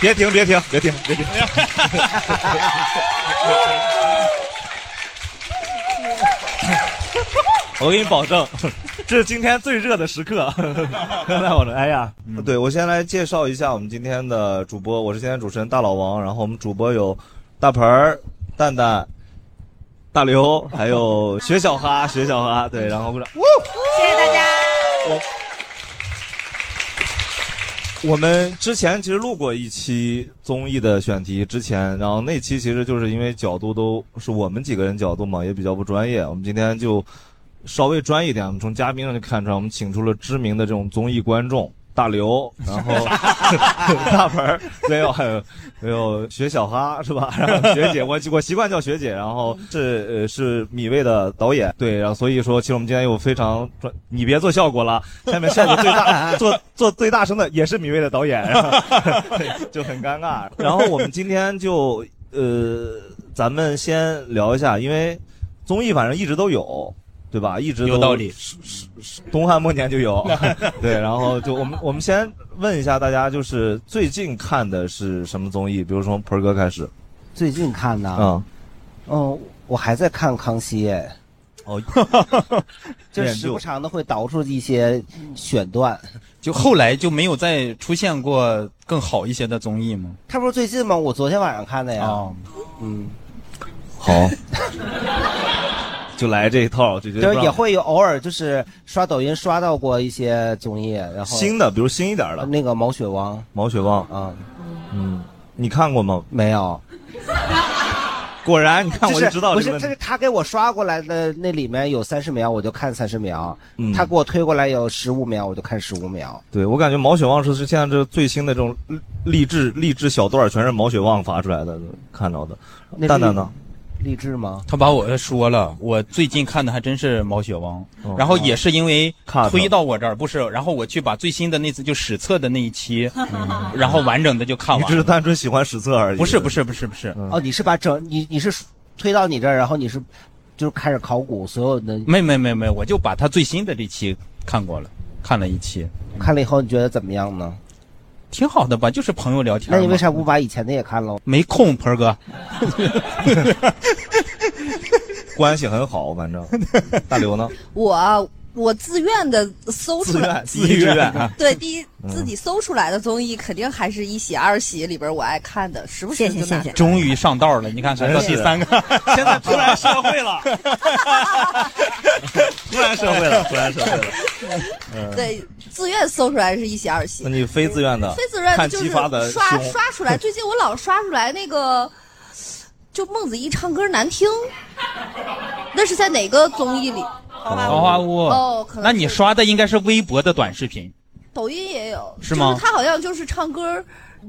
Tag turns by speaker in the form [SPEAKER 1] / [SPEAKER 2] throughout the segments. [SPEAKER 1] 别停，别停，别停，别 停！我给你保证，这是今天最热的时刻。 刚才我的，哎呀，对我先来介绍一下我们今天的主播，我是今天主持人大老王，然后我们主播有大盆儿、蛋蛋、大刘，还有雪小哈、雪小哈，对，然后鼓掌。
[SPEAKER 2] 谢谢大家。
[SPEAKER 1] 我们之前其实录过一期综艺的选题，之前，然后那期其实就是因为角度都是我们几个人角度嘛，也比较不专业。我们今天就稍微专业一点，我们从嘉宾上就看出来，我们请出了知名的这种综艺观众大刘，然后大盆儿，没有，还有还有学小哈是吧？然后学姐，我我习惯叫学姐，然后是呃是米未的导演，对，然后所以说，其实我们今天有非常专，你别做效果了，下面下一个最大做 做最大声的也是米未的 导演，然后 就很尴尬。然后我们今天就呃，咱们先聊一下，因为综艺反正一直都有。对吧？一直都
[SPEAKER 3] 有道理
[SPEAKER 1] 是，是是东汉末年就 有，对。然后就我们我们先问一下大家，就是最近看的是什么综艺？比如从盆儿哥开始，
[SPEAKER 4] 最近看的，
[SPEAKER 1] 嗯，
[SPEAKER 4] 嗯，我还在看《康熙》哎，
[SPEAKER 1] 哦，
[SPEAKER 4] 就时不常的会导出一些选段。
[SPEAKER 3] 就后来就没有再出现过更好一些的综艺吗？
[SPEAKER 4] 他不是最近吗？我昨天晚上看的呀。
[SPEAKER 1] 哦
[SPEAKER 3] 啊，
[SPEAKER 4] 嗯，
[SPEAKER 1] 好，就来这一套，就觉
[SPEAKER 4] 就
[SPEAKER 1] 得
[SPEAKER 4] 是也会有偶尔就是刷抖音刷到过一些综艺，然后
[SPEAKER 1] 新的，比如新一点的
[SPEAKER 4] 那个毛血旺
[SPEAKER 1] 毛血旺，
[SPEAKER 4] 啊，
[SPEAKER 1] 嗯，你看过吗？
[SPEAKER 4] 没有。
[SPEAKER 1] 果然，你看我
[SPEAKER 4] 是
[SPEAKER 1] 就知道
[SPEAKER 4] 不
[SPEAKER 1] 这
[SPEAKER 4] 是，
[SPEAKER 1] 问
[SPEAKER 4] 他是
[SPEAKER 1] 题。
[SPEAKER 4] 他给我刷过来的，那里面有三十秒，我就看三十秒；
[SPEAKER 1] 嗯
[SPEAKER 4] 他给我推过来有十五秒，我就看十五秒。
[SPEAKER 1] 对我感觉毛血旺是是现在这最新的这种励志励志小段儿，全是毛血旺发出来的，看着的。
[SPEAKER 4] 那
[SPEAKER 1] 蛋蛋呢？
[SPEAKER 4] 励志吗？
[SPEAKER 3] 他把我说了，我最近看的还真是《毛血旺》
[SPEAKER 1] 哦
[SPEAKER 3] 然后也是因为
[SPEAKER 1] 看了
[SPEAKER 3] 推到我这儿，不是，然后我去把最新的那次就史册的那一期，
[SPEAKER 4] 嗯
[SPEAKER 3] 然后完整的就看
[SPEAKER 1] 你只
[SPEAKER 3] 完
[SPEAKER 1] 是
[SPEAKER 3] 了。
[SPEAKER 1] 单纯喜欢史册而已。
[SPEAKER 3] 不是不是不是不是，
[SPEAKER 1] 嗯
[SPEAKER 4] 哦，你是把整你你是推到你这儿，然后你是就是开始考古所有的，
[SPEAKER 3] 没没没没，我就把他最新的这期看过了，看了一期，
[SPEAKER 4] 看了以后你觉得怎么样呢？
[SPEAKER 3] 挺好的吧，就是朋友聊天嘛。
[SPEAKER 4] 那你为啥不把以前的也看了？
[SPEAKER 3] 没空，盆儿哥？
[SPEAKER 1] 关系很好，反正大刘呢，
[SPEAKER 2] 我我自愿的搜出
[SPEAKER 1] 自
[SPEAKER 2] 来
[SPEAKER 1] 愿，啊嗯
[SPEAKER 3] 自
[SPEAKER 1] 第一志
[SPEAKER 3] 愿啊
[SPEAKER 1] 愿，
[SPEAKER 2] 对，第一自己搜出来的综艺肯定还是一喜二喜里边我爱看的，时不时就拿。
[SPEAKER 3] 终于上道了，你看看
[SPEAKER 1] 真
[SPEAKER 3] 到
[SPEAKER 1] 是哦
[SPEAKER 3] 第三个，
[SPEAKER 1] 现在突然社会了，突然社会了，突然社会了。嗯
[SPEAKER 2] 对，自愿搜出来是一喜二喜
[SPEAKER 1] 那，你非自愿的，
[SPEAKER 2] 非自愿的
[SPEAKER 1] 看
[SPEAKER 2] 就
[SPEAKER 1] 激
[SPEAKER 2] 是
[SPEAKER 1] 发的
[SPEAKER 2] 刷
[SPEAKER 1] 胸，
[SPEAKER 2] 刷出来。最近我老刷出来那个，就孟子义唱歌难听，那是在哪个综艺里？
[SPEAKER 3] 桃花坞。
[SPEAKER 2] 哦可能
[SPEAKER 3] 那你
[SPEAKER 2] 是
[SPEAKER 3] 刷的应该是微博的短视频。
[SPEAKER 2] 抖音也有，
[SPEAKER 3] 是吗
[SPEAKER 2] 就是他好像就是唱歌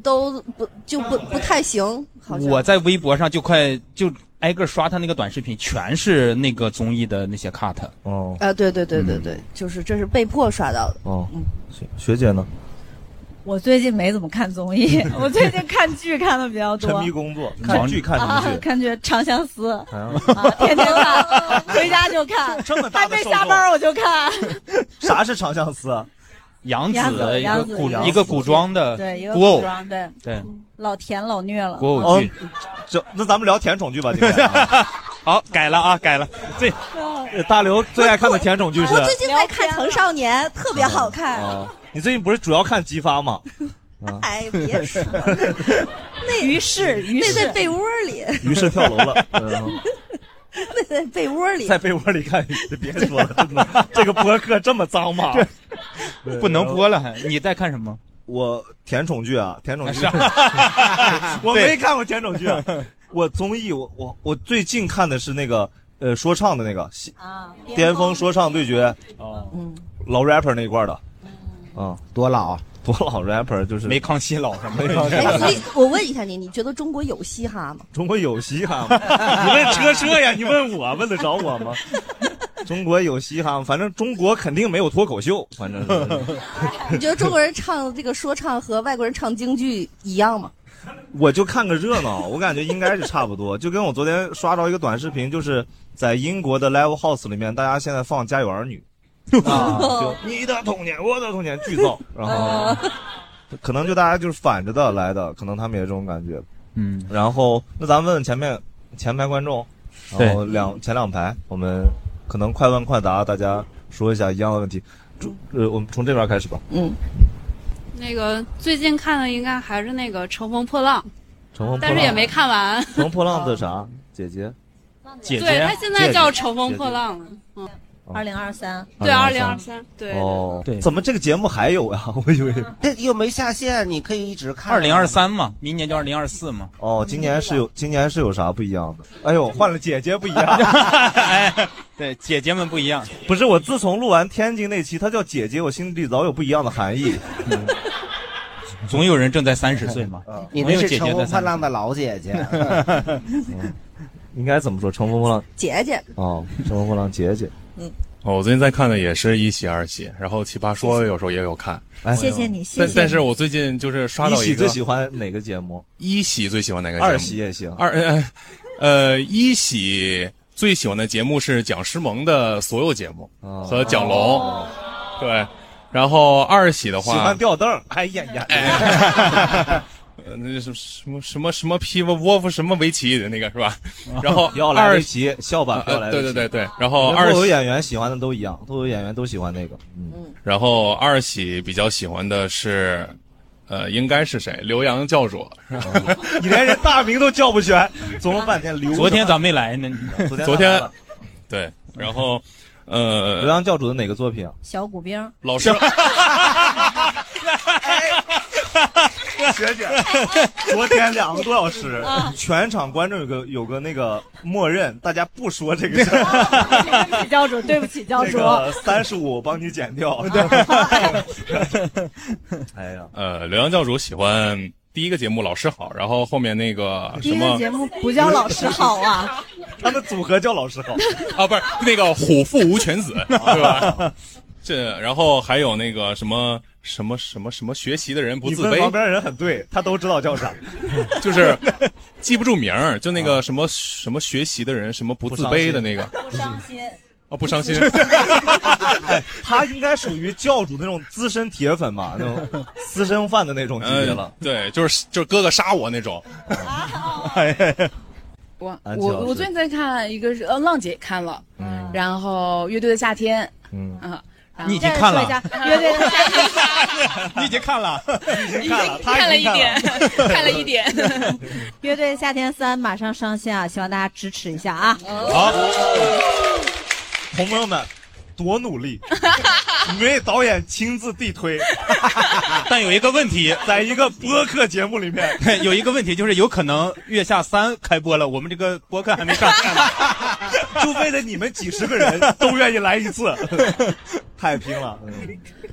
[SPEAKER 2] 都不就不不太
[SPEAKER 1] 哦
[SPEAKER 2] 行，好像
[SPEAKER 3] 我在微博上就快就挨个刷他那个短视频，全是那个综艺的那些 cut。嗯
[SPEAKER 1] 哦
[SPEAKER 2] 啊，对对对对对，嗯就是这是被迫刷到的。
[SPEAKER 1] 哦，学学姐呢？
[SPEAKER 5] 我最近没怎么看综 艺，我最近看剧看的比较
[SPEAKER 1] 沉
[SPEAKER 5] 多
[SPEAKER 1] 迷。工作，
[SPEAKER 3] 看
[SPEAKER 1] 看剧看什
[SPEAKER 5] 啊
[SPEAKER 1] 么，剧？嗯
[SPEAKER 5] 看剧《长相思》
[SPEAKER 1] 好像
[SPEAKER 5] 啊，天天看，回家就 看，
[SPEAKER 1] 这么大
[SPEAKER 5] 还
[SPEAKER 1] 的
[SPEAKER 5] 没
[SPEAKER 1] 受众
[SPEAKER 5] 下班我就看。
[SPEAKER 1] 啥是长相思啊？
[SPEAKER 3] 杨
[SPEAKER 5] 杨
[SPEAKER 3] 紫
[SPEAKER 5] 紫
[SPEAKER 3] 一个
[SPEAKER 5] 杨紫
[SPEAKER 3] 古
[SPEAKER 5] 杨紫
[SPEAKER 3] 一个古装的
[SPEAKER 5] 对，一个
[SPEAKER 3] 古偶
[SPEAKER 5] 古，装，对，
[SPEAKER 3] 对
[SPEAKER 5] 老甜老虐了。啊
[SPEAKER 3] 古偶剧。
[SPEAKER 1] 这那咱们聊甜宠剧吧，今 天啊
[SPEAKER 3] 好，改了啊，改了。这
[SPEAKER 1] 呃大刘最爱看的甜宠剧是
[SPEAKER 2] 我最近在看《疼少年》，特别好看。
[SPEAKER 1] 啊，你最近不是主要看激发吗？
[SPEAKER 2] 哎，别说，
[SPEAKER 5] 于是于
[SPEAKER 2] 那在
[SPEAKER 5] 是
[SPEAKER 2] 被窝里，
[SPEAKER 1] 于是跳楼 了，
[SPEAKER 2] 嗯那在被窝里
[SPEAKER 1] 在。被窝里看，别说 了，真的，这个播客这么脏吗？
[SPEAKER 3] 不能播了，还你在看什么？
[SPEAKER 1] 我甜宠剧啊，甜宠剧
[SPEAKER 3] 是，啊
[SPEAKER 1] 我没看过 甜宠剧啊。我综艺，我我我最近看的是那个呃说唱的那个西
[SPEAKER 5] 啊，
[SPEAKER 1] 巅峰说唱对决，
[SPEAKER 3] 哦，
[SPEAKER 1] 老 rapper 那一块儿的，啊，
[SPEAKER 4] 多老
[SPEAKER 1] 多老 rapper 就是
[SPEAKER 3] 没康熙老什么
[SPEAKER 1] 没康熙
[SPEAKER 2] 哎，
[SPEAKER 1] 老
[SPEAKER 2] 所以我问一下你，你觉得中国有嘻哈吗？
[SPEAKER 1] 中国有嘻哈 吗？你问车车呀？你问我？问得着我 吗？中国有嘻哈吗，反正中国肯定没有脱口秀，反正是
[SPEAKER 2] 你觉得中国人唱这个说唱和外国人唱京剧一样吗？
[SPEAKER 1] 我就看个热闹，我感觉应该是差不多。就跟我昨天刷到一个短视频，就是在英国的 live house 里面，大家现在放《家有儿女》 啊，就你的童年，我的童年，剧照，然后可能就大家就是反着的来的，可能他们也这种感觉。
[SPEAKER 3] 嗯，
[SPEAKER 1] 然后那咱问问前面前排观众，然后两前两排，我们可能快问快答，大家说一下一样的问题。中呃，我们从这边开始吧。
[SPEAKER 2] 嗯，
[SPEAKER 6] 那个最近看的应该还是那个《乘风 破浪》，
[SPEAKER 1] 乘风破
[SPEAKER 6] 但
[SPEAKER 1] 浪，
[SPEAKER 6] 是也没看完。
[SPEAKER 1] 乘风破 浪的啥？姐姐，
[SPEAKER 3] 姐
[SPEAKER 6] 对，
[SPEAKER 3] 姐
[SPEAKER 6] 它现在叫《乘风破浪》了。
[SPEAKER 5] 嗯
[SPEAKER 6] 嗯
[SPEAKER 7] 二零二三，
[SPEAKER 6] 对，二零二
[SPEAKER 1] 三。
[SPEAKER 6] 三，对，
[SPEAKER 1] 哦，
[SPEAKER 3] 对
[SPEAKER 1] 怎么这个节目还有呀、 我以为
[SPEAKER 4] 那又没下线，你可以一直看。
[SPEAKER 3] 二零二，三嘛，明年就二零二四嘛。
[SPEAKER 1] 哦，今年是有今年是有啥不一样的？哎呦，换了姐姐不一 样，
[SPEAKER 3] 哎，对，姐姐们不一样。
[SPEAKER 1] 不是我自从录完天津那期，她叫姐姐，我心里早有不一样的含义。
[SPEAKER 3] 总有人正在三十岁嘛。
[SPEAKER 1] 嗯
[SPEAKER 4] 你
[SPEAKER 3] 没
[SPEAKER 4] 那
[SPEAKER 3] 有
[SPEAKER 4] 是
[SPEAKER 3] 姐姐
[SPEAKER 4] 乘
[SPEAKER 3] 的
[SPEAKER 4] 风破
[SPEAKER 3] 三
[SPEAKER 4] 浪的老姐姐，
[SPEAKER 1] 应该怎么说？乘风破浪
[SPEAKER 2] 姐姐，
[SPEAKER 1] 哦，乘风破浪姐姐。
[SPEAKER 7] 嗯
[SPEAKER 8] 哦，我最近在看的也是一喜二喜，然后奇葩说有时候也有看，
[SPEAKER 1] 哎，
[SPEAKER 7] 谢谢你，谢
[SPEAKER 8] 但
[SPEAKER 7] 谢
[SPEAKER 8] 但
[SPEAKER 7] 你。
[SPEAKER 8] 是我最近就是刷
[SPEAKER 1] 一
[SPEAKER 8] 到
[SPEAKER 1] 喜
[SPEAKER 8] 一
[SPEAKER 1] 最
[SPEAKER 8] 个
[SPEAKER 1] 喜欢哪个节目？
[SPEAKER 8] 一喜最喜欢哪个节目？
[SPEAKER 1] 二喜也行。
[SPEAKER 8] 二呃呃一喜最喜欢的节目是蒋诗萌的所有节目
[SPEAKER 1] 哦
[SPEAKER 8] 和蒋龙，对，然后二喜的
[SPEAKER 1] 喜欢
[SPEAKER 8] 话。
[SPEAKER 1] 吊凳儿，哎呀呀！
[SPEAKER 8] 呃那什么什么什么什么皮窝窝夫什么围棋的那个是吧？然后
[SPEAKER 1] 啊 要来
[SPEAKER 8] 二
[SPEAKER 1] 一期，笑吧，不要
[SPEAKER 8] 呃
[SPEAKER 1] 来
[SPEAKER 8] 对
[SPEAKER 1] 得
[SPEAKER 8] 对
[SPEAKER 1] 及
[SPEAKER 8] 对。对，然后
[SPEAKER 1] 因为
[SPEAKER 8] 二
[SPEAKER 1] 脱口
[SPEAKER 8] 喜
[SPEAKER 1] 演员喜欢的都一样，脱口演员都喜欢那个。嗯，
[SPEAKER 8] 然后二喜比较喜欢的是，呃，应该是谁？刘洋教主。
[SPEAKER 1] 你连人大名都叫不全，琢磨半天。刘
[SPEAKER 3] 昨天咋没来呢？
[SPEAKER 1] 昨天咱
[SPEAKER 8] 昨
[SPEAKER 1] 们
[SPEAKER 8] 天
[SPEAKER 1] 来了
[SPEAKER 8] 对，然后，
[SPEAKER 1] 刘
[SPEAKER 8] 呃，
[SPEAKER 1] 洋教主的哪个作品啊？
[SPEAKER 7] 小骨 兵儿，
[SPEAKER 8] 老师，
[SPEAKER 1] 学姐，
[SPEAKER 9] 哎
[SPEAKER 1] 昨天两个多小时，
[SPEAKER 7] 啊
[SPEAKER 1] 全场观众有个有个那个默认，大家不说这个事儿，
[SPEAKER 7] 对 不起教主，对不起教
[SPEAKER 1] 这
[SPEAKER 7] 主。
[SPEAKER 1] 个三十五我帮你减 掉。哎呀，
[SPEAKER 8] 呃，刘洋教主喜欢第一个节目《老师好》，然后后面那个
[SPEAKER 7] 第
[SPEAKER 8] 什
[SPEAKER 7] 一个
[SPEAKER 8] 么
[SPEAKER 7] 节目不叫老师好啊，
[SPEAKER 1] 他们组合叫老师好。
[SPEAKER 8] 啊，不是那个虎父无犬子，对吧？这，然后还有那个什么什么什么什么学习的 人不
[SPEAKER 1] 你
[SPEAKER 8] 自
[SPEAKER 1] 问
[SPEAKER 8] 卑，
[SPEAKER 1] 旁边人很对，他都知道叫啥。
[SPEAKER 8] 就是记不住名儿，就那个什么什么学习的人，什么不自卑的那个，
[SPEAKER 7] 不伤心。
[SPEAKER 8] 哦，不伤心，
[SPEAKER 1] 哎他应该属于教主那种资深铁粉吧，那 种私生饭的那种级别了
[SPEAKER 8] 嗯。，对，就是就是哥哥杀我那种，
[SPEAKER 9] 啊哦
[SPEAKER 1] 哎
[SPEAKER 9] 我
[SPEAKER 8] 啊
[SPEAKER 1] 安啊琪老
[SPEAKER 9] 我
[SPEAKER 1] 师
[SPEAKER 9] 我最近在看一个是呃浪姐看了，
[SPEAKER 1] 嗯
[SPEAKER 9] 然后乐队的夏天，
[SPEAKER 1] 嗯，
[SPEAKER 9] 啊，
[SPEAKER 3] 你已经
[SPEAKER 7] 再
[SPEAKER 3] 看
[SPEAKER 7] 说一
[SPEAKER 3] 了，
[SPEAKER 7] 下乐队的夏天，
[SPEAKER 3] 你已经 看了。
[SPEAKER 1] 已经看了，他
[SPEAKER 9] 看了
[SPEAKER 1] 已
[SPEAKER 9] 一
[SPEAKER 1] 经
[SPEAKER 9] 点
[SPEAKER 1] 看了。，
[SPEAKER 9] 看了一点，
[SPEAKER 7] 乐队的夏天三马上上线啊，希望大家支持一下啊！
[SPEAKER 1] 好，朋友们，多努力！每位导演亲自地推，
[SPEAKER 3] 但有一个问题，
[SPEAKER 1] 在一个播客节目里面，
[SPEAKER 3] 有一个问题就是，有可能月下三开播了，我们这个播客还没 上线呢。
[SPEAKER 1] 就为了你们几十个人都愿意来一次，太拼了！嗯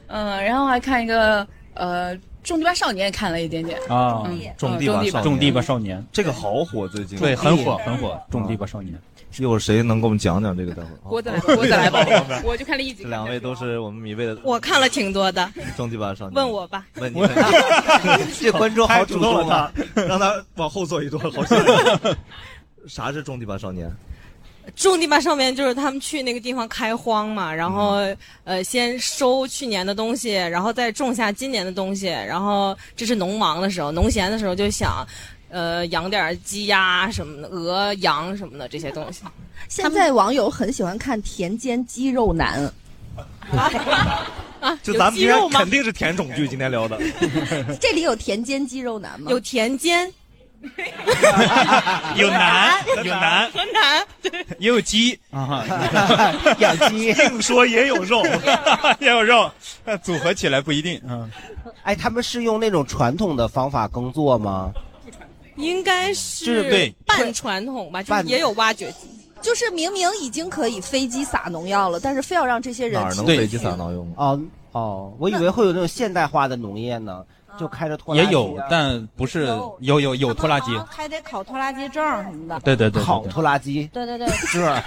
[SPEAKER 9] 嗯，然后还看一个呃《种地吧少年》看了一点点，
[SPEAKER 3] 啊
[SPEAKER 9] 嗯，
[SPEAKER 1] 种
[SPEAKER 9] 呃
[SPEAKER 1] 地吧少年
[SPEAKER 3] 种地吧少年，
[SPEAKER 1] 这个好火，最近
[SPEAKER 3] 对，很火
[SPEAKER 1] 嗯
[SPEAKER 3] 很火，种地吧少年。
[SPEAKER 1] 一会儿谁能给我们讲讲这个？待会儿
[SPEAKER 9] 郭子来吧，郭子 来吧，我就看了一集。
[SPEAKER 1] 这两位都是我们米未的
[SPEAKER 10] 我看了挺多的，
[SPEAKER 1] 种地吧少年。
[SPEAKER 10] 问我吧。
[SPEAKER 1] 问你，问 你
[SPEAKER 4] 这观众好
[SPEAKER 1] 太
[SPEAKER 4] 主
[SPEAKER 1] 主动
[SPEAKER 4] 动啊！
[SPEAKER 1] 了他，让他往后坐一坐，好 啥是种地吧少年？
[SPEAKER 10] 种地吧上面就是他们去那个地方开荒嘛，然后、呃先收去年的东西，然后再种下今年的东西，然后这是农忙的时候，农闲的时候就想。呃，养点儿鸡鸭什么的，鹅、羊什么的这些东西。
[SPEAKER 2] 现在网友很喜欢看田间肌肉 男，
[SPEAKER 1] 就
[SPEAKER 10] 有
[SPEAKER 1] 咱们
[SPEAKER 10] 肌
[SPEAKER 1] 今
[SPEAKER 10] 肉
[SPEAKER 1] 天
[SPEAKER 10] 吗
[SPEAKER 1] 肯定是甜种剧，今天聊 的
[SPEAKER 2] 这里有田间肌肉男吗？
[SPEAKER 10] 有田间，
[SPEAKER 3] 有 男有男，
[SPEAKER 10] 河南，
[SPEAKER 3] 也有鸡啊，
[SPEAKER 4] 养鸡，
[SPEAKER 1] 硬说也有肉，
[SPEAKER 3] 也有肉，那组合起来不一定啊。
[SPEAKER 1] 嗯
[SPEAKER 4] 哎，他们是用那种传统的方法耕作吗？
[SPEAKER 10] 应该
[SPEAKER 3] 就是对
[SPEAKER 10] 是半传统吧，就是
[SPEAKER 4] 半
[SPEAKER 10] 也有挖掘机。
[SPEAKER 2] 就是明明已经可以飞机撒农药了，但是非要让这些人
[SPEAKER 1] 哪儿能
[SPEAKER 3] 对
[SPEAKER 1] 飞机撒农用？啊
[SPEAKER 4] 哦，哦，我以为会有那种现代化的农业呢，
[SPEAKER 11] 嗯
[SPEAKER 4] 就开着拖拉
[SPEAKER 3] 也
[SPEAKER 4] 机啊、
[SPEAKER 3] 有， 但不是有有有拖拉机，
[SPEAKER 5] 还得考拖拉机证儿什么的。
[SPEAKER 3] 对对对，
[SPEAKER 4] 烤拖拉机，
[SPEAKER 5] 对对对，
[SPEAKER 4] 是吧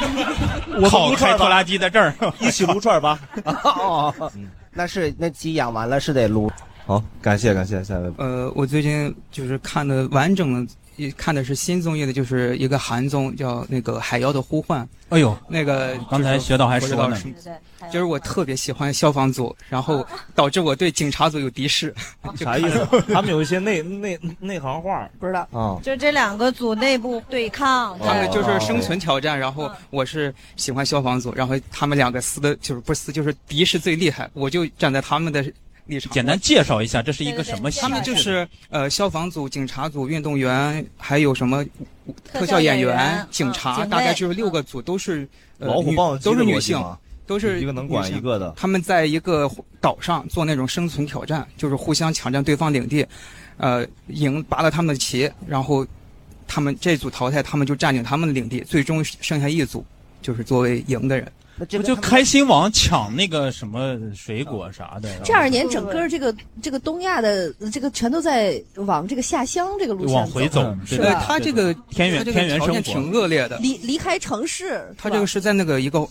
[SPEAKER 3] 我烤开拖拉机的证儿，
[SPEAKER 1] 一起撸串吧。
[SPEAKER 4] 哦， 那是那鸡养完了是得撸。嗯
[SPEAKER 1] 好，感谢感谢，下一位。
[SPEAKER 11] 呃，我最近就是看的完整的，也看的是新综艺的，就是一个韩综，叫那个《海妖的呼唤》。
[SPEAKER 3] 哎呦，
[SPEAKER 11] 那个就是
[SPEAKER 3] 刚才学导还
[SPEAKER 11] 不知
[SPEAKER 3] 说
[SPEAKER 11] 道
[SPEAKER 3] 呢
[SPEAKER 11] 是就是我特别喜欢消防组，然后导致我对警察组有敌视。 就
[SPEAKER 1] 啥
[SPEAKER 11] 看
[SPEAKER 1] 意思
[SPEAKER 11] 了？
[SPEAKER 1] 他们有一些内内内行话，
[SPEAKER 5] 不知道
[SPEAKER 1] 啊。
[SPEAKER 5] 就这两个组内部对抗。
[SPEAKER 11] 他们就是
[SPEAKER 3] 哦
[SPEAKER 11] 生存挑战，然后我是喜欢消防组，然后他们两个撕的就是不是撕就是敌是最厉害，我就站在他们的立场。
[SPEAKER 3] 简单介绍一下，这是一个什么形式？
[SPEAKER 11] 他们就是呃，消防组、警察组、运动员，还有什么
[SPEAKER 5] 特
[SPEAKER 11] 特效演
[SPEAKER 5] 效演员
[SPEAKER 11] 警察，
[SPEAKER 5] 嗯
[SPEAKER 11] 大
[SPEAKER 5] 警卫
[SPEAKER 11] 概就是六个组，都是呃
[SPEAKER 1] 老虎
[SPEAKER 11] 女
[SPEAKER 1] 棒
[SPEAKER 11] 都是女性，
[SPEAKER 1] 都
[SPEAKER 11] 是
[SPEAKER 1] 一个能管
[SPEAKER 11] 女性
[SPEAKER 1] 一个的。
[SPEAKER 11] 他们在一个呃岛上做那种生存挑战，就是互相抢占对方领地，呃，赢拔了他们的旗，然后他们这组淘汰，他们就占领他们的领地，最终剩下一组就是作为赢的人。
[SPEAKER 4] 那
[SPEAKER 3] 不就开心网抢那个什么水果啥的？
[SPEAKER 2] 这二年整 个这个这个东亚的这个全都在往这个下乡这个路线
[SPEAKER 3] 往回走，
[SPEAKER 2] 是
[SPEAKER 11] 对
[SPEAKER 2] 吧？
[SPEAKER 11] 他这个
[SPEAKER 3] 田园
[SPEAKER 11] 他这
[SPEAKER 3] 田
[SPEAKER 11] 个
[SPEAKER 3] 园
[SPEAKER 11] 条件
[SPEAKER 3] 生活
[SPEAKER 11] 挺恶劣的，
[SPEAKER 2] 离离开城市，
[SPEAKER 11] 他这个
[SPEAKER 2] 是
[SPEAKER 11] 是在那个一个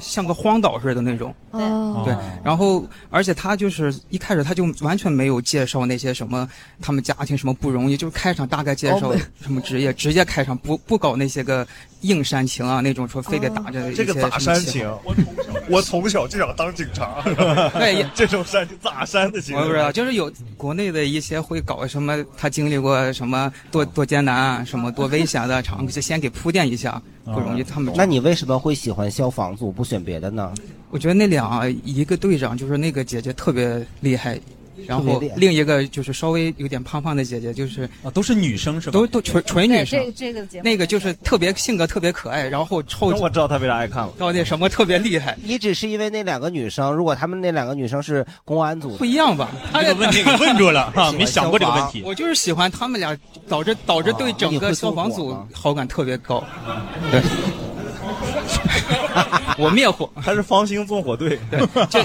[SPEAKER 11] 像个荒岛似的那种。
[SPEAKER 2] 吧哦，
[SPEAKER 11] 对，然后而且他就是一开始他就完全没有介绍那些什么他们家庭什么不容易，就是开场大概介
[SPEAKER 2] 哦
[SPEAKER 11] 绍
[SPEAKER 2] 没
[SPEAKER 11] 什么职业，直接开场不不搞那些个硬煽情啊那种说非得
[SPEAKER 2] 哦
[SPEAKER 11] 打着一
[SPEAKER 12] 这
[SPEAKER 11] 些
[SPEAKER 12] 个
[SPEAKER 11] 什么
[SPEAKER 12] 咋煽
[SPEAKER 11] 旗
[SPEAKER 12] 情
[SPEAKER 11] 号？
[SPEAKER 12] 我从 小我从小就想当警 察，
[SPEAKER 11] 对
[SPEAKER 12] 这种煽情咋煽的情？
[SPEAKER 11] 我也不知道，就是有国内的一些会搞什么，他经历过什么多多艰难啊，什么多危险的场，就先给铺垫一下，不容易。
[SPEAKER 12] 哦
[SPEAKER 11] 他们
[SPEAKER 4] 那你为什么会喜欢消防组，不选别的呢？
[SPEAKER 11] 我觉得那俩一个队长就是那个姐姐特别厉害，然
[SPEAKER 4] 特
[SPEAKER 11] 后
[SPEAKER 4] 别厉害
[SPEAKER 11] 另一个就是稍微有点胖胖的姐姐，就是
[SPEAKER 3] 啊，都是女生是吧？
[SPEAKER 11] 都都纯纯女
[SPEAKER 7] 对这
[SPEAKER 11] 生。
[SPEAKER 7] 这个节目，
[SPEAKER 11] 那个就是特别性格特别可爱，然后臭。
[SPEAKER 4] 那我
[SPEAKER 1] 知道他为啥爱看了。
[SPEAKER 11] 到那什么特别厉害，
[SPEAKER 4] 你只是因为那两个女生，如果她们那两个女生是公安组的，
[SPEAKER 11] 不一样吧？他
[SPEAKER 3] 这个问题给问住 了啊，没想过这个问题。
[SPEAKER 11] 我就是喜欢他们俩，导致导致
[SPEAKER 1] 啊
[SPEAKER 11] 对整个消防组好感特别 高。对，我灭火，
[SPEAKER 1] 他是方兴纵火队。
[SPEAKER 11] 对，这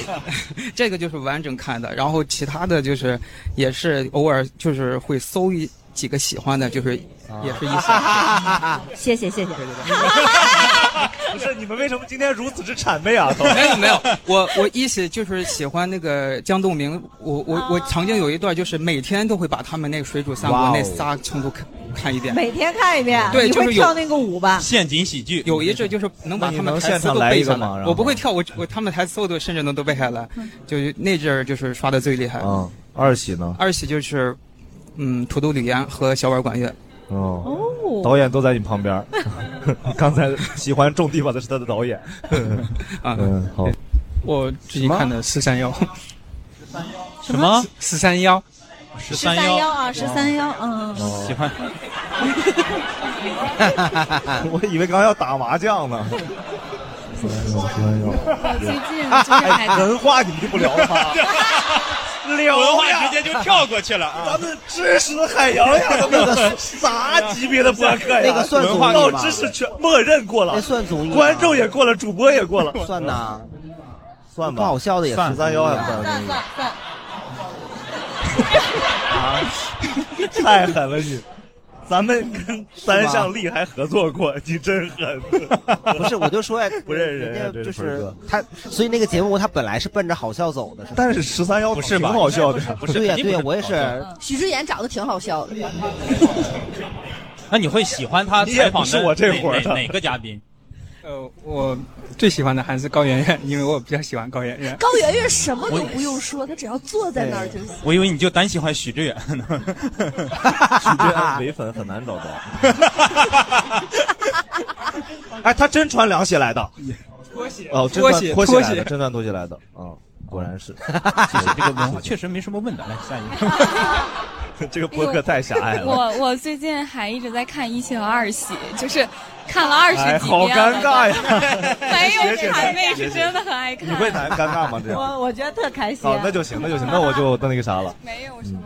[SPEAKER 11] 这个就是完整看的，然后其他的就是也是偶尔就是会搜一几个喜欢的，就是也是一些。啊
[SPEAKER 5] 谢谢谢谢。
[SPEAKER 1] 不是你们为什么今天如此之谄媚 啊？
[SPEAKER 11] 没有没有，我我一起就是喜欢那个江栋明，我我
[SPEAKER 5] 哦
[SPEAKER 11] 我曾经有一段就是每天都会把他们那个水煮三
[SPEAKER 3] 哇
[SPEAKER 11] 国
[SPEAKER 3] 哦
[SPEAKER 11] 那仨全部看看一遍，
[SPEAKER 5] 每天啊看一遍，
[SPEAKER 11] 对
[SPEAKER 5] 你
[SPEAKER 11] 就是
[SPEAKER 5] 会
[SPEAKER 11] 有
[SPEAKER 5] 跳那个舞吧？
[SPEAKER 3] 陷阱喜剧
[SPEAKER 11] 有一阵就是能把他
[SPEAKER 1] 那你
[SPEAKER 11] 们
[SPEAKER 1] 能
[SPEAKER 11] 台
[SPEAKER 1] 现
[SPEAKER 11] 词
[SPEAKER 1] 场
[SPEAKER 11] 都
[SPEAKER 1] 来
[SPEAKER 11] 背
[SPEAKER 1] 一个
[SPEAKER 11] 下
[SPEAKER 1] 吗
[SPEAKER 11] 来
[SPEAKER 1] 然，后
[SPEAKER 11] 我不会跳，我我他们台词我都甚至能都背下来，
[SPEAKER 5] 嗯
[SPEAKER 11] 就是那阵儿就是刷的最厉害。
[SPEAKER 1] 嗯，二喜呢？
[SPEAKER 11] 二喜就是，嗯，土豆吕岩和小碗管乐。
[SPEAKER 1] 哦，导演都在你旁边儿。 刚才喜欢种地吧的是他的导演。
[SPEAKER 11] 啊，
[SPEAKER 1] 嗯，好。
[SPEAKER 10] 我最近看的四三幺，
[SPEAKER 3] 什么
[SPEAKER 10] 四三幺？
[SPEAKER 3] 十
[SPEAKER 5] 十三幺啊，十三幺，嗯，
[SPEAKER 3] 喜欢。
[SPEAKER 1] 我以为刚刚要打麻将呢。
[SPEAKER 9] 我最近
[SPEAKER 3] 啊
[SPEAKER 9] 就是
[SPEAKER 1] 哎
[SPEAKER 9] 还
[SPEAKER 1] 文化你们就不聊了吗？ 聊
[SPEAKER 8] 文化
[SPEAKER 1] 呀
[SPEAKER 8] 直接就跳过去了啊！
[SPEAKER 1] 咱们知识海洋呀，咱们的啥级别的播客呀？
[SPEAKER 4] 那个 算综艺吧
[SPEAKER 1] 到知识全默认过了，
[SPEAKER 4] 那算综艺吧
[SPEAKER 1] 观众也过了，主播也过了，
[SPEAKER 4] 算呐，
[SPEAKER 1] 算
[SPEAKER 4] 不
[SPEAKER 1] 吧，
[SPEAKER 4] 好笑的也
[SPEAKER 1] 算
[SPEAKER 4] 是 啊
[SPEAKER 1] 三幺还不
[SPEAKER 5] 算算算，
[SPEAKER 1] 算，啊太狠了你！咱们跟三项力还合作过，你真狠！
[SPEAKER 4] 不是，我就说呀，
[SPEAKER 1] 不认识人
[SPEAKER 4] 人
[SPEAKER 1] 呀
[SPEAKER 4] 家
[SPEAKER 1] 这
[SPEAKER 4] 就
[SPEAKER 1] 盆儿
[SPEAKER 4] 是
[SPEAKER 1] 哥
[SPEAKER 4] 他，所以那个节目他本来是奔着好笑走的，吧
[SPEAKER 1] 但是十三幺
[SPEAKER 4] 不是吧
[SPEAKER 1] 挺好笑的，
[SPEAKER 4] 对呀对呀，我也是，
[SPEAKER 2] 许知远长得挺好笑的，
[SPEAKER 3] 那你会喜欢他
[SPEAKER 8] 你也
[SPEAKER 3] 采访
[SPEAKER 8] 不
[SPEAKER 3] 的
[SPEAKER 8] 是我这伙儿
[SPEAKER 3] 哪
[SPEAKER 8] 的
[SPEAKER 3] 哪哪个嘉宾？
[SPEAKER 10] 呃，我最喜欢的还是高圆圆，因为我比较喜欢高圆圆。
[SPEAKER 2] 高圆圆什么都不用说，她只要坐在那儿就行。
[SPEAKER 3] 我以为你就单喜欢许志远呢。
[SPEAKER 1] 许志远伪粉很难找到。哎，他真穿凉鞋来的，
[SPEAKER 10] 拖鞋
[SPEAKER 1] 啊哦，真
[SPEAKER 10] 拖
[SPEAKER 1] 穿
[SPEAKER 10] 鞋，
[SPEAKER 1] 拖
[SPEAKER 10] 拖
[SPEAKER 1] 来
[SPEAKER 10] 鞋
[SPEAKER 1] 的，，真穿拖鞋来的啊，果然是。
[SPEAKER 3] 谢谢 这个文化确实没什么问的。来下一个，
[SPEAKER 1] 这个播客太狭 隘了。
[SPEAKER 7] 我我最近还一直在看一喜和二喜，就是看了二十
[SPEAKER 1] 哎，
[SPEAKER 7] 几
[SPEAKER 1] 好
[SPEAKER 7] 遍了
[SPEAKER 1] 尴尬 呀！
[SPEAKER 7] 没有
[SPEAKER 1] 学姐
[SPEAKER 7] 谄媚
[SPEAKER 1] 学
[SPEAKER 7] 是
[SPEAKER 1] 姐
[SPEAKER 7] 真的很爱看。
[SPEAKER 1] 你会谈尴尬吗？这样
[SPEAKER 5] 我我觉得特开心。
[SPEAKER 1] 哦，那就行，那就行，那我 就那那个啥了。
[SPEAKER 7] 没有什么。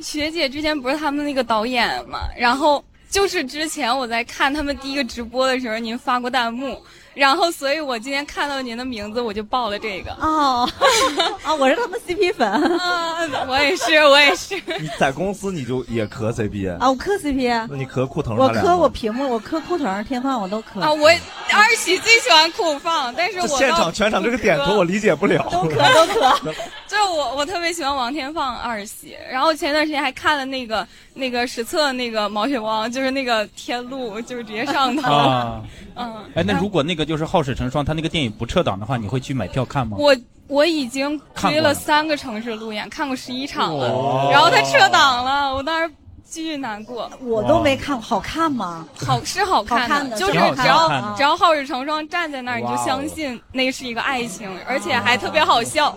[SPEAKER 7] 学姐之前不是他们那个导演嘛，然后就是之前我在看他们第一个直播的时候，您发过弹幕，
[SPEAKER 6] 然后所以我今天看到您的名字，我就报了这个。
[SPEAKER 7] 哦， 啊，我是他们 CP 粉
[SPEAKER 6] 啊，我也是，我也是。
[SPEAKER 1] 你在公司你就也磕 CP
[SPEAKER 7] 啊，我磕 CP，啊
[SPEAKER 1] 那你磕裤腾
[SPEAKER 7] 我
[SPEAKER 1] 他俩
[SPEAKER 7] 磕
[SPEAKER 1] 吗
[SPEAKER 7] 我屏幕，我磕裤腿上天放，我都磕
[SPEAKER 6] 啊，我二喜最喜欢酷放，但是
[SPEAKER 1] 这
[SPEAKER 6] 我
[SPEAKER 1] 现
[SPEAKER 6] 到
[SPEAKER 1] 场全场这个点头我理解不了。
[SPEAKER 7] 都磕都 磕。
[SPEAKER 6] 就是我，我特别喜欢王天放二喜，然后前段时间还看了那个那个史册那个毛血旺，就是那个天路，就是直接上头。
[SPEAKER 3] 啊，
[SPEAKER 6] 嗯，
[SPEAKER 3] 哎，那如果那个就是好事成双，他那个电影不撤档的话，你会去买票看吗？
[SPEAKER 6] 我我已经
[SPEAKER 3] 看
[SPEAKER 6] 追
[SPEAKER 3] 过
[SPEAKER 6] 了
[SPEAKER 3] 了
[SPEAKER 6] 三个城市路演，看过十一场了，
[SPEAKER 3] 哦
[SPEAKER 6] 然后他撤档了，我当时巨难过。
[SPEAKER 7] 我都没看，好看吗？
[SPEAKER 6] 好是好看
[SPEAKER 7] 好看的
[SPEAKER 6] 就是
[SPEAKER 7] 挺好
[SPEAKER 6] 只要
[SPEAKER 7] 挺好看的
[SPEAKER 6] 只要好事成双站在那儿，你就
[SPEAKER 7] 哇哦
[SPEAKER 6] 相信那是一个爱情，而且还特别好笑，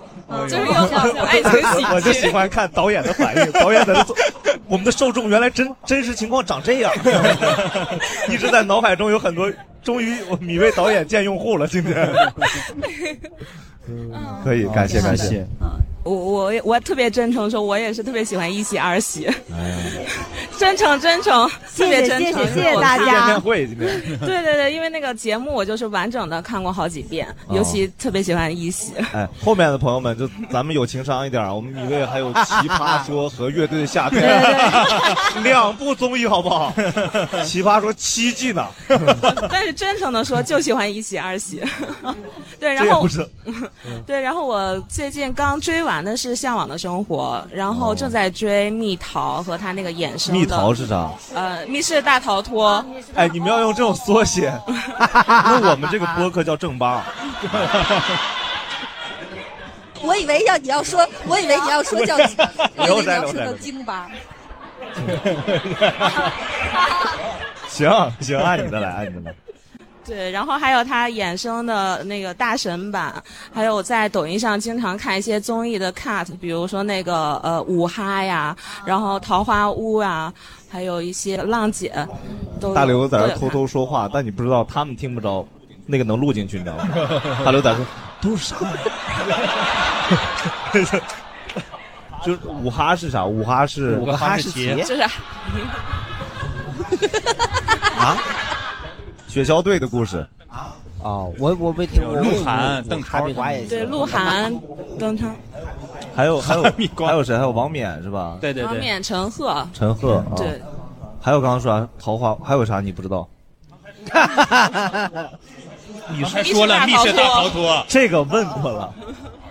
[SPEAKER 6] 就是又好 笑爱情喜剧。
[SPEAKER 1] 哎我就喜欢看导演的反应，导演在这做。我们的受众原来真真实情况长这样， 一直在脑海中有很多。终于，我米未导演见用户了，今天。可以，感谢感谢。
[SPEAKER 13] 我我我特别真诚说，我也是特别喜欢一喜二喜，
[SPEAKER 1] 哎
[SPEAKER 13] 真诚真诚，特
[SPEAKER 7] 谢谢
[SPEAKER 13] 别真诚，
[SPEAKER 7] 谢谢谢谢大家见面
[SPEAKER 1] 会今天。
[SPEAKER 13] 对对对，因为那个节目我就是完整的看过好几遍，
[SPEAKER 1] 哦
[SPEAKER 13] 尤其特别喜欢一喜。
[SPEAKER 1] 哎，后面的朋友们就咱们有情商一点啊，我们米未还有奇葩说和乐队夏天两部综艺，好不好？奇葩说七季呢，
[SPEAKER 13] 但是真诚的说，就喜欢一喜二喜。 对，
[SPEAKER 1] 这
[SPEAKER 13] 然
[SPEAKER 1] 也
[SPEAKER 13] 后
[SPEAKER 1] 不是。
[SPEAKER 13] 对，然后我最近刚追完的是《向往的生活》，然后正在追蜜桃和他那个衍生的。
[SPEAKER 1] 哦蜜桃是啥？
[SPEAKER 13] 呃，密室大逃脱。
[SPEAKER 1] 哎，你们要用这种缩写，那我们这个播客叫正八。
[SPEAKER 2] 我以为要你要说，我以为你要说叫，我以为你要说叫京巴。
[SPEAKER 1] 行行，按你的来，按你的来。
[SPEAKER 13] 对，然后还有他衍生的那个大神版，还有在抖音上经常看一些综艺的 cut，比如说那个呃五哈呀，然后桃花坞啊，还有一些浪姐，都有
[SPEAKER 1] 大刘在
[SPEAKER 13] 都
[SPEAKER 1] 这
[SPEAKER 13] 有
[SPEAKER 1] 偷
[SPEAKER 13] 看
[SPEAKER 1] 偷说话，但你不知道，他们听不着，那个能录进去，你知道吗？大刘在说都是啥呀？ 就是五哈是啥？五哈 是
[SPEAKER 4] 五个哈士奇
[SPEAKER 13] 就是
[SPEAKER 1] 啊， 雪橇队的故事
[SPEAKER 4] 啊，我我没听过。
[SPEAKER 1] 鹿晗邓
[SPEAKER 4] 超，我也
[SPEAKER 13] 对鹿晗、邓超、
[SPEAKER 1] 还有还有还有谁？还有王冕是吧？对
[SPEAKER 13] 王冕、陈赫，
[SPEAKER 1] 陈赫啊
[SPEAKER 13] 对，
[SPEAKER 1] 还有刚刚说啥桃花，还有啥你不知道？啊
[SPEAKER 14] 你还说了密室大逃脱，
[SPEAKER 1] 这个问过了。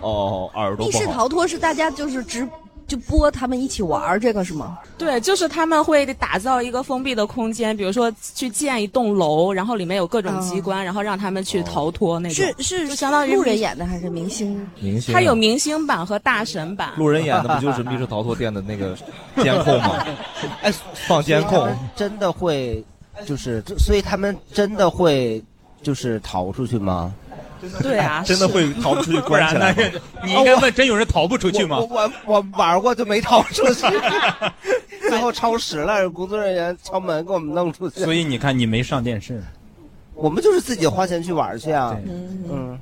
[SPEAKER 1] 哦，耳朵
[SPEAKER 2] 密
[SPEAKER 1] 不
[SPEAKER 2] 室
[SPEAKER 1] 好。
[SPEAKER 2] 逃脱是大家就是直就播他们一起玩儿这个是吗？
[SPEAKER 13] 对，就是他们会打造一个封闭的空间，比如说去建一栋楼，然后里面有各种机关，然后让他们去逃脱那种。
[SPEAKER 2] 哦是是
[SPEAKER 13] 就相当于
[SPEAKER 2] 路人演的还是明星？
[SPEAKER 1] 明星啊
[SPEAKER 13] 他有明星版和大神版。
[SPEAKER 1] 路人演的不 就是密室逃脱店的那个监控 吗？
[SPEAKER 4] 哎，
[SPEAKER 1] 放监控，
[SPEAKER 4] 真的会，就是，这所以他们真的会，就是逃出去吗？
[SPEAKER 13] 对啊，
[SPEAKER 1] 哎真的会逃不出去
[SPEAKER 3] 不然呢？你应该问，真有人逃不出去吗？
[SPEAKER 4] 我我我玩过就没逃出 去，最后超时了，工作人员敲门给我们弄出去。
[SPEAKER 3] 所以你看，你没上电视，
[SPEAKER 4] 我们就是自己花钱去玩去啊。嗯，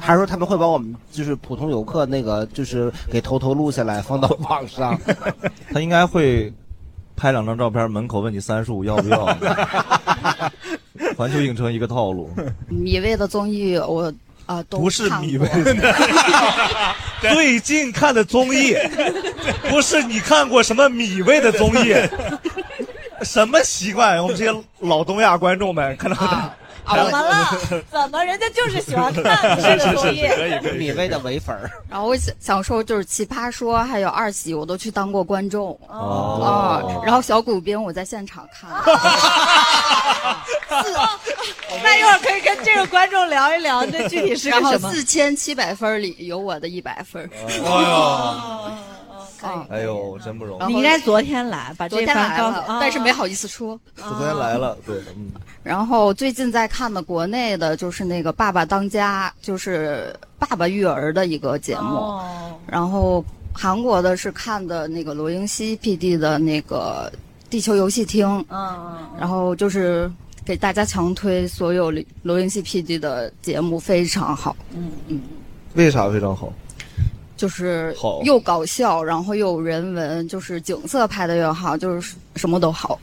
[SPEAKER 4] 还是说他们会把我们就是普通游客那个就是给偷偷录下来放到网 上？
[SPEAKER 1] 他应该会拍两张照片，门口问你三十五要不要。环球影城一个套路，
[SPEAKER 15] 米未的综艺我啊、都
[SPEAKER 1] 不是
[SPEAKER 15] 看
[SPEAKER 1] 米
[SPEAKER 15] 过
[SPEAKER 1] 未的最近看的综艺，不是你看过什么米味的综艺？什么习惯？我们这些老东亚观众们看到的，
[SPEAKER 7] 怎么了？ 怎么人家就是喜欢 看你这个综艺？
[SPEAKER 4] 米味的唯粉儿。
[SPEAKER 15] 然后我想想说，就是《奇葩说》还有《二喜》，我都去当过观众啊
[SPEAKER 4] 哦
[SPEAKER 15] 然后小骨兵我在现场看，
[SPEAKER 7] 那一会儿可以跟这个观众聊一聊，这哦具体是个
[SPEAKER 15] 然后
[SPEAKER 7] 什么？
[SPEAKER 15] 四千七百分里有我的一百分。
[SPEAKER 1] 哦哎呦，哎呦，真不容易。啊
[SPEAKER 7] 你应该昨天来，把
[SPEAKER 15] 昨
[SPEAKER 7] 这
[SPEAKER 15] 天
[SPEAKER 7] 番啊
[SPEAKER 15] 来
[SPEAKER 16] 啊
[SPEAKER 7] 告
[SPEAKER 15] 了
[SPEAKER 7] 诉，，
[SPEAKER 15] 但是没好意思说。
[SPEAKER 1] 昨天来了，对，嗯，
[SPEAKER 15] 然后最近在看的国内的就是那个《爸爸当家》，就是爸爸育儿的一个节目。
[SPEAKER 7] 哦
[SPEAKER 15] 然后韩国的是看的那个罗英熙 PD 的那个《地球游戏厅》，
[SPEAKER 7] 嗯
[SPEAKER 15] 然后就是给大家强推所有罗罗英熙 PD 的节目，非常好，
[SPEAKER 7] 嗯
[SPEAKER 15] 嗯，
[SPEAKER 1] 为啥非常好？
[SPEAKER 15] 就是
[SPEAKER 1] 好
[SPEAKER 15] 又搞笑，然后又有人文，就是景色拍的又好，就是什么都好。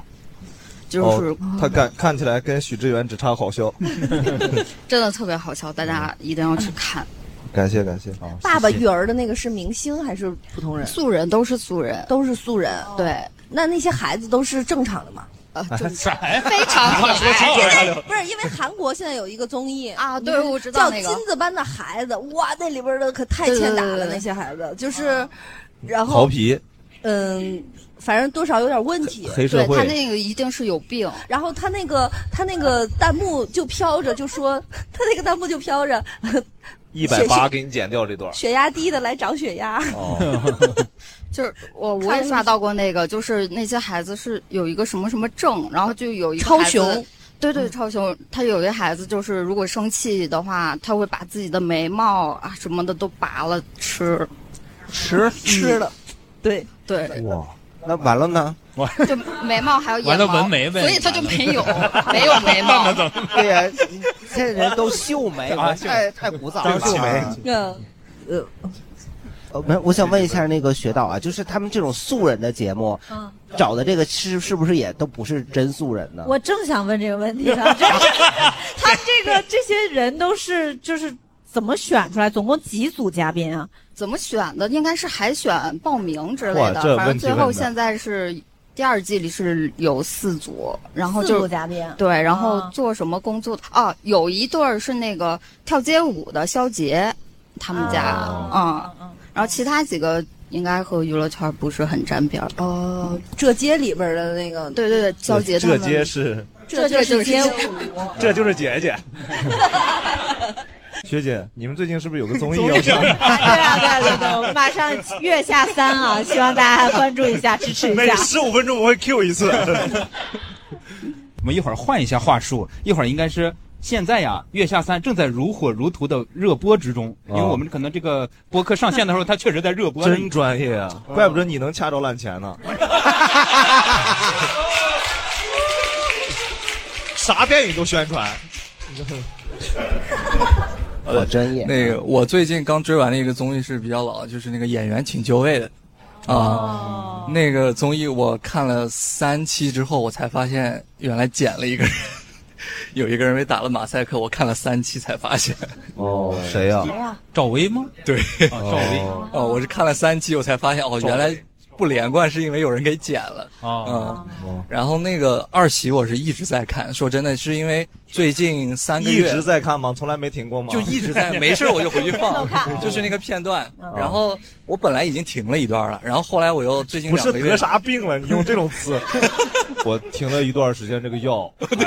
[SPEAKER 15] 就是、
[SPEAKER 1] 哦他看看起来跟许知远只差好笑，
[SPEAKER 15] 真的特别好笑，大家
[SPEAKER 7] 嗯
[SPEAKER 15] 一定要去看。
[SPEAKER 1] 感谢感谢啊！
[SPEAKER 2] 爸爸
[SPEAKER 1] 谢谢
[SPEAKER 2] 育儿的那个是明星还是普通人？
[SPEAKER 15] 素人都是素人，
[SPEAKER 2] 都是素人。哦
[SPEAKER 15] 对，
[SPEAKER 2] 那那些孩子都是正常的吗？
[SPEAKER 15] 呃，
[SPEAKER 3] 啊
[SPEAKER 2] 正
[SPEAKER 15] 常，
[SPEAKER 3] 哎
[SPEAKER 2] 非
[SPEAKER 15] 常可爱
[SPEAKER 2] 因为不是因为韩国现在有一个综艺啊
[SPEAKER 15] 对我知道那个
[SPEAKER 2] 叫《金子般的孩子》，哇，那里边的可太欠打
[SPEAKER 15] 对对
[SPEAKER 2] 了，
[SPEAKER 15] 对啊
[SPEAKER 2] 那些孩子就是，然后
[SPEAKER 1] 调皮，
[SPEAKER 2] 嗯，反正多少有点问题。
[SPEAKER 1] 黑社会对他那
[SPEAKER 15] 个一定是有病。
[SPEAKER 2] 然后他那个他那个弹幕就飘着，就说 他那个弹幕就飘着，
[SPEAKER 1] 一百八给你剪掉这段。
[SPEAKER 2] 血压低的来长血压。
[SPEAKER 1] 哦
[SPEAKER 15] 就是我我也刷到过那个，就是那些孩子是有一个什么什么症，然后就有一个
[SPEAKER 2] 超
[SPEAKER 15] 孩子
[SPEAKER 2] 雄。嗯
[SPEAKER 15] 对对，超雄，他有一个孩子，就是如果生气的话，他会把自己的眉毛啊什么的都拔了吃，
[SPEAKER 4] 吃
[SPEAKER 15] 吃了，
[SPEAKER 2] 对
[SPEAKER 15] 对，
[SPEAKER 4] 哇，那完了呢？
[SPEAKER 15] 就眉毛还有眼
[SPEAKER 4] 完了
[SPEAKER 15] 毛，
[SPEAKER 4] 纹眉呗
[SPEAKER 15] 所以他就没有没有眉毛，
[SPEAKER 4] 对呀、现在人都秀眉，
[SPEAKER 15] 啊
[SPEAKER 4] 我
[SPEAKER 15] 秀
[SPEAKER 4] 太太古早
[SPEAKER 15] 都
[SPEAKER 4] 了。
[SPEAKER 15] 秀眉
[SPEAKER 2] 嗯，呃，
[SPEAKER 4] 呃，没有，我想问一下那个学导啊，就是他们这种素人的节目，
[SPEAKER 5] 嗯，
[SPEAKER 4] 找的这个是是不是也都不是真素人呢？
[SPEAKER 5] 我正想问这个问题 呢，这是他们这个这些人都是就是怎么选出来？总共几组嘉宾啊？
[SPEAKER 15] 怎么选的？应该是海选报名之类
[SPEAKER 5] 哇这
[SPEAKER 15] 的，反
[SPEAKER 5] 问
[SPEAKER 15] 正
[SPEAKER 5] 题
[SPEAKER 15] 最
[SPEAKER 5] 问
[SPEAKER 15] 后
[SPEAKER 5] 的
[SPEAKER 15] 现在是第二季里是有四组，然后就
[SPEAKER 5] 四组嘉宾
[SPEAKER 15] 对，然后
[SPEAKER 2] 啊
[SPEAKER 5] 哦
[SPEAKER 15] 做什么工作的啊？有一对儿是那个跳街舞的肖杰，他们家
[SPEAKER 5] 啊
[SPEAKER 15] 嗯，然后其他几个应该和娱乐圈不是很沾边儿
[SPEAKER 2] 哦，这街里边的那个，
[SPEAKER 15] 对对对，肖杰他
[SPEAKER 1] 这
[SPEAKER 15] 们
[SPEAKER 1] 街是，
[SPEAKER 2] 这就是街舞。
[SPEAKER 1] 这就是姐 姐。学姐，你们最近是不是有个综艺要 上？
[SPEAKER 5] 对啊，对啊，对啊对啊，我们马上月下三啊，希望大家关注一下，支持一
[SPEAKER 12] 每
[SPEAKER 5] 下。
[SPEAKER 12] 十五分钟我会 Q 一次。
[SPEAKER 3] 我们一会儿换一下话术，一会儿应该是现在呀，《月下三》正在如火如荼的热播之中，因为我们可能这个播客上线的时候，它确实在热播。
[SPEAKER 1] 哦真专业啊， 怪不得你能掐着烂钱呢。啥电 影都宣传，
[SPEAKER 4] 我真也
[SPEAKER 17] 那个，我最近刚追完的一个综艺是比较老，就是那个演员请就位的，啊，那个综艺我看了三期之后，我才发现原来剪了一个人， 有一个人被打了马赛克，我看了三期才发现。
[SPEAKER 1] 哦， 谁呀、
[SPEAKER 17] 赵薇吗？对，
[SPEAKER 1] 赵薇
[SPEAKER 17] 哦，我是看了三期，我才发现哦，
[SPEAKER 1] 赵薇
[SPEAKER 17] 原来不连贯是因为有人给剪了
[SPEAKER 1] 哦
[SPEAKER 17] 嗯，然后那个二喜我是一直在看，说真的是因为最近三个
[SPEAKER 1] 一
[SPEAKER 17] 月
[SPEAKER 1] 直在看吗？从来没停过吗？
[SPEAKER 17] 就一直 在，没事我就回去 放，就是那个片段。
[SPEAKER 5] 嗯
[SPEAKER 17] 然后我本来已经停了一段了，然后后来我又最近
[SPEAKER 1] 不
[SPEAKER 17] 两
[SPEAKER 1] 是
[SPEAKER 17] 个月
[SPEAKER 1] 得啥病了？你用这种词， 我停了一段时间这个药，嗯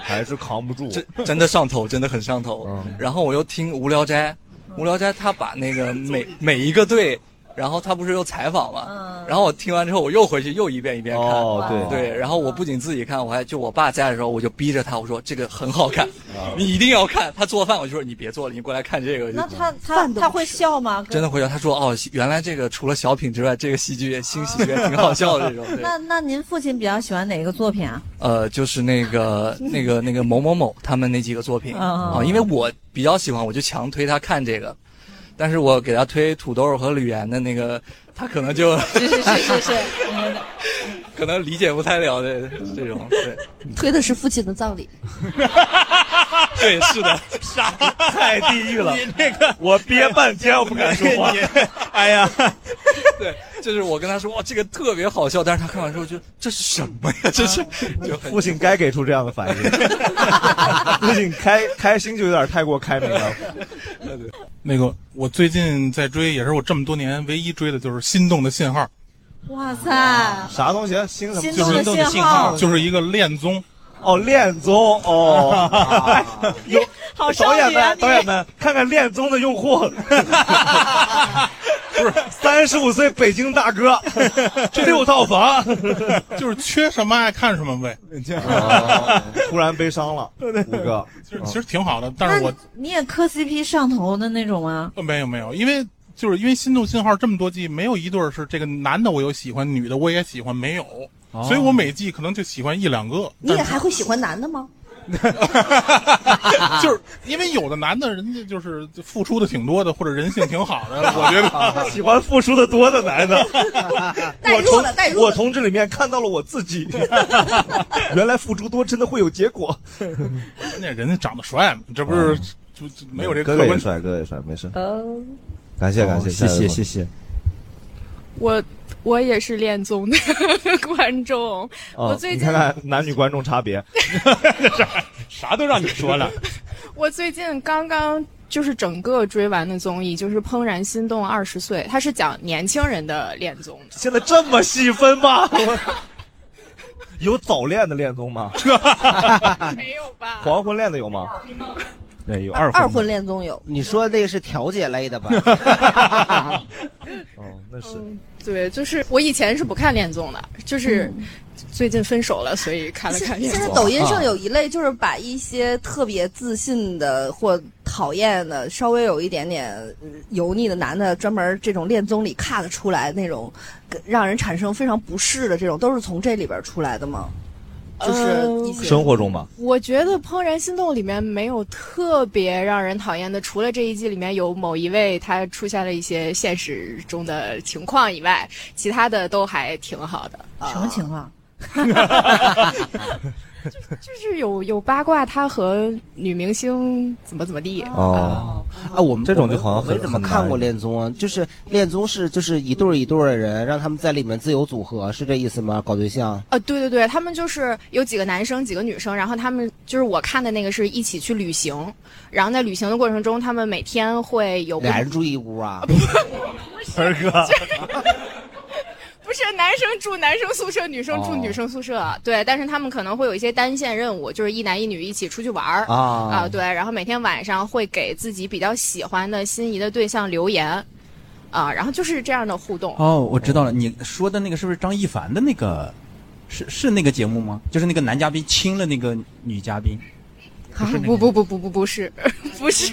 [SPEAKER 1] 还是扛不住。嗯
[SPEAKER 17] 真真的上头，真的很上头。然后我又听《无聊斋》，
[SPEAKER 5] 嗯
[SPEAKER 17] 《无聊斋》他把那个每每一个队，然后他不是又采访
[SPEAKER 5] 嗯
[SPEAKER 17] 嘛，然后我听完之后我又回去又一遍一遍看。
[SPEAKER 1] 哦对
[SPEAKER 17] 对，然后我不仅自己看，我还就我爸在的时候，我就逼着他，我说这个很好看，
[SPEAKER 1] 嗯
[SPEAKER 17] 你一定要看。他做饭，我就说你别做了，你过来看这个。
[SPEAKER 5] 那他他他会笑吗？
[SPEAKER 17] 真的会有，他说哦，原来这个除了小品之外，这个戏剧也新喜剧也挺好笑的这种。对
[SPEAKER 5] 那那您父亲比较喜欢哪个作品啊？
[SPEAKER 17] 呃，就是那 个那个那个某某某他们那几个作品
[SPEAKER 2] 哦
[SPEAKER 5] 嗯
[SPEAKER 17] 啊、
[SPEAKER 5] 嗯
[SPEAKER 17] 因为我比较喜欢，我就强推他看这个。但是我给他推土豆和吕岩的那个，他可能就
[SPEAKER 2] 是是是是，
[SPEAKER 17] 可能理解不太了的这种，对
[SPEAKER 2] 推的是父亲的葬礼。
[SPEAKER 17] 对是 的，
[SPEAKER 12] 啥？太地狱了！
[SPEAKER 17] 你
[SPEAKER 12] 这个我憋半天，我不敢说 话。
[SPEAKER 17] 哎呀，对，就是我跟他说哇这个特别好笑，但是他看完之后就这是什么呀？这是就很
[SPEAKER 1] 啊 父亲该给出这样的反应，父亲开开心就有点太过开明了。
[SPEAKER 18] 那个，我最近在追，也是我这么多年唯一追的，就是《心动的信号
[SPEAKER 5] 哇塞，》。
[SPEAKER 1] 啥东西？啊心什么？
[SPEAKER 5] 心动的信
[SPEAKER 1] 啊
[SPEAKER 5] 号
[SPEAKER 18] 就是一个恋综。
[SPEAKER 1] 哦，恋综哦，哎有
[SPEAKER 5] 好
[SPEAKER 1] 导演
[SPEAKER 12] 少女啊
[SPEAKER 1] 们，
[SPEAKER 12] 你
[SPEAKER 1] 导演们，看看恋综的用户，不是三十五岁北京大哥，六套房，
[SPEAKER 18] 就是缺什么爱看什么呗。
[SPEAKER 1] 哦突然悲伤了，嗯胡哥，
[SPEAKER 18] 其实其实挺好的，但是我
[SPEAKER 5] 你也磕 CP 上头的那种吗？
[SPEAKER 18] 呃没有没有，因为就是因为《心动信号》这么多季，没有一对儿是这个男的我有喜欢，女
[SPEAKER 1] 哦
[SPEAKER 18] 的我也喜欢，没有，所以我每季可能就喜欢一两个。
[SPEAKER 2] 你也还会喜欢男的吗？
[SPEAKER 18] 就是因为有的男的人家就是付出的挺多的，或者人性挺 好的，我觉
[SPEAKER 1] 他
[SPEAKER 18] 得
[SPEAKER 1] 喜欢付出的多的男的。
[SPEAKER 2] 代
[SPEAKER 1] 我
[SPEAKER 2] 入了，代
[SPEAKER 1] 从
[SPEAKER 2] 入
[SPEAKER 1] 我
[SPEAKER 2] 了。
[SPEAKER 1] 从这里面看到了我 自己，原来付出多真的会有结果。
[SPEAKER 18] 关键人家长得帅嘛，这不是
[SPEAKER 1] 嗯
[SPEAKER 18] 就就没有这
[SPEAKER 1] 哥
[SPEAKER 18] 客
[SPEAKER 1] 哥
[SPEAKER 18] 观
[SPEAKER 1] 嗯
[SPEAKER 18] 哦
[SPEAKER 1] 也帅，哥哥也帅，没事。
[SPEAKER 2] 哦
[SPEAKER 19] 呃，
[SPEAKER 1] 感谢感谢，
[SPEAKER 4] 哦谢谢
[SPEAKER 1] 下一位
[SPEAKER 4] 谢谢。
[SPEAKER 19] 我我也是恋综的 观众，
[SPEAKER 1] 哦
[SPEAKER 19] 我最
[SPEAKER 1] 你
[SPEAKER 19] 近
[SPEAKER 1] 看看男女观众差 别，
[SPEAKER 20] 啥都让你说了。
[SPEAKER 19] 我最近刚刚就是整个追完的综艺就是《怦然心动二十岁》，它是讲年轻人的恋综的。
[SPEAKER 1] 现在这么细分吗？有早恋的恋综吗？
[SPEAKER 19] 没有吧？
[SPEAKER 1] 黄昏恋的有吗？
[SPEAKER 4] 对，有
[SPEAKER 2] 二婚恋综有，
[SPEAKER 4] 你说那个是调解类的吧？
[SPEAKER 1] 哦，那是
[SPEAKER 19] 对，就是我以前是不看恋综的，就是最近分手了，所以看了看
[SPEAKER 2] 嗯现
[SPEAKER 19] 恋
[SPEAKER 2] 现
[SPEAKER 19] 综。
[SPEAKER 2] 在抖音
[SPEAKER 1] 啊
[SPEAKER 2] 上有一类，就是把一些特别自信的或讨厌的、稍微有一点点呃油腻的男的，专门这种恋综里 cut 出来那种，跟让人产生非常不适的这种，都是从这里边出来的吗？就是一些
[SPEAKER 1] 生活中吧。
[SPEAKER 19] 我觉得《怦然心动》里面没有特别让人讨厌的，除了这一季里面有某一位他出现了一些现实中的情况以外，其他的都还挺好的。啊
[SPEAKER 7] 什么情况？
[SPEAKER 19] 就是有有八卦他和女明星怎么怎么地。
[SPEAKER 1] 哦，
[SPEAKER 4] 啊，我们
[SPEAKER 1] 这种就
[SPEAKER 4] 我没
[SPEAKER 1] 好像很
[SPEAKER 4] 我没怎么
[SPEAKER 1] 很
[SPEAKER 4] 看
[SPEAKER 1] 难
[SPEAKER 4] 过恋综啊，就是恋综是就是一对儿一对儿的人，让他们在里面自由组合，是这意思吗？搞对象？
[SPEAKER 19] 呃，对对对，他们就是有几个男生，几个女生，然后他们就是我看的那个是一起去旅行，然后在旅行的过程中，他们每天会有不
[SPEAKER 4] 俩人住一屋啊？
[SPEAKER 1] 盆哥，
[SPEAKER 19] 不是男生住男生宿舍，女生住女生宿舍。对，但是他们可能会有一些单线任务，就是一男一女一起出去玩儿
[SPEAKER 4] 啊
[SPEAKER 19] 对，然后每天晚上会给自己比较喜欢的心仪的对象留言，啊，然后就是这样的互动。
[SPEAKER 3] 哦，我知道了，你说的那个是不是张一凡的那个？是是那个节目吗？就是那个男嘉宾亲了那个女嘉宾。
[SPEAKER 19] 啊，不不不不不不 是，不是，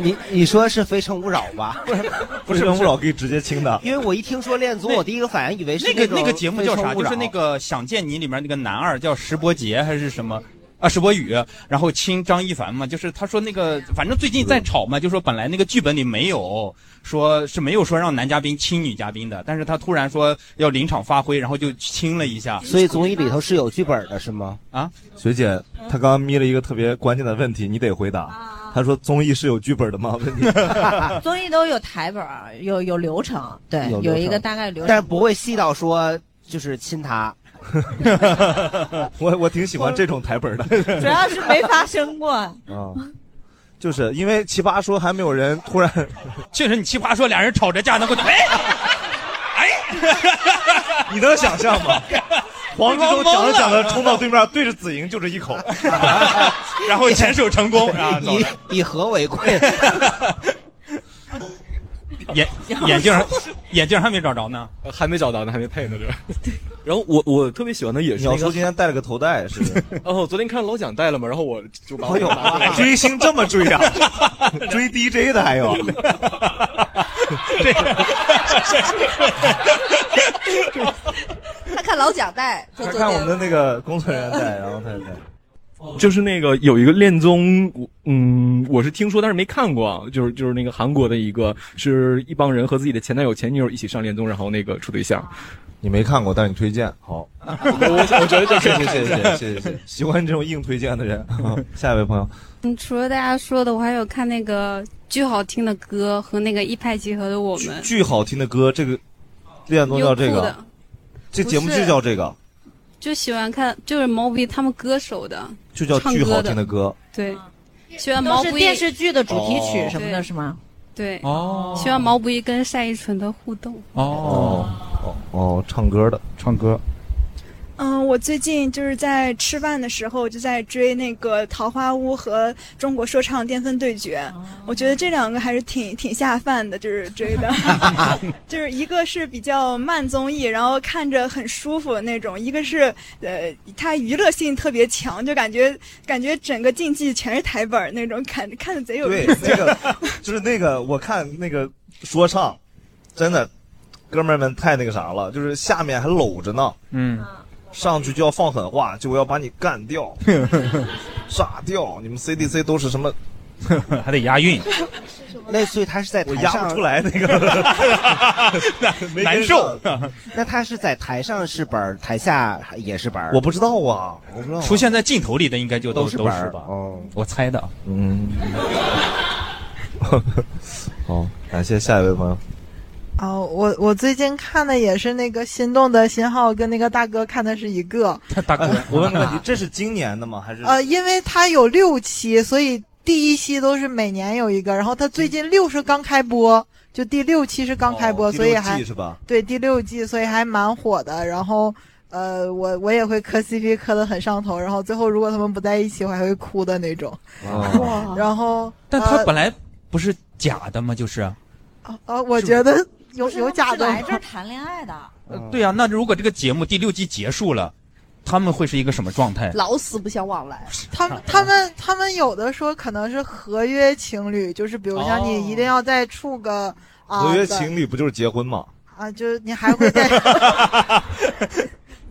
[SPEAKER 4] 你你说是《非诚勿扰》吧？
[SPEAKER 1] 不是勿扰可以直接亲的。
[SPEAKER 4] 因为我一听说恋综，
[SPEAKER 3] 那
[SPEAKER 4] 我第一个反应以为是
[SPEAKER 3] 那个
[SPEAKER 4] 种
[SPEAKER 3] 那个节目叫
[SPEAKER 4] 非
[SPEAKER 3] 啥？
[SPEAKER 4] 诚勿
[SPEAKER 3] 就
[SPEAKER 4] 扰
[SPEAKER 3] 是那个《想见你》里面那个男二叫石伯杰还是什么？啊，石伯宇，然后亲张一凡嘛，就是他说那个，反正最近在吵嘛，就说本来那个剧本里没有说是没有说让男嘉宾亲女嘉宾的，但是他突然说要临场发挥，然后就亲了一下。
[SPEAKER 4] 所以综艺里头是有剧本的，是吗？
[SPEAKER 3] 啊，
[SPEAKER 1] 学姐，她刚刚眯了一个特别关键的问题，你得回答。她说综艺是有剧本的吗？问 题。
[SPEAKER 7] 综艺都有台本
[SPEAKER 5] 啊
[SPEAKER 7] 儿，有有流程，对，
[SPEAKER 4] 有流
[SPEAKER 7] 有
[SPEAKER 4] 程
[SPEAKER 7] 一个大概流
[SPEAKER 4] 但
[SPEAKER 7] 程。
[SPEAKER 4] 是不会细到说就是亲他。
[SPEAKER 1] 我我挺喜欢这种台本的。
[SPEAKER 7] 主 要是没发生过，
[SPEAKER 1] 啊，就是因为奇葩说还没有人 突然，
[SPEAKER 3] 确实你奇葩说俩人吵着架能够哎
[SPEAKER 1] 哎，你能想象吗？黄志忠讲着讲着冲到对面，对着子莹就是一口，
[SPEAKER 3] 然后牵手成功啊走了
[SPEAKER 4] 以以和为 贵。
[SPEAKER 3] 眼眼镜儿眼镜儿还没找着呢，
[SPEAKER 21] 还没找着呢，还没配呢，这。然后我我特别喜欢的也是、那
[SPEAKER 1] 鸟
[SPEAKER 21] 个。
[SPEAKER 1] 叔今天戴了个头戴，是不是？
[SPEAKER 21] 哦，昨天看老蒋戴了嘛，然后我就
[SPEAKER 17] 哦
[SPEAKER 21] 把我
[SPEAKER 1] 哎呦
[SPEAKER 21] 拿过 来
[SPEAKER 1] 追星这么追啊， 追 DJ 的还有，
[SPEAKER 2] 他看老蒋带，就
[SPEAKER 1] 他
[SPEAKER 2] 昨
[SPEAKER 1] 看我
[SPEAKER 2] 天
[SPEAKER 1] 们的那个工作人员戴，然后他也戴。
[SPEAKER 21] 就是那个有一个恋综，嗯，我是听说，但是没看过，啊就是就是那个韩国的一个，是一帮人和自己的前男友前女友一起上恋综，然后那个处对象。
[SPEAKER 1] 你没看过，但是你推荐好。
[SPEAKER 21] 我我觉得这可
[SPEAKER 1] 谢
[SPEAKER 21] 以
[SPEAKER 1] 谢谢谢
[SPEAKER 21] 看一
[SPEAKER 1] 谢
[SPEAKER 21] 下
[SPEAKER 1] 谢谢谢，喜欢这种硬推荐的人。下一位朋友，
[SPEAKER 6] 嗯，除了大家说的，我还有看那个巨好听的歌和那个一拍即合的我们。
[SPEAKER 1] 巨好听的歌，这个恋综叫这
[SPEAKER 6] 优酷
[SPEAKER 1] 个
[SPEAKER 6] 的，
[SPEAKER 1] 这节目就叫这个，
[SPEAKER 6] 就喜欢看，就是毛不易他们歌手的，
[SPEAKER 1] 就叫
[SPEAKER 6] 唱
[SPEAKER 1] 巨好听的。
[SPEAKER 6] 的
[SPEAKER 1] 歌。
[SPEAKER 6] 对，喜欢毛
[SPEAKER 7] 嗯都
[SPEAKER 6] 不易
[SPEAKER 7] 是电视剧的主题曲
[SPEAKER 1] 哦
[SPEAKER 7] 什么的，是吗？
[SPEAKER 6] 对，
[SPEAKER 1] 哦
[SPEAKER 6] 喜欢毛不易跟单依纯的互动。
[SPEAKER 1] 哦哦哦，唱歌的，唱歌。
[SPEAKER 16] 嗯，我最近就是在吃饭的时候就在追那个《桃花坞》和《中国说唱巅峰对决》，
[SPEAKER 15] 哦
[SPEAKER 16] 我觉得这两个还是挺挺下饭的，就是追 的， 就是一个是比较慢综艺，然后看着很舒服的那种；一个是呃，它娱乐性特别强，就感觉感觉整个竞技全是台本儿那种，看看着贼有
[SPEAKER 1] 对
[SPEAKER 16] 意，思。
[SPEAKER 1] 那个就是那个，我看那个说唱，真的，哥们儿们太那个啥了，就是下面还搂着呢，
[SPEAKER 3] 嗯，
[SPEAKER 1] 上去就要放狠话，就要把你干掉。炸掉！你们 CDC 都是什么？
[SPEAKER 14] 还得押 韵，
[SPEAKER 4] 那所以他是在台
[SPEAKER 1] 我
[SPEAKER 4] 上
[SPEAKER 1] 压不出来那个，
[SPEAKER 4] 难受。那他是在台上是本儿，台下也是本儿。
[SPEAKER 1] 我不知道啊，我不知道
[SPEAKER 4] 啊
[SPEAKER 3] 出
[SPEAKER 14] 现在镜头里的应该就
[SPEAKER 4] 都
[SPEAKER 14] 都
[SPEAKER 4] 是
[SPEAKER 14] 都
[SPEAKER 4] 本
[SPEAKER 14] 是
[SPEAKER 4] 儿
[SPEAKER 14] 吧？
[SPEAKER 4] 哦，
[SPEAKER 14] 我猜的。
[SPEAKER 1] 嗯， 好，感谢下一位朋友。
[SPEAKER 22] 哦，我我最近看的也是那个心动的信号，跟那个大哥看的是一个。
[SPEAKER 1] 大哥，哎我问个问题，这是今年的吗？还是
[SPEAKER 22] 呃，因为它有六期，所以第一期都是每年有一个，然后它最近六是刚开播，就第六期是刚开播，
[SPEAKER 1] 哦第
[SPEAKER 22] 所
[SPEAKER 1] 六
[SPEAKER 22] 以还
[SPEAKER 1] 季是吧
[SPEAKER 22] 对第六季，所以还蛮火的。然后呃，我我也会磕 CP 磕的很上头，然后最后如果他们不在一起，我还会哭的那种。
[SPEAKER 1] 哦
[SPEAKER 14] 哇
[SPEAKER 22] 然后
[SPEAKER 14] 但他
[SPEAKER 22] 呃
[SPEAKER 14] 本来不是假的吗？就是，
[SPEAKER 22] 呃，我觉得有
[SPEAKER 5] 是
[SPEAKER 22] 有
[SPEAKER 5] 他
[SPEAKER 22] 假
[SPEAKER 5] 们
[SPEAKER 22] 的
[SPEAKER 5] 是来这儿谈恋爱的，
[SPEAKER 14] 对呀、那如果这个节目第六季结束了，他们会是一个什么状态？
[SPEAKER 22] 老死不相往来。他们他们他们有的说可能是合约情侣，就是比如像你一定要再处个啊
[SPEAKER 1] 合约
[SPEAKER 22] 的
[SPEAKER 1] 情侣不就是结婚吗？
[SPEAKER 22] 啊，就是你还会再。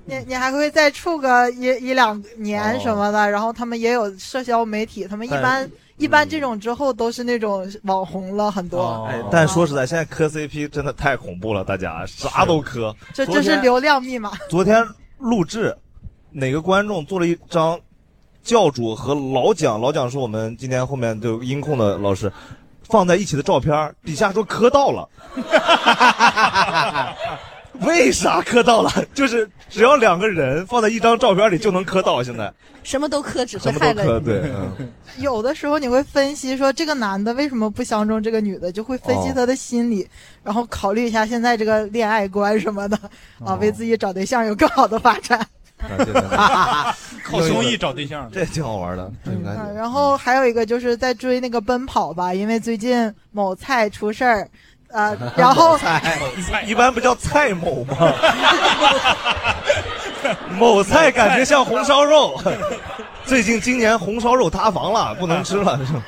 [SPEAKER 22] 你你还会再处个一一两年什么的，然后他们也有社交媒体，他们一
[SPEAKER 1] 但
[SPEAKER 22] 般一般这种之后都是那种网红了很多，
[SPEAKER 1] 哎，但说实在，现在磕 CP 真的太恐怖了，大家啥都磕。
[SPEAKER 22] 这
[SPEAKER 1] 哎昨
[SPEAKER 22] 这是
[SPEAKER 1] 天
[SPEAKER 22] 流量密码。
[SPEAKER 1] 昨天录制，哪个观众做了一张教主和老蒋，老蒋是我们今天后面就音控的老师，放在一起的照片儿，底下说磕到 了。为啥磕到了？就是只要两个人放在一张照片里就能磕到，现在
[SPEAKER 22] 什么都磕，只
[SPEAKER 1] 什么都磕，对，嗯
[SPEAKER 22] 有的时候你会分析说这个男的为什么不相中这个女的，就会分析他的心理，然后考虑一下现在这个恋爱观什么的啊，为自己找对象有更好的发展。
[SPEAKER 1] 感谢 大家
[SPEAKER 14] 靠综艺找对象，
[SPEAKER 1] 这挺好玩的，挺开
[SPEAKER 22] 啊
[SPEAKER 1] 心。
[SPEAKER 22] 然后还有一个就是在追那个奔跑吧，因为最近某菜出事儿，呃，然 后
[SPEAKER 1] 一般不叫蔡某 吗？某菜感觉像红烧肉，最近今年红烧肉塌房了，不能吃了。是吧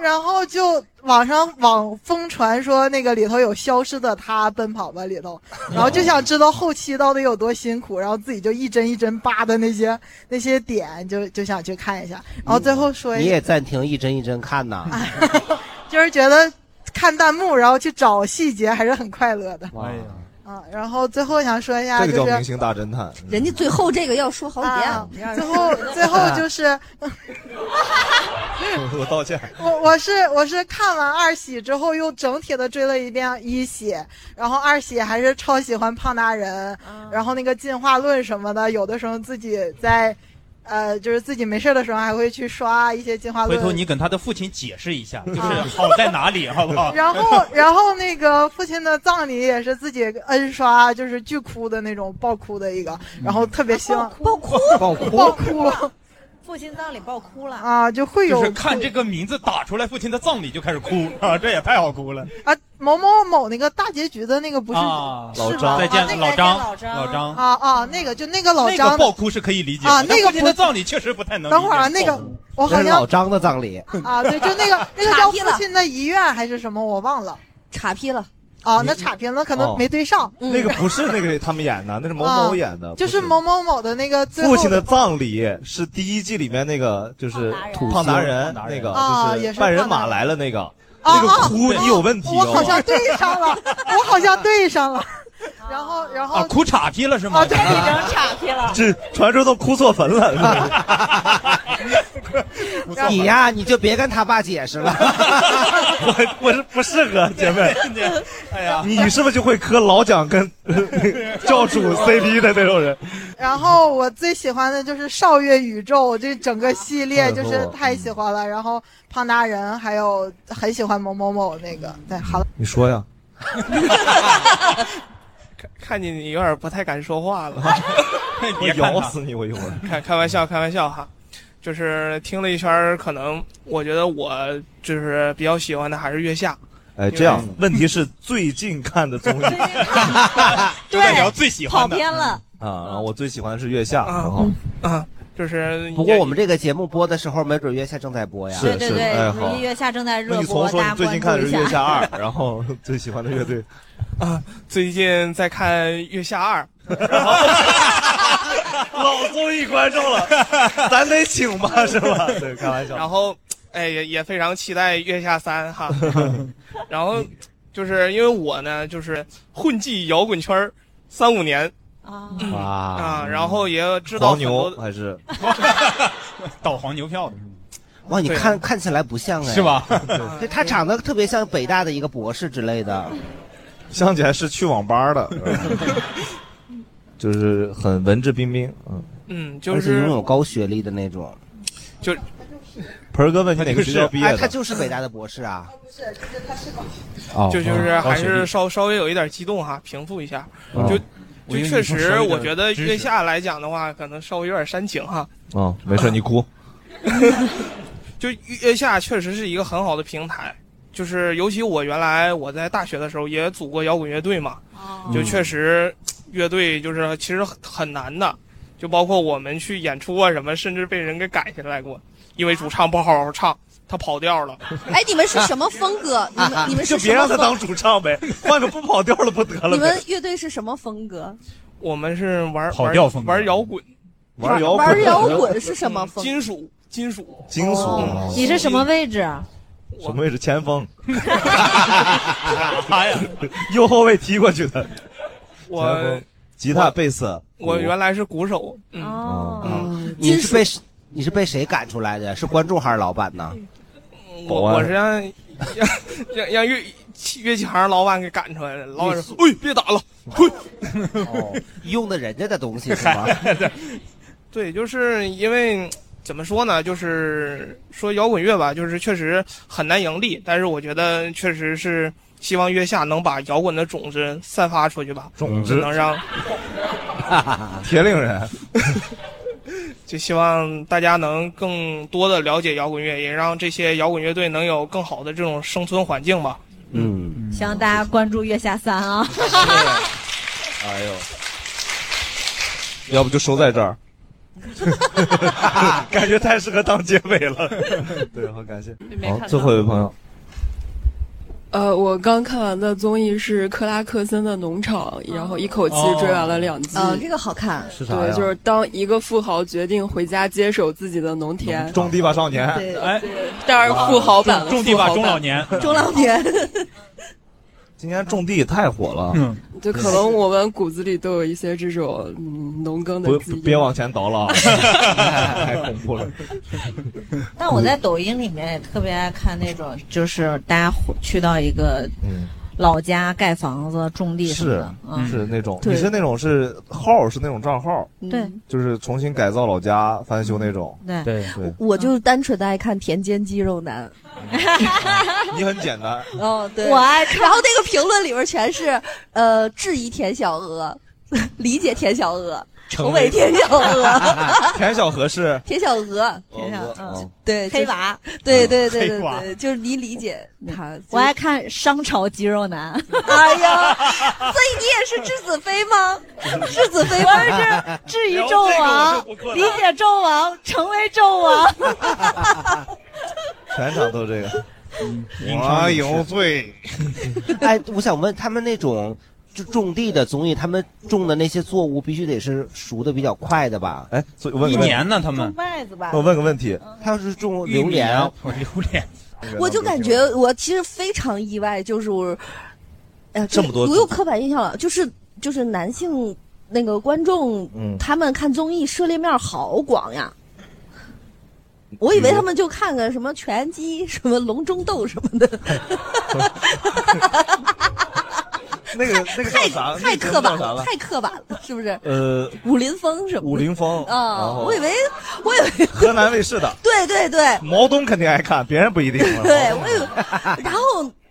[SPEAKER 22] 然后就网上网疯传说那个里头有消失的他奔跑吧里头，然后就想知道后期到底有多辛苦，然后自己就一帧一帧扒的那些那些点，就就想去看一下。然后最后说
[SPEAKER 4] 你
[SPEAKER 22] 一
[SPEAKER 4] 也
[SPEAKER 22] 下，
[SPEAKER 4] 暂停一帧一帧看呐。
[SPEAKER 7] 啊
[SPEAKER 22] 就是觉得看弹幕然后去找细节还是很快乐的
[SPEAKER 1] 哎呀，
[SPEAKER 22] 啊。然后最后想说一下，
[SPEAKER 1] 这个
[SPEAKER 22] 就是
[SPEAKER 1] 叫明星大侦探。
[SPEAKER 22] 人家最后这个要说好
[SPEAKER 2] 几遍
[SPEAKER 22] 最后最 后就是
[SPEAKER 1] 我道歉。
[SPEAKER 22] 我我是我是看完二喜之后，又整体的追了一遍一喜，然后二喜还是超喜欢胖大人，
[SPEAKER 5] 嗯
[SPEAKER 22] 然后那个进化论什么的，有的时候自己在，呃，就是自己没事的时候还会去刷一些进化
[SPEAKER 14] 回
[SPEAKER 22] 论。
[SPEAKER 14] 头你跟他的父亲解释一下，就是
[SPEAKER 22] 啊
[SPEAKER 14] 好在哪里，好不好？
[SPEAKER 22] 然后，然后那个父亲的葬礼也是自己摁刷，就是巨哭的那种爆哭的一个，然后特别希望
[SPEAKER 5] 爆哭
[SPEAKER 4] 爆
[SPEAKER 22] 哭爆哭
[SPEAKER 5] 父亲葬礼爆哭了
[SPEAKER 22] 啊，就会有
[SPEAKER 14] 就是看这个名字打出来，父亲的葬礼就开始哭 啊，这也太好哭了。
[SPEAKER 22] 啊，某某某那个大结局的那个不是
[SPEAKER 14] 啊，
[SPEAKER 22] 是吗
[SPEAKER 14] 再
[SPEAKER 22] 啊那
[SPEAKER 14] 见
[SPEAKER 22] 个
[SPEAKER 14] 老张，老张，
[SPEAKER 22] 啊啊，那个就那个老
[SPEAKER 14] 那
[SPEAKER 22] 张
[SPEAKER 14] 个
[SPEAKER 22] 的，
[SPEAKER 14] 爆哭是可以理解的
[SPEAKER 22] 啊那个
[SPEAKER 14] 但父亲的
[SPEAKER 22] 不
[SPEAKER 14] 葬礼确实不太能理解。
[SPEAKER 22] 等会儿啊，那个我
[SPEAKER 4] 那
[SPEAKER 22] 好
[SPEAKER 4] 是老
[SPEAKER 22] 像
[SPEAKER 4] 张的葬礼。
[SPEAKER 22] 啊，对，就那 个那个叫
[SPEAKER 2] 岔劈了
[SPEAKER 22] 父亲的遗愿还是什么，我忘了，岔劈了。嗯啊，那岔劈了，可
[SPEAKER 1] 哦
[SPEAKER 22] 能没对上。
[SPEAKER 1] 那个不是那个他们演的，那是某
[SPEAKER 22] 啊
[SPEAKER 1] 某演的，
[SPEAKER 22] 就是
[SPEAKER 1] 不
[SPEAKER 22] 某某某的那个最后
[SPEAKER 1] 父亲的葬礼是第一季里面那个，就是胖达人那个，
[SPEAKER 22] 啊
[SPEAKER 1] 就
[SPEAKER 22] 也是
[SPEAKER 1] 半人
[SPEAKER 22] 胖达
[SPEAKER 1] 马来了那个，
[SPEAKER 22] 啊
[SPEAKER 1] 那个
[SPEAKER 22] 啊
[SPEAKER 1] 哭
[SPEAKER 22] 啊
[SPEAKER 1] 你有问题
[SPEAKER 22] 我好像
[SPEAKER 1] 哦。
[SPEAKER 22] 对上了，我好像对上 了。然后，然后
[SPEAKER 14] 啊，哭岔劈了是吗？
[SPEAKER 22] 对，已经岔劈 了。
[SPEAKER 1] 这传说都哭错坟了，是吧
[SPEAKER 4] 你
[SPEAKER 7] 啊
[SPEAKER 4] 呀，你就别跟他爸解释了。
[SPEAKER 1] 我我是不适合姐妹，
[SPEAKER 14] 哎呀，
[SPEAKER 1] 你是不是就会磕老蒋跟 教主 CP 的那种人？
[SPEAKER 22] 然后我最喜欢的就是少月宇宙这整个系列，就是太喜欢了。然后胖达人还有很喜欢某某某那个，对，好了，
[SPEAKER 1] 你说呀，
[SPEAKER 21] 看见你有点不太敢说话 了，
[SPEAKER 1] 我咬死你！我一会儿。
[SPEAKER 21] 开开玩笑，开玩笑哈，就是听了一圈儿，可能我觉得我就是比较喜欢的还是月下。
[SPEAKER 1] 哎，这样
[SPEAKER 21] 因为
[SPEAKER 1] 问题是最近看的综艺
[SPEAKER 21] 就代表最喜欢的
[SPEAKER 5] 跑偏了。
[SPEAKER 1] 啊 啊，我最喜欢的是月下，
[SPEAKER 4] 啊
[SPEAKER 1] 很好，
[SPEAKER 21] 啊，就是
[SPEAKER 4] 不过我们这个节目播的时候，没准月下正在播呀。
[SPEAKER 1] 是对对是对哎好
[SPEAKER 5] 月下正在
[SPEAKER 1] 那
[SPEAKER 5] 热
[SPEAKER 1] 你
[SPEAKER 5] 播
[SPEAKER 1] 从，说
[SPEAKER 5] 大
[SPEAKER 1] 你
[SPEAKER 5] 家
[SPEAKER 1] 最
[SPEAKER 5] 关
[SPEAKER 1] 近
[SPEAKER 5] 注
[SPEAKER 1] 看的
[SPEAKER 5] 一
[SPEAKER 1] 是
[SPEAKER 5] 下。
[SPEAKER 1] 月下二，然后哦最喜欢的 乐队，
[SPEAKER 21] 啊最近在看月下二，
[SPEAKER 1] 老综艺观众 了，咱得请吧，是吧？对，开玩笑。
[SPEAKER 21] 然后，哎，也也非常期待《月下三》 哈。然后，就是因为我呢，就是混迹摇滚圈儿三五年
[SPEAKER 1] 哇
[SPEAKER 21] 啊，然后也知道
[SPEAKER 1] 黄
[SPEAKER 21] 很多
[SPEAKER 1] 牛还是
[SPEAKER 14] 倒黄牛票的是吗？
[SPEAKER 4] 哇，你
[SPEAKER 1] 啊
[SPEAKER 21] 对
[SPEAKER 4] 看看起来不像哎，
[SPEAKER 21] 是吧
[SPEAKER 4] 对，他长得特别像北大的一个博士之类的。
[SPEAKER 1] 想起来是去网吧的，就是很文质彬彬。嗯，
[SPEAKER 21] 嗯，就
[SPEAKER 4] 而且
[SPEAKER 21] 是
[SPEAKER 4] 拥有高学历的那种。
[SPEAKER 21] 就
[SPEAKER 1] 盆儿哥问你哪个学校毕业
[SPEAKER 4] 哎
[SPEAKER 1] 的？
[SPEAKER 4] 他就是北大的博士啊。
[SPEAKER 1] 哦
[SPEAKER 21] 就就是
[SPEAKER 11] 嗯
[SPEAKER 1] 哦高
[SPEAKER 21] 还
[SPEAKER 1] 学
[SPEAKER 21] 是
[SPEAKER 1] 历
[SPEAKER 21] 稍稍微有一点激动哈，平复一下。
[SPEAKER 1] 嗯
[SPEAKER 21] 就就
[SPEAKER 1] 我以为你
[SPEAKER 21] 确
[SPEAKER 1] 说
[SPEAKER 21] 实
[SPEAKER 1] 稍，微有
[SPEAKER 21] 我
[SPEAKER 1] 点
[SPEAKER 21] 觉得
[SPEAKER 1] 知识
[SPEAKER 21] 月下来讲的话，可能稍微有点煽情哈。
[SPEAKER 1] 哦，没事，你哭。
[SPEAKER 21] 就月下确实是一个很好的平台，就是尤其我原来我在大学的时候也组过摇滚乐队嘛，
[SPEAKER 2] 哦
[SPEAKER 21] 就确实乐队就是其实很很难的，就包括我们去演出啊什么，甚至被人给改下来过，因为主唱不好好唱，他跑调了。
[SPEAKER 2] 哎，你们是 什么风 格？
[SPEAKER 1] 啊
[SPEAKER 2] 你们你们是
[SPEAKER 1] 就别
[SPEAKER 2] 什么
[SPEAKER 1] 让他
[SPEAKER 2] 风
[SPEAKER 1] 当主唱呗，换个不跑调的不得了呗。
[SPEAKER 2] 你们乐队是什么风格？
[SPEAKER 21] 我们是玩
[SPEAKER 1] 跑调风格
[SPEAKER 21] 玩玩摇滚，
[SPEAKER 1] 玩摇滚
[SPEAKER 2] 玩摇滚是什么风？
[SPEAKER 21] 金属，金属，
[SPEAKER 1] 金属
[SPEAKER 21] 哦
[SPEAKER 5] 你是什么位置？啊
[SPEAKER 1] 什么位置？前 锋。啥哎呀？右后卫踢过去的。
[SPEAKER 21] 我
[SPEAKER 1] 前锋嗯吉他、贝斯。
[SPEAKER 21] 我原来是鼓手。嗯，
[SPEAKER 2] 哦
[SPEAKER 4] 你是被你是被谁赶出来的？是观众还是老板呢？
[SPEAKER 21] 我我是让让让让乐乐器行老板给赶出来的，老板说：“哎，别打了，滚！”
[SPEAKER 4] 用的哦人家的东西是吗？
[SPEAKER 21] 对，就是因为怎么说呢，就是说摇滚乐吧，就是确实很难盈利，但是我觉得确实是希望月下能把摇滚的种子散发出去吧，
[SPEAKER 1] 种子
[SPEAKER 21] 能让
[SPEAKER 1] 铁岭人。
[SPEAKER 21] 就希望大家能更多的了解摇滚乐，也让这些摇滚乐队能有更好的这种生存环境吧。
[SPEAKER 4] 嗯，
[SPEAKER 5] 希望大家关注月下三啊。
[SPEAKER 1] 哎呦，要不就收在这 儿。感觉太适合当结尾了。对，好感谢
[SPEAKER 11] 没。看
[SPEAKER 1] 好，
[SPEAKER 11] 到
[SPEAKER 1] 最后一位朋友，
[SPEAKER 11] 呃，我刚看完的综艺是克拉克森的农场，然后一口气追完了两季。
[SPEAKER 2] 嗯，这个好看。
[SPEAKER 1] 哦是啥呀
[SPEAKER 11] 对，就是当一个富豪决定回家接手自己的农田，
[SPEAKER 1] 种地吧少年。
[SPEAKER 11] 哎，当然富豪版了，
[SPEAKER 1] 种地吧中
[SPEAKER 11] 富豪版
[SPEAKER 1] 老 年中
[SPEAKER 11] 老 年，
[SPEAKER 1] 今年种地太火了，
[SPEAKER 11] 就嗯可能我们骨子里都有一些这种嗯农耕的
[SPEAKER 1] 不
[SPEAKER 11] 记忆。
[SPEAKER 1] 别往前倒了 啊，太恐怖了。
[SPEAKER 5] 但我在抖音里面也特别爱看那种，就是大家伙去到一个老家盖房子、种地什么
[SPEAKER 1] 是
[SPEAKER 5] 的，嗯，
[SPEAKER 1] 是那种，
[SPEAKER 5] 对
[SPEAKER 1] 你是那种是号是那种账号，
[SPEAKER 2] 嗯
[SPEAKER 5] 对，
[SPEAKER 1] 就是重新改造老家翻修那种。
[SPEAKER 5] 对
[SPEAKER 1] 对，
[SPEAKER 2] 我就是单纯的爱看田间肌肉男。
[SPEAKER 1] 你很简单。
[SPEAKER 2] 哦，对，
[SPEAKER 5] 我爱看
[SPEAKER 2] 然后那个评论里边全是呃质疑田小娥， 理解田小娥，
[SPEAKER 1] 成
[SPEAKER 2] 成为田小娥，
[SPEAKER 1] 田小河是
[SPEAKER 2] 田小娥，
[SPEAKER 1] 田
[SPEAKER 2] 小娥，
[SPEAKER 1] 哦
[SPEAKER 2] 对，
[SPEAKER 5] 黑娃，
[SPEAKER 2] 对对对
[SPEAKER 5] 黑
[SPEAKER 2] 对
[SPEAKER 5] 娃
[SPEAKER 2] 对，就是你理解他。
[SPEAKER 5] 我爱看商朝肌肉男。
[SPEAKER 2] 哎呀，所以你也是质子妃吗？质子妃吗？
[SPEAKER 5] 我是质疑纣
[SPEAKER 7] 啊
[SPEAKER 5] 王，理解纣王，成为纣王。
[SPEAKER 1] 全场都这个。
[SPEAKER 4] 我有
[SPEAKER 1] 罪。
[SPEAKER 4] 哎，我想问他们那种就种地的综艺，他们种的那些作物必须得是熟的比较快的吧？
[SPEAKER 1] 哎，所以问个问题一年呢他们种
[SPEAKER 5] 麦子吧
[SPEAKER 1] 我问个问题，
[SPEAKER 4] 他要是种
[SPEAKER 1] 玉
[SPEAKER 4] 榴
[SPEAKER 1] 米啊
[SPEAKER 4] 莲，
[SPEAKER 1] 我榴莲，
[SPEAKER 2] 嗯我就感觉我其实非常意外，就是我，哎呀，
[SPEAKER 1] 这么多
[SPEAKER 2] 我有刻板印象了，就是就是男性那个观众，
[SPEAKER 1] 嗯
[SPEAKER 2] 他们看综艺涉猎面好广呀。我以为他们就看个什么拳击、什么龙中斗什么的，
[SPEAKER 1] 那个那个叫啥？那个
[SPEAKER 2] 太
[SPEAKER 1] 节目
[SPEAKER 2] 刻
[SPEAKER 1] 叫
[SPEAKER 2] 板
[SPEAKER 1] 啥了
[SPEAKER 2] 太刻板了，是不是？
[SPEAKER 1] 呃，
[SPEAKER 2] 武林风什么的？
[SPEAKER 1] 武林风然
[SPEAKER 2] 啊，
[SPEAKER 1] 后
[SPEAKER 2] 我以为，我以为，。
[SPEAKER 1] 河南卫视的
[SPEAKER 2] 对对 对，
[SPEAKER 1] 毛东肯定爱看，别人不一定。
[SPEAKER 2] 对，我有，然后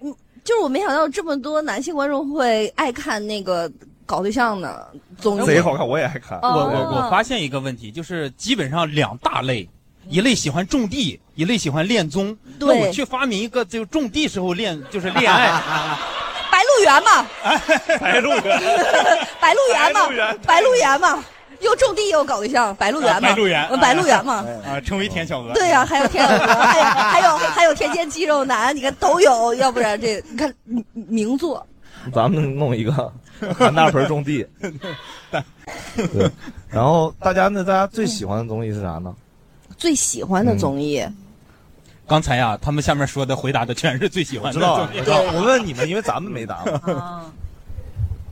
[SPEAKER 2] 嗯，就是我没想到这么多男性观众会爱看那个搞对象的综艺，
[SPEAKER 1] 贼好看，我也爱看。
[SPEAKER 2] 哦
[SPEAKER 3] 我我我发现一个问题，就是基本上两大类，一类喜欢种地，一类喜欢恋综。那
[SPEAKER 2] 对
[SPEAKER 3] 我去发明一个，就种地时候恋，就是恋 爱。
[SPEAKER 2] 白鹿 原嘛，
[SPEAKER 3] 白鹿 原，
[SPEAKER 2] 白鹿原
[SPEAKER 3] 白鹿
[SPEAKER 2] 嘛
[SPEAKER 3] 原，
[SPEAKER 2] 白鹿原嘛，又种地又搞对象，白鹿原嘛，
[SPEAKER 3] 啊白鹿原
[SPEAKER 2] 嗯，白鹿原嘛。
[SPEAKER 3] 啊，成为田小娥。
[SPEAKER 2] 对呀、还有天鹅，还有还有还有田间肌肉男，你看都有，要不然这你看名名作，
[SPEAKER 1] 咱们弄一个韩大盆种地。 对，然后大家那大家最喜欢的综艺是啥 呢？
[SPEAKER 2] 最喜欢的综艺，
[SPEAKER 14] 刚才呀、他们下面说的回答的全是最喜欢的。
[SPEAKER 1] 知
[SPEAKER 2] 啊
[SPEAKER 1] 道了，我知道了。
[SPEAKER 14] 对
[SPEAKER 1] 我问你们，因为咱们没 答。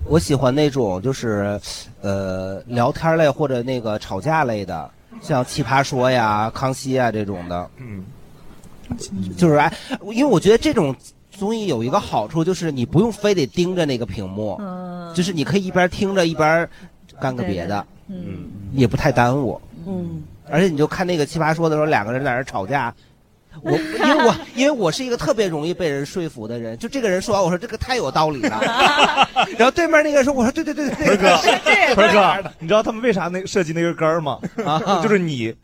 [SPEAKER 4] 我喜欢那种就是，呃，聊天类或者那个吵架类的，像《奇葩说》呀、《康熙啊》这种的。
[SPEAKER 1] 嗯，
[SPEAKER 4] 就是哎，因为我觉得这种综艺有一个好处，就是你不用非得盯着那个屏幕，就是你可以一边听着一边干个别的，
[SPEAKER 2] 嗯
[SPEAKER 4] 也不太耽误。
[SPEAKER 2] 嗯，
[SPEAKER 4] 而且你就看那个《奇葩说》的时候，两个人在那儿吵架。我因为我因为我是一个特别容易被人说服的人，就这个人说完，我说这个太有道理了，然后对面那个人说，我说对对对对，对
[SPEAKER 1] 盆哥
[SPEAKER 4] 是这，个
[SPEAKER 1] 盆哥，你知道他们为啥那设计那个杆儿 吗？
[SPEAKER 4] 啊
[SPEAKER 1] 就是你，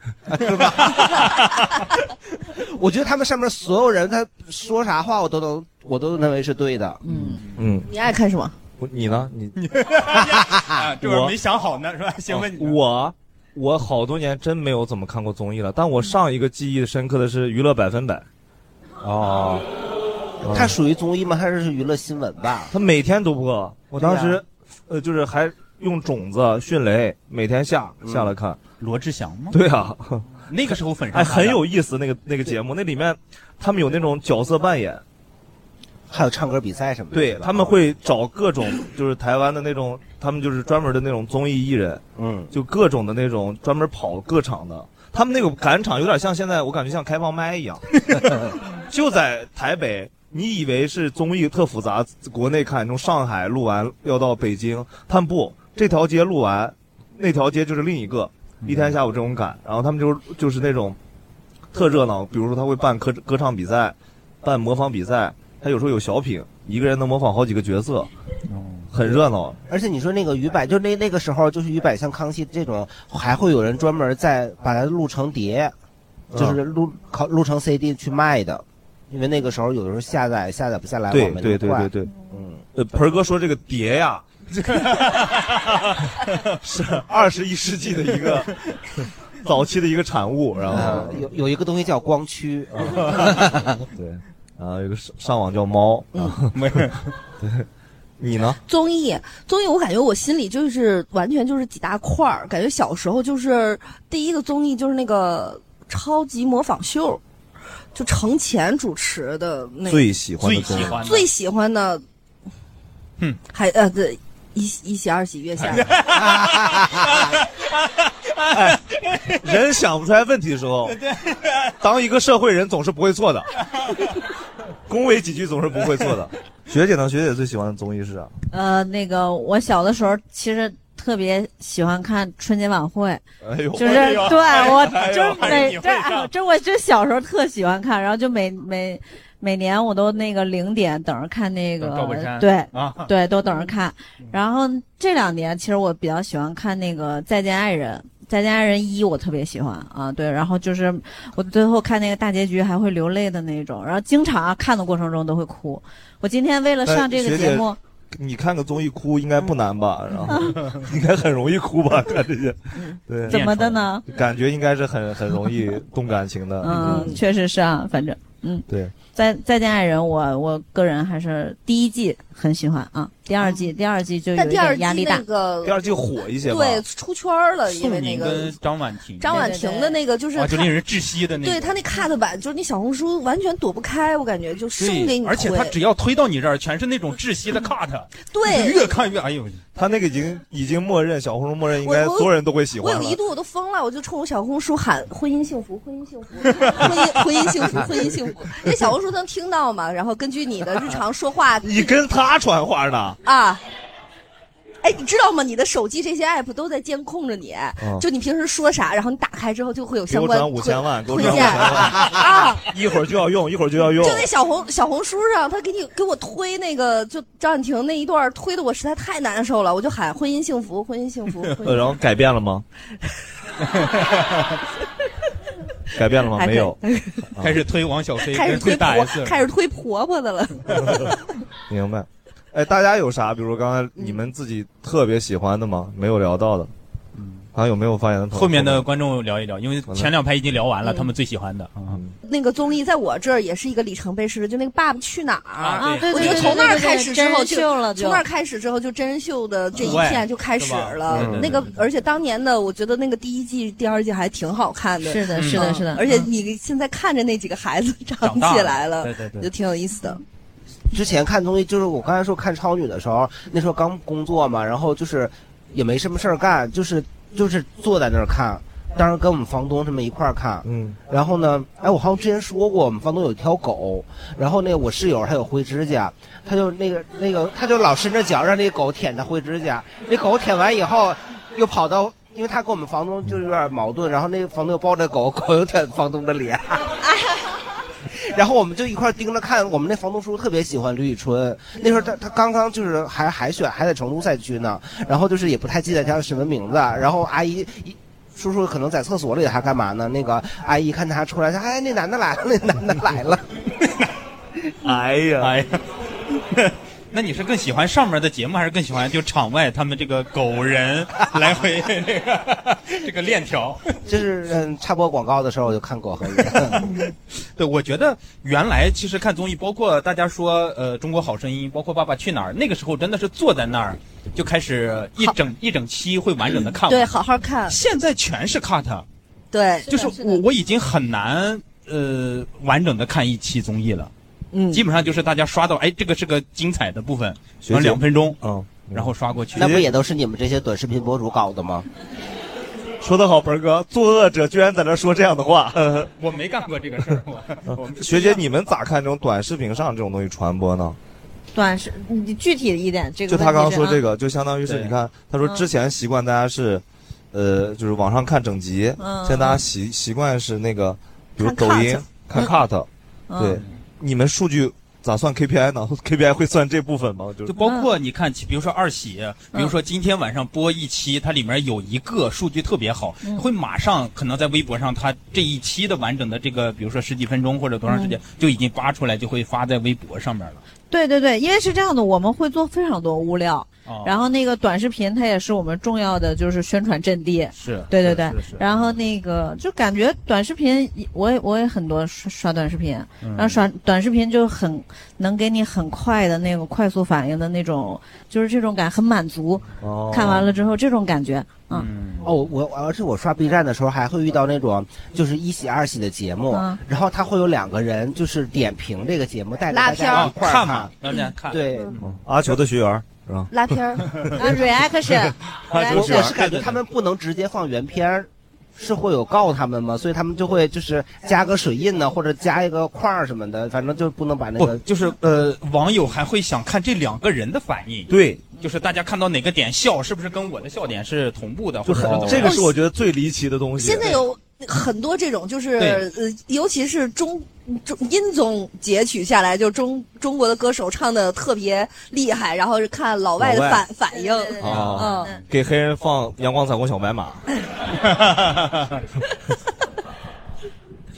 [SPEAKER 4] 我觉得他们上面所有人，他说啥话我都能，我都认为是对的。
[SPEAKER 2] 嗯
[SPEAKER 1] 嗯，
[SPEAKER 2] 你爱看什么？
[SPEAKER 1] 我你呢？你
[SPEAKER 14] 啊，这会儿
[SPEAKER 1] 我
[SPEAKER 14] 没想好呢，是吧？先问你。
[SPEAKER 1] 哦我我好多年真没有怎么看过综艺了，但我上一个记忆深刻的是《娱乐百分百》。哦，
[SPEAKER 4] 它属于综艺吗？还是娱乐新闻吧？
[SPEAKER 1] 他每天都播，我当
[SPEAKER 4] 对
[SPEAKER 1] 时
[SPEAKER 4] 呀，
[SPEAKER 1] 呃，就是还用种子迅雷，每天下
[SPEAKER 4] 嗯
[SPEAKER 1] 下来看。
[SPEAKER 14] 罗志祥吗？
[SPEAKER 1] 对啊，
[SPEAKER 14] 那个时候粉上
[SPEAKER 1] 哎，
[SPEAKER 14] 他的
[SPEAKER 1] 很有意思那个那个节目，那里面他们有那种角色扮演，
[SPEAKER 4] 还有唱歌比赛什么的。
[SPEAKER 1] 对，他们会找各种就是台湾的那种，他们就是专门的那种综艺艺人，
[SPEAKER 4] 嗯，
[SPEAKER 1] 就各种的那种专门跑各场的。他们那个赶场有点像现在，我感觉像开放麦一 样，就在台北。你以为是综艺特复杂，国内看从上海录完要到北京，他们不，这条街录完，那条街就是另一个，一天下午这种赶，然后他们就是就是那种特热闹，比如说他会办歌歌唱比赛，办模仿比赛，他有时候有小品，一个人能模仿好几个角色，很热闹。
[SPEAKER 4] 而且你说那个于百，就那那个时候，就是于百像康熙这种，还会有人专门在把它录成碟，
[SPEAKER 1] 嗯
[SPEAKER 4] 就是录考录成 CD 去卖的，因为那个时候有的时候下载下载不嗯下来，
[SPEAKER 1] 对
[SPEAKER 4] 我们
[SPEAKER 1] 对对对对，
[SPEAKER 4] 嗯，
[SPEAKER 1] 呃，盆儿哥说这个碟呀， 是二十一世纪的一 个早期的一个产物，然
[SPEAKER 4] 啊
[SPEAKER 1] 后
[SPEAKER 4] 有有一个东西叫光驱，
[SPEAKER 1] 对，然啊后有个上上网叫猫，
[SPEAKER 4] 嗯
[SPEAKER 1] 没 对，你 呢？
[SPEAKER 2] 综艺，综艺，我感觉我心里就是完全就是几大块儿，感觉小时候就是第一个综艺就是那个超级模仿秀，就程前主持的那个
[SPEAKER 1] 最喜欢的综艺
[SPEAKER 2] 最喜欢的，
[SPEAKER 1] 嗯，
[SPEAKER 2] 还呃对一一喜二喜 月下，
[SPEAKER 1] 哎， 人想不出来问题的时 候，当一个社会人总是不会 错的，恭维几句总是不会错的。学姐呢？学姐最喜欢的综艺是啥？
[SPEAKER 7] 呃，那个我小的时候其实特别喜欢看春节晚会，
[SPEAKER 1] 哎呦
[SPEAKER 7] 就是
[SPEAKER 1] 哎呦
[SPEAKER 7] 对
[SPEAKER 1] 哎呦
[SPEAKER 7] 我
[SPEAKER 1] 哎呦
[SPEAKER 7] 就是
[SPEAKER 1] 哎呦
[SPEAKER 7] 每
[SPEAKER 1] 你
[SPEAKER 7] 这
[SPEAKER 1] 会
[SPEAKER 7] 哎呦 这我这小时候特喜欢看，然后就每每每年我都那个零点等着看那个
[SPEAKER 10] 等赵本山
[SPEAKER 7] 对
[SPEAKER 10] 啊
[SPEAKER 7] 对都
[SPEAKER 2] 嗯
[SPEAKER 7] 等着看，然后这两年其实我比较喜欢看那个《再见爱人》。《再见爱人》一我特别喜欢啊，对，然后就是我最后看那个大结局还会流泪的那种，然后经常啊看的过程中都会哭。我今天为了上这个节目，
[SPEAKER 1] 哎，学姐你看个综艺哭应该不难 吧？然后应该很容易哭 吧？看这些，对，
[SPEAKER 7] 怎么的呢？
[SPEAKER 1] 感觉应该是很很容易动感情的。
[SPEAKER 7] 嗯，确实是啊，反正嗯，
[SPEAKER 1] 对，
[SPEAKER 7] 再再见爱人，我我个人还是第一季很喜欢啊，第二季、第二季就有
[SPEAKER 2] 但
[SPEAKER 7] 一
[SPEAKER 2] 第二
[SPEAKER 7] 点
[SPEAKER 2] 季
[SPEAKER 7] 压力大。
[SPEAKER 2] 哦那个
[SPEAKER 1] 第二季火一些吧。
[SPEAKER 2] 对出圈儿了，因
[SPEAKER 14] 宋
[SPEAKER 2] 为那
[SPEAKER 14] 宁
[SPEAKER 2] 个
[SPEAKER 14] 跟张婉婷，
[SPEAKER 2] 张婉婷的那个就是
[SPEAKER 14] 啊，就
[SPEAKER 2] 她
[SPEAKER 14] 令人窒息的那个。
[SPEAKER 2] 对他那 cut 版，就是你小红书完全躲不开，我感觉就生
[SPEAKER 14] 对
[SPEAKER 2] 给你推。
[SPEAKER 14] 而且他只要推到你这儿，全是那种窒息的 cut。
[SPEAKER 2] 对
[SPEAKER 14] 越看越哎呦，
[SPEAKER 1] 他那个已经已经默认小红书默认应
[SPEAKER 2] 我
[SPEAKER 1] 该
[SPEAKER 2] 我
[SPEAKER 1] 所有人都会喜
[SPEAKER 2] 我
[SPEAKER 1] 欢
[SPEAKER 2] 有
[SPEAKER 1] 了
[SPEAKER 2] 一。度我都疯了，我就冲我小红书喊“婚姻幸福，婚姻幸 福，婚姻婚姻幸福，婚姻幸福”。这小红书能听到吗？然后根据你的日常说话
[SPEAKER 1] 你跟他传话呢？
[SPEAKER 2] 啊。哎，你知道吗？你的手机这些 app 都在监控着你，
[SPEAKER 1] 嗯
[SPEAKER 2] 就你平时说啥，然后你打开之后就会有
[SPEAKER 1] 给
[SPEAKER 2] 相
[SPEAKER 1] 我
[SPEAKER 2] 关
[SPEAKER 1] 转五千万，给
[SPEAKER 2] 推
[SPEAKER 1] 我转
[SPEAKER 2] 推
[SPEAKER 1] 五
[SPEAKER 2] 荐
[SPEAKER 1] 千万，
[SPEAKER 2] 啊！
[SPEAKER 1] 一会儿就要用，一会儿就要用。
[SPEAKER 2] 就在小红小红书上，他给你给我推那个就张婉婷那一段，推的我实在太难受了，我就喊婚姻幸福，婚姻幸福，婚姻幸 福
[SPEAKER 1] 呃，然后改变了 吗？改变了吗？
[SPEAKER 2] 还可以
[SPEAKER 1] 没有。啊
[SPEAKER 14] 开始推王小飞，
[SPEAKER 2] 开始
[SPEAKER 14] 推
[SPEAKER 2] 推
[SPEAKER 14] 大
[SPEAKER 2] 婆
[SPEAKER 14] S，，
[SPEAKER 2] 开始推婆 婆的了。
[SPEAKER 1] 明白。哎，大家有啥？比如刚才你们自己特别喜欢的吗？没有聊到的。还有没有发言的朋
[SPEAKER 3] 嗯
[SPEAKER 1] 友？
[SPEAKER 3] 后面 的观众聊一聊，因为前两排已经聊完了，
[SPEAKER 2] 嗯
[SPEAKER 3] 他们最喜欢的。
[SPEAKER 14] 嗯
[SPEAKER 2] 那个综艺在我这儿也是一个里程碑式的，就那个《爸爸去哪儿》
[SPEAKER 3] 啊对
[SPEAKER 2] 我
[SPEAKER 3] 对
[SPEAKER 2] 觉得
[SPEAKER 3] 对
[SPEAKER 2] 从那儿
[SPEAKER 3] 对对
[SPEAKER 2] 开始之后
[SPEAKER 3] 真人秀了就
[SPEAKER 2] 从那儿开始之后就真人秀的这一片就开始了
[SPEAKER 7] 对。吧
[SPEAKER 2] 那个而且当年的，我觉得那个第一季、第二季还挺好看的。
[SPEAKER 7] 是的是的
[SPEAKER 2] 嗯
[SPEAKER 7] 是的
[SPEAKER 2] 而且你现在看着那几个孩子长
[SPEAKER 4] 长大
[SPEAKER 2] 起来
[SPEAKER 4] 了
[SPEAKER 2] 了，
[SPEAKER 4] 对对对
[SPEAKER 2] 就挺有意思的。
[SPEAKER 4] 之前看综艺，就是我刚才说看超女的时候，那时候刚工作嘛，然后就是也没什么事儿干，就是就是坐在那儿看。当时跟我们房东他们一块儿看，
[SPEAKER 1] 嗯，
[SPEAKER 4] 然后呢，哎，我好像之前说过，我们房东有一条狗，然后那个我室友还有灰指甲，他就那个那个他就老伸着脚让那个狗舔他灰指甲，那狗舔完以后又跑到，因为他跟我们房东就是有点矛盾，然后那个房东又抱着狗，狗又舔房东的脸。然后我们就一块儿盯着看。我们那房东叔特别喜欢吕宇春，那时候他他刚刚就是还海选还在成都赛区呢，然后就是也不太记得叫什么名字，啊然后阿姨一。叔叔可能在厕所里还干嘛呢？那个阿姨看他出来，说：“哎，那男的来了， 那男的来了。
[SPEAKER 3] 哎呀，哎呀， 那你是更喜欢上面的节目，还是更喜欢就场外他们这个狗人来回这个这个链条？”
[SPEAKER 4] 就是嗯，插播广告的时候我就看过和
[SPEAKER 3] 对，我觉得原来其实看综艺，包括大家说呃《中国好声音》，包括《爸爸去哪儿》，那个时候真的是坐在那儿就开始一整一整期会完整的看完。
[SPEAKER 2] 对，好好看。
[SPEAKER 3] 现在全是 cut，啊
[SPEAKER 2] 对，
[SPEAKER 3] 就是我我已经很难呃完整的看一期综艺了。
[SPEAKER 2] 嗯，
[SPEAKER 3] 基本上就是大家刷到，哎，这个是个精彩的部分，
[SPEAKER 4] 学姐
[SPEAKER 3] 然后两分钟，
[SPEAKER 1] 嗯，
[SPEAKER 3] 然后刷过去，
[SPEAKER 4] 那不也都是你们这些短视频博主搞的吗？
[SPEAKER 1] 说得好，盆哥，作恶者居然在那说这样的话。
[SPEAKER 3] 我没干过这个事儿，我
[SPEAKER 1] 嗯
[SPEAKER 3] 我们
[SPEAKER 1] 学姐，你们咋看这种短视频上这种东西传播呢？
[SPEAKER 7] 短时，你具体一点，这个
[SPEAKER 1] 就他
[SPEAKER 7] 问题
[SPEAKER 1] 刚刚说
[SPEAKER 7] 是
[SPEAKER 1] 这
[SPEAKER 7] 啊嗯
[SPEAKER 1] 个，就相当于是
[SPEAKER 7] 对
[SPEAKER 1] 你看，他说之前习惯大家是，呃，就是网上看整集，
[SPEAKER 7] 嗯
[SPEAKER 1] 现在大家习习惯是那个，比如
[SPEAKER 7] 看
[SPEAKER 1] 抖
[SPEAKER 7] cut
[SPEAKER 1] 音看 cut，
[SPEAKER 7] 嗯
[SPEAKER 1] 对，你们数据咋算 KPI 呢 ？KPI 会算这部分吗？就是
[SPEAKER 3] 就包括你看，比如说二喜，比如说今天晚上播一期，它里面有一个数据特别好，
[SPEAKER 1] 嗯
[SPEAKER 3] 会马上可能在微博上，它这一期的完整的这个，比如说十几分钟或者多长时间，就已经扒出来，就会发在微博上面了。
[SPEAKER 7] 对对对，因为是这样的，我们会做非常多物料，
[SPEAKER 3] 哦
[SPEAKER 7] 然后那个短视频它也是我们重要的就是宣传阵地。
[SPEAKER 3] 是
[SPEAKER 7] 对对对
[SPEAKER 3] 是是是。
[SPEAKER 7] 然后那个就感觉短视频，我也我也很多刷刷短视频，啊
[SPEAKER 3] 嗯
[SPEAKER 7] 然后刷短视频就很能给你很快的那个快速反应的那种，就是这种感很满足。
[SPEAKER 4] 哦
[SPEAKER 7] 看完了之后这种感觉，嗯，
[SPEAKER 4] 哦，我我而且我刷 B 站的时候还会遇到那种就是一喜二喜的节目，
[SPEAKER 7] 嗯
[SPEAKER 4] 然后他会有两个人就是点评这个节目，带着大家一块儿啊
[SPEAKER 3] 嘛，让大家哦看。
[SPEAKER 4] 对，
[SPEAKER 1] 嗯阿球的学员是吧？
[SPEAKER 2] 拉片儿
[SPEAKER 7] 啊，reaction，
[SPEAKER 4] 我
[SPEAKER 1] 拉片儿
[SPEAKER 4] 我是感觉他们不能直接放原片儿，是会有告他们吗？所以他们就会就是加个水印呢，或者加一个框儿什么的，反正就不能把那
[SPEAKER 3] 不
[SPEAKER 4] 个，
[SPEAKER 3] 就是呃，网友 还会想看这两个人的反应。
[SPEAKER 1] 对，
[SPEAKER 3] 就是大家看到哪个点笑，是不是跟我的笑点是同步的，
[SPEAKER 1] 就
[SPEAKER 3] 或者是
[SPEAKER 1] 很
[SPEAKER 3] 怎么样
[SPEAKER 1] 这个
[SPEAKER 7] 哦
[SPEAKER 1] 是我觉得最离奇的东西。
[SPEAKER 2] 现在有很多这种，就是
[SPEAKER 1] 对
[SPEAKER 2] 呃，尤其是中中音综截取下来，就中中国的歌手唱的特别厉害，然后是看老外的
[SPEAKER 1] 老外
[SPEAKER 2] 反反应，
[SPEAKER 1] 啊
[SPEAKER 2] 嗯，，
[SPEAKER 1] 给黑人放《阳光彩虹小白 马》，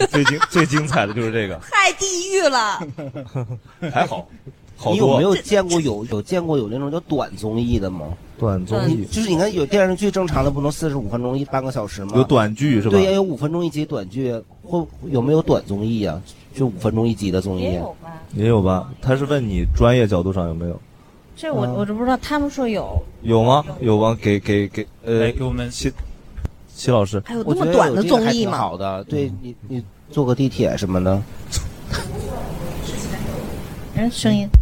[SPEAKER 1] 最精最精彩的就是这个，
[SPEAKER 2] 太地狱 了。
[SPEAKER 1] 还好，好
[SPEAKER 4] 你有
[SPEAKER 1] 多
[SPEAKER 4] 没有见过有有见过有那种叫短综艺的吗？
[SPEAKER 1] 短综
[SPEAKER 4] 你
[SPEAKER 1] 艺？
[SPEAKER 4] 就是你看有电视剧正常的不能四十五分钟一半个小时吗？
[SPEAKER 1] 有短剧是吧
[SPEAKER 4] 对呀，有五分钟一集短剧，或有没有短综艺啊？就五分钟一集的综艺？啊
[SPEAKER 1] 也有吧？他是问你专业角度上有没有？
[SPEAKER 7] 这我
[SPEAKER 4] 嗯
[SPEAKER 7] 我都不知道，他们说有，
[SPEAKER 1] 有吗？有吗？给给给，呃，
[SPEAKER 3] 给我们
[SPEAKER 1] 齐齐老师，
[SPEAKER 7] 还有
[SPEAKER 4] 我觉得有这个还挺 好的，对
[SPEAKER 1] 嗯
[SPEAKER 4] 你你坐个地铁什么的，
[SPEAKER 7] 嗯，声音。
[SPEAKER 9] 哎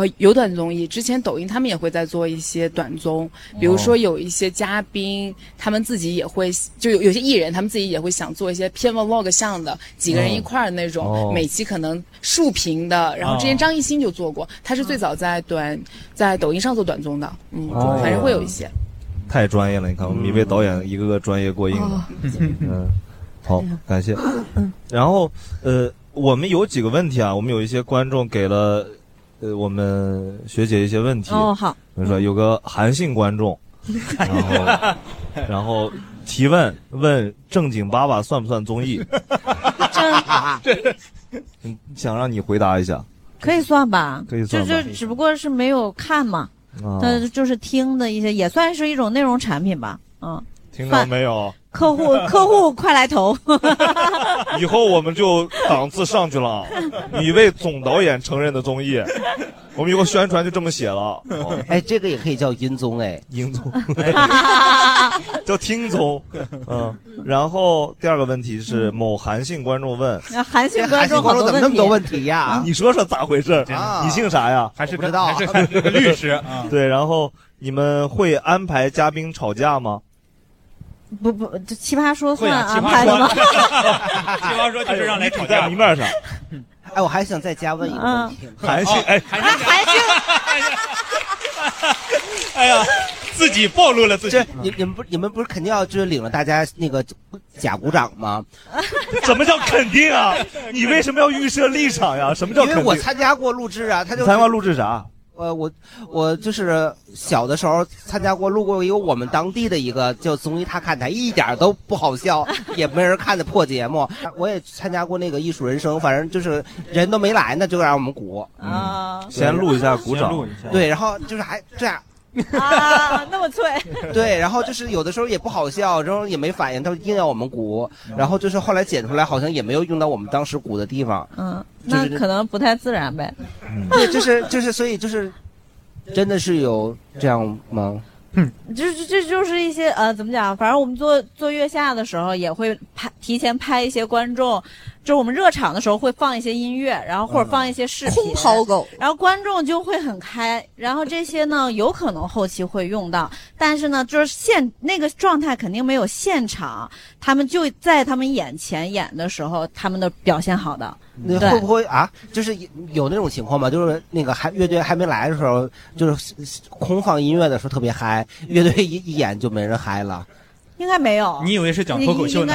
[SPEAKER 9] 呃，有短综艺，之前抖音他们也会在做一些短综，比如说有一些嘉宾，他们自己也会，就有有些艺人，他们自己也会想做一些偏 vlog 像的，几个人一块儿那种，
[SPEAKER 10] 哦
[SPEAKER 9] 每期可能竖屏的。然后之前
[SPEAKER 10] 哦
[SPEAKER 9] 张艺兴就做过，他是最早在短、在抖音上做短综的，嗯，
[SPEAKER 1] 哦
[SPEAKER 9] 反正会有一些。
[SPEAKER 1] 太专业了，你看我们一位导演一个个专业过硬
[SPEAKER 9] 哦
[SPEAKER 1] 了。 嗯，
[SPEAKER 7] 哎
[SPEAKER 1] 好，感谢。
[SPEAKER 7] 嗯
[SPEAKER 1] 然后呃，我们有几个问题啊，我们有一些观众给了呃我们学姐一些问题。
[SPEAKER 7] 哦好哎
[SPEAKER 1] 比如说有个韩信观 众，然后然后提问问正经爸爸算不算综 艺？ 嗯想让你回答一下。
[SPEAKER 7] 可以算吧，
[SPEAKER 1] 可以算吧
[SPEAKER 7] 就就只不过是没有看嘛
[SPEAKER 1] 啊，
[SPEAKER 4] 哦
[SPEAKER 7] 但就是听的一些也算是一种内容产品吧，嗯，
[SPEAKER 1] 听到没有？
[SPEAKER 7] 客户客户快来投，
[SPEAKER 1] 以后我们就档次上去了，你为总导演承认的综艺，我们以后宣传就这么写了。
[SPEAKER 4] 哎，这个也可以叫音综哎，
[SPEAKER 1] 音综叫听综，嗯。然后第二个问题是某韩姓观众问，
[SPEAKER 7] 那韩
[SPEAKER 4] 嗯
[SPEAKER 7] 信
[SPEAKER 4] 啊韩
[SPEAKER 7] 观
[SPEAKER 4] 信
[SPEAKER 7] 众
[SPEAKER 4] 观
[SPEAKER 7] 好
[SPEAKER 4] 众
[SPEAKER 7] 多
[SPEAKER 4] 哎怎么
[SPEAKER 7] 问
[SPEAKER 4] 那么
[SPEAKER 7] 题
[SPEAKER 4] 多问题呀？
[SPEAKER 1] 你说说咋回事？你姓啥呀？
[SPEAKER 4] 还是不知道啊，
[SPEAKER 1] 个
[SPEAKER 14] 律师啊
[SPEAKER 1] 对，然后你们会安排嘉宾吵 架吗？
[SPEAKER 7] 不不，这奇葩说
[SPEAKER 1] 会
[SPEAKER 7] 算
[SPEAKER 1] 啊
[SPEAKER 7] 安 排的吗？
[SPEAKER 14] 奇葩说就是让来吵
[SPEAKER 1] 在
[SPEAKER 14] 架。
[SPEAKER 1] 明面上，
[SPEAKER 4] 哎，我还想再加问一个问题，
[SPEAKER 1] 韩信哎，
[SPEAKER 14] 哎呀，自己暴露了自
[SPEAKER 4] 己。你你们不你们不是肯定要就是领着大家那个假鼓掌 吗？
[SPEAKER 1] 怎么叫肯定啊？你为什么要预设立场呀？什么叫
[SPEAKER 4] 因
[SPEAKER 1] 肯
[SPEAKER 4] 为
[SPEAKER 1] 定？
[SPEAKER 4] 我参加过录制啊，他就
[SPEAKER 1] 你参加 录制啥？
[SPEAKER 4] 呃，我我就是小的时候参加过，录过一个我们当地的一个叫综艺大看台，一点都不好笑，也没人看的破节目。我也参加过那个艺术人生，反正就是人都没来呢，就让我们鼓嗯
[SPEAKER 7] 啊
[SPEAKER 1] 先录一下鼓掌，
[SPEAKER 4] 对， 然后就是还这样。
[SPEAKER 7] 啊，那么脆。
[SPEAKER 4] 对，然后就是有的时候也不好笑，然后也没反应，他硬要我们鼓，
[SPEAKER 1] 嗯
[SPEAKER 4] 然后就是后来剪出来好像也没有用到我们当时鼓的地方，
[SPEAKER 7] 嗯，
[SPEAKER 4] 就
[SPEAKER 7] 那
[SPEAKER 4] 是
[SPEAKER 7] 可能不太自然呗。
[SPEAKER 1] 嗯
[SPEAKER 4] 对，就是就是，所以就是真的是有这样吗？
[SPEAKER 7] 这这这就是一些呃，怎么讲？反正我们做做月下的时候，也会拍提前拍一些观众，就是我们热场的时候会放一些音乐，然后或者放一些视频，空
[SPEAKER 2] 抛狗，
[SPEAKER 7] 然后观众就会很开。然后这些呢，有可能后期会用到，但是呢，就是现那个状态肯定没有现场，他们就在他们眼前演的时候，他们的表现好的。
[SPEAKER 4] 那
[SPEAKER 7] 对
[SPEAKER 4] 会不会啊？就是有那种情况吗？就是那个还乐队还没来的时候，就是空放音乐的时候特别嗨，乐队一一演就没人嗨了。
[SPEAKER 7] 应该没有。
[SPEAKER 14] 你以为是讲脱口秀 呢？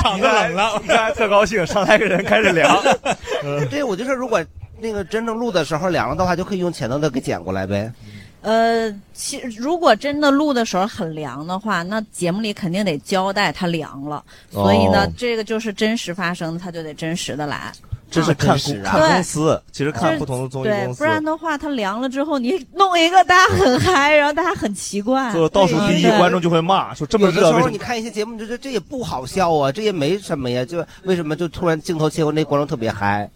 [SPEAKER 1] 场子冷了，你刚才特高兴，上台个人开始凉。
[SPEAKER 4] 对，我就说如果那个真正录的时候凉了的话，就可以用前头的给剪过来呗。
[SPEAKER 7] 呃，其如果真的录的时候很凉的话，那节目里肯定得交代它凉了，
[SPEAKER 1] 哦
[SPEAKER 7] 所以呢，这个就是真实发生的，它就得真实的来。
[SPEAKER 1] 这
[SPEAKER 7] 啊
[SPEAKER 1] 是看公看公司，其实
[SPEAKER 7] 就
[SPEAKER 1] 看
[SPEAKER 7] 是
[SPEAKER 1] 不同的综艺
[SPEAKER 7] 对
[SPEAKER 1] 公，司
[SPEAKER 7] 不。然的话，它凉了之后，你弄一个大家很嗨，然后大家很奇怪，
[SPEAKER 1] 就倒数第一，
[SPEAKER 7] 对
[SPEAKER 1] 观众就会骂，说这么
[SPEAKER 4] 有的
[SPEAKER 1] 热，为
[SPEAKER 4] 时候
[SPEAKER 1] 什
[SPEAKER 4] 你
[SPEAKER 1] 么？
[SPEAKER 4] 看一些节目，你就觉得这也不好笑啊，这也没什么呀，就为什么就突然镜头切过那观众特别嗨？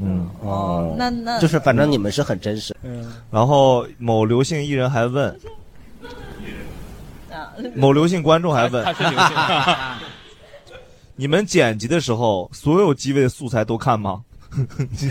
[SPEAKER 1] 嗯
[SPEAKER 4] 哦
[SPEAKER 7] 那那
[SPEAKER 4] 就是反正你们是很真实。
[SPEAKER 1] 然后某流行艺人还问，某流行观众还问， 你们剪辑的时候，所有机位的素材都看吗？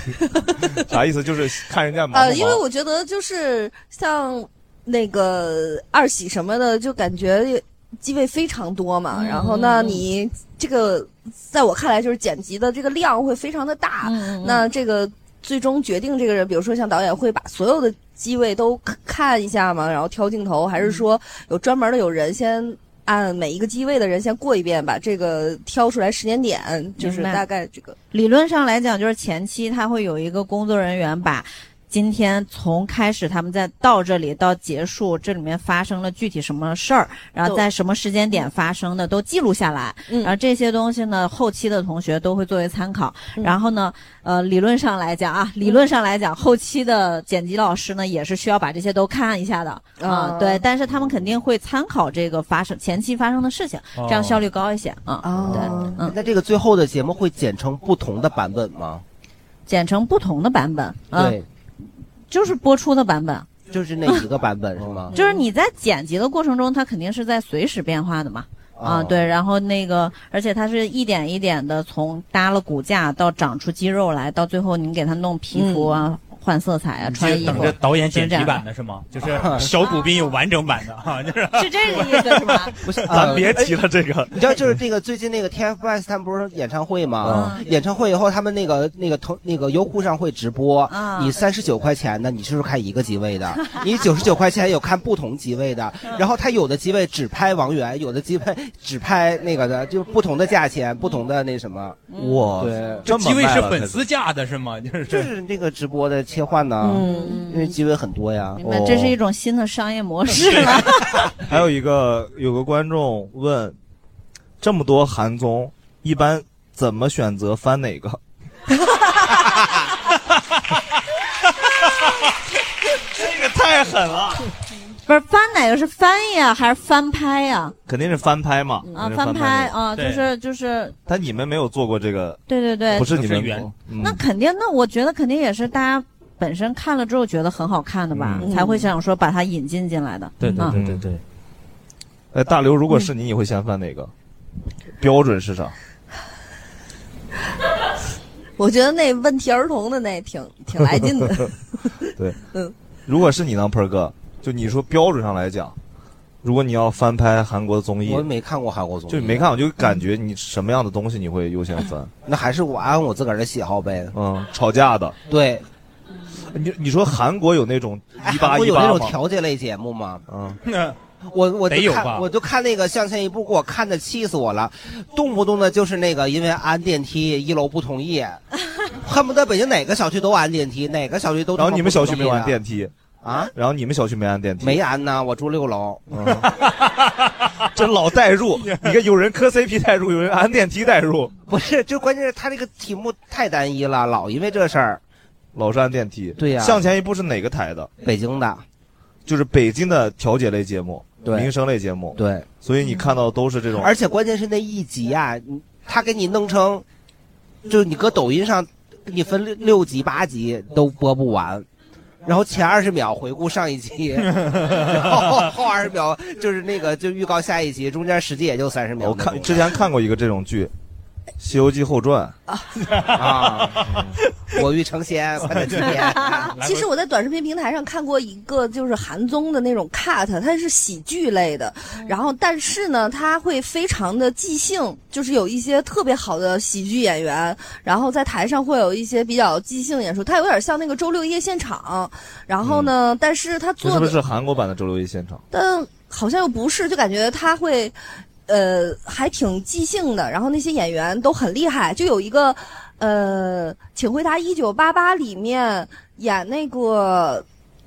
[SPEAKER 1] 啥意思？就是看人家忙不忙。
[SPEAKER 2] 呃，因为我觉得就是像那个二喜什么的，就感觉机位非常多嘛。
[SPEAKER 7] 嗯
[SPEAKER 2] 然后呢，你这个在我看来就是剪辑的这个量会非常的大。
[SPEAKER 7] 嗯
[SPEAKER 2] 那这个最终决定这个人，比如说像导演会把所有的机位都看一下嘛，然后挑镜头，
[SPEAKER 7] 嗯
[SPEAKER 2] 还是说有专门的有人先。按每一个机位的人先过一遍，把这个挑出来时间点，就是
[SPEAKER 7] 明白
[SPEAKER 2] 大概这个。
[SPEAKER 7] 理论上来讲，就是前期他会有一个工作人员把今天从开始他们在到这里到结束，这里面发生了具体什么事儿，然后
[SPEAKER 2] 都
[SPEAKER 7] 在什么时间点发生的都记录下来。
[SPEAKER 2] 嗯
[SPEAKER 7] 然后这些东西呢，后期的同学都会作为参考。
[SPEAKER 2] 嗯
[SPEAKER 7] 然后呢，呃，理论上来讲啊，理论上来讲，后期的剪辑老师呢也是需要把这些都看一下的啊、
[SPEAKER 2] 哦
[SPEAKER 7] 对，但是他们肯定会参考这个发生前期发生的事情，这样
[SPEAKER 4] 哦
[SPEAKER 7] 效率高一些啊。
[SPEAKER 2] 哦
[SPEAKER 7] 对，嗯，
[SPEAKER 4] 那这个最后的节目会剪成不同的版本吗？
[SPEAKER 7] 剪成不同的版本。啊、
[SPEAKER 4] 对，
[SPEAKER 7] 就是播出的版本，
[SPEAKER 4] 就是那 一个版本是吗？
[SPEAKER 7] 就是你在剪辑的过程中，它肯定是在随时变化的嘛。啊，
[SPEAKER 4] 哦
[SPEAKER 7] 对，然后那个，而且它是一点一点的，从搭了骨架到长出肌肉来，到最后你给它弄皮肤啊、
[SPEAKER 4] 嗯
[SPEAKER 7] 换色彩啊、穿衣
[SPEAKER 14] 就等
[SPEAKER 7] 服
[SPEAKER 14] 着，导演剪
[SPEAKER 7] 就是这
[SPEAKER 14] 辑
[SPEAKER 7] 样
[SPEAKER 14] 版的是吗？就是小骨斌有完整版的 啊，就是
[SPEAKER 7] 是这个意思是吧？
[SPEAKER 4] 不是，
[SPEAKER 1] 咱
[SPEAKER 4] 呃
[SPEAKER 1] 别提了 这个。
[SPEAKER 4] 你知道，就是这个最近那个 TFBOYS 他们不是演唱会吗？
[SPEAKER 7] 嗯
[SPEAKER 4] 演唱会以后，他们那个那个同那个优酷上会直播，
[SPEAKER 7] 嗯
[SPEAKER 4] 你三十九块钱的，你是不是看一个机位的？ 你九十九块钱有看不同机位的，
[SPEAKER 7] 嗯
[SPEAKER 4] 然后他有的机位只拍王源，有的机位只拍那个的，就不同的价钱，不同的那什么。
[SPEAKER 7] 嗯
[SPEAKER 1] 哇
[SPEAKER 4] 对，
[SPEAKER 14] 这机位是粉丝价的是吗？就是
[SPEAKER 4] 就是那个直播的切换呢，
[SPEAKER 7] 嗯
[SPEAKER 4] 因为机位很多呀。哦
[SPEAKER 7] 明白这是一种新的商业 模式了。
[SPEAKER 1] 还有一个有个观众问，这么多韩综，一般怎么选择翻哪个？
[SPEAKER 12] 这个太狠了，
[SPEAKER 7] 不是翻哪个是翻译啊，还是翻拍呀、
[SPEAKER 1] 肯定是翻拍嘛。
[SPEAKER 7] 啊？啊，
[SPEAKER 1] 肯
[SPEAKER 14] 嗯
[SPEAKER 1] 定是
[SPEAKER 7] 翻
[SPEAKER 1] 拍
[SPEAKER 7] 拍啊，就
[SPEAKER 1] 对
[SPEAKER 7] 是就是，
[SPEAKER 1] 但你们没有做过这个，
[SPEAKER 7] 对对对，
[SPEAKER 1] 不是你们
[SPEAKER 7] 原。
[SPEAKER 1] 嗯
[SPEAKER 7] 那肯定，那我觉得肯定也是大家本身看了之后觉得很好看的吧，才会想说把它引进进来的。
[SPEAKER 1] 对
[SPEAKER 7] 啊
[SPEAKER 4] 嗯
[SPEAKER 1] 对对对。哎，大刘，如果是你，你会先翻哪个？标准是啥？
[SPEAKER 2] 我觉得那问题儿童的那挺挺来 劲的。。
[SPEAKER 1] 对，
[SPEAKER 2] 嗯，
[SPEAKER 1] 如果是你呢，鹏儿哥，就你说标准上来讲，如果你要翻拍韩国的综艺，
[SPEAKER 4] 我没看过韩国综艺
[SPEAKER 1] 就你没看过，就感觉你什么样的东西你会优先翻？
[SPEAKER 4] 那还是我按 我自个儿的喜好呗。
[SPEAKER 1] 嗯，吵架的。
[SPEAKER 4] 对，
[SPEAKER 1] 你你说韩国有那种
[SPEAKER 4] 哎
[SPEAKER 1] 一八
[SPEAKER 4] 韩国
[SPEAKER 1] 一
[SPEAKER 4] 有那
[SPEAKER 1] 八
[SPEAKER 4] 种
[SPEAKER 1] 吗？
[SPEAKER 4] 调解类节目吗？
[SPEAKER 1] 嗯，
[SPEAKER 4] 我我就
[SPEAKER 1] 得有
[SPEAKER 4] 看
[SPEAKER 1] 吧
[SPEAKER 4] 我就看那个向前一步，给我看的气死我了，动不动的就是那个因为安电梯一楼不同意，恨不得北京哪个小区都安电梯，哪个小区都他
[SPEAKER 1] 然
[SPEAKER 4] 妈
[SPEAKER 1] 后你们小区没有安
[SPEAKER 4] 不同意
[SPEAKER 1] 电梯
[SPEAKER 4] 啊？
[SPEAKER 1] 然后你们小区没安电梯？
[SPEAKER 4] 没安呐，我住六楼。
[SPEAKER 1] 嗯这老代入，你看有人磕 CP 代入，有人按电梯代入，
[SPEAKER 4] 不是，就关键是他这个题目太单一了，老因为这事儿。
[SPEAKER 1] 老是按电梯。
[SPEAKER 4] 对呀
[SPEAKER 1] 向前一步是哪个台的？
[SPEAKER 4] 北京的，
[SPEAKER 1] 就是北京的调解类节目，
[SPEAKER 4] 对
[SPEAKER 1] 民生类节目，
[SPEAKER 4] 对。
[SPEAKER 1] 所以你看到都是这种，
[SPEAKER 4] 而且关键是那一集啊，你他给你弄成，就是你搁抖音上，给你分六六集八集都播不完，然后前二十秒回顾上一 集，然后后二十秒就是那个就预告下一集，中间实际也就三十秒。
[SPEAKER 1] 我看之前看过一个这种剧，《西游记后传》，
[SPEAKER 4] 啊，我欲成 仙，快乐今天。
[SPEAKER 2] 其实我在短视频平台上看过一个，就是韩综的那种 cut，它是喜剧类的，然后但是呢，它会非常的即兴，就是有一些特别好的喜剧演员，然后在台上会有一些比较即兴演出，它有点像那个周六夜现场，然后呢，但是它
[SPEAKER 1] 嗯这
[SPEAKER 2] 做
[SPEAKER 1] 是不
[SPEAKER 2] 的
[SPEAKER 1] 是韩国版的《周六一现场》？
[SPEAKER 2] 但好像又不是，就感觉他会，呃，还挺即兴的。然后那些演员都很厉害，就有一个，呃，《请回答一九八八》里面演那个，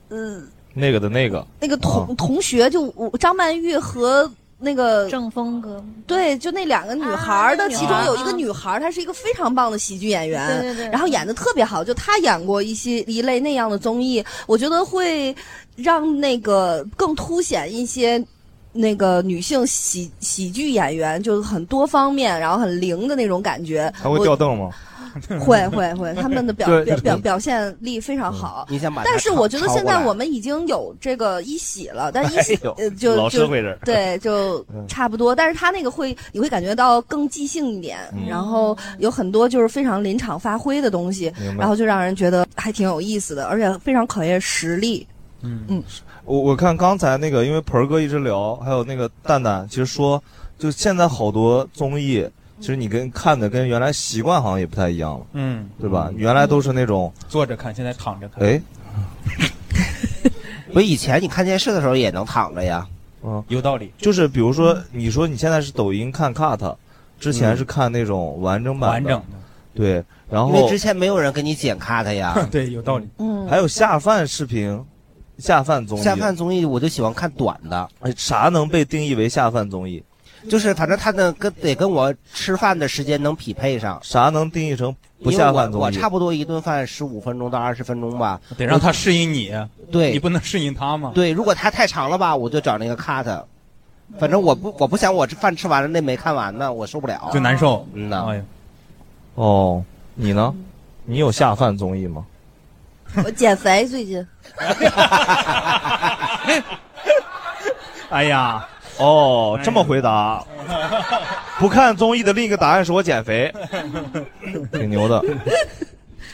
[SPEAKER 2] 嗯、
[SPEAKER 1] 那个的那个，
[SPEAKER 2] 那个
[SPEAKER 1] 啊
[SPEAKER 2] 同、同学就我张曼玉和那个
[SPEAKER 7] 郑峰哥，
[SPEAKER 2] 对，就那两个女孩儿的，
[SPEAKER 7] 啊那个女
[SPEAKER 2] 其
[SPEAKER 7] 孩儿
[SPEAKER 2] 中有一个女孩儿，她是一个非常棒的喜剧演员，
[SPEAKER 7] 对对对
[SPEAKER 2] 然后演的特别好，就她演过一些一类那样的综艺，我觉得会让那个更凸显一些。那个女性喜喜剧演员就是很多方面，然后很灵的那种感觉。
[SPEAKER 1] 他会
[SPEAKER 2] 我
[SPEAKER 1] 掉凳吗？
[SPEAKER 2] 会会会，他们的 表
[SPEAKER 1] 对
[SPEAKER 2] 表
[SPEAKER 1] 对
[SPEAKER 2] 表表现力非常好。
[SPEAKER 4] 你想把它
[SPEAKER 2] 但是我觉得
[SPEAKER 4] 抄
[SPEAKER 2] 现
[SPEAKER 4] 过
[SPEAKER 2] 在
[SPEAKER 4] 来
[SPEAKER 2] 我们已经有这个一喜了，但一喜、
[SPEAKER 4] 哎呦
[SPEAKER 2] 呃就
[SPEAKER 4] 老
[SPEAKER 2] 就
[SPEAKER 4] 社会人
[SPEAKER 2] 对就
[SPEAKER 4] 嗯
[SPEAKER 2] 差不多。但是他那个会你会感觉到更即兴一点，
[SPEAKER 4] 嗯
[SPEAKER 2] 然后有很多就是非常临场发挥的东西
[SPEAKER 1] 明，白
[SPEAKER 2] 然后就让人觉得还挺有意思的，而且非常考验实力。
[SPEAKER 1] 嗯，我我看刚才那个，因为盆儿哥一直聊，还有那个蛋蛋，其实说，就现在好多综艺，其实你跟看的跟原来习惯好像也不太一样了，
[SPEAKER 14] 嗯，
[SPEAKER 1] 对吧？原来都是那种，
[SPEAKER 14] 坐着看，现在躺着看。
[SPEAKER 1] 哎，
[SPEAKER 4] 不是以前你看电视的时候也能躺着呀，
[SPEAKER 1] 嗯，
[SPEAKER 14] 有道理。。
[SPEAKER 1] 就是比如说，你说你现在是抖音看 cut，之前是看那种完整版
[SPEAKER 4] 完整的
[SPEAKER 1] 对，然
[SPEAKER 4] 因为
[SPEAKER 1] 后
[SPEAKER 4] 之前没有人给你剪咔的 呀
[SPEAKER 14] 对，有道理。
[SPEAKER 2] 嗯
[SPEAKER 1] 还有下饭视频、下饭综艺，
[SPEAKER 4] 下饭综艺我就喜欢看短的，
[SPEAKER 1] 哎啥能被定义为下饭综艺？
[SPEAKER 4] 就是反正他的跟得跟我吃饭的时间能匹配上。
[SPEAKER 1] 啥能定义成不下饭
[SPEAKER 4] 因
[SPEAKER 1] 综艺
[SPEAKER 4] 为我我差不多一顿饭十五分钟到二十分钟吧，
[SPEAKER 14] 得让他适应你，
[SPEAKER 3] 啊
[SPEAKER 14] 啊
[SPEAKER 4] 对
[SPEAKER 14] 你不能适应他嘛。
[SPEAKER 4] 对，如果它太长了吧，我就找那个 cut。反正我不我不想我这饭吃完了那没看完呢，我受不了，
[SPEAKER 14] 就难受。哎
[SPEAKER 4] 嗯呐，
[SPEAKER 1] 哦，你呢？你有下饭综艺吗？
[SPEAKER 2] 我减肥 最近，
[SPEAKER 1] 哎呀， 哎哦，这么回答，不看综艺的另一个答案是我减肥， 挺牛的。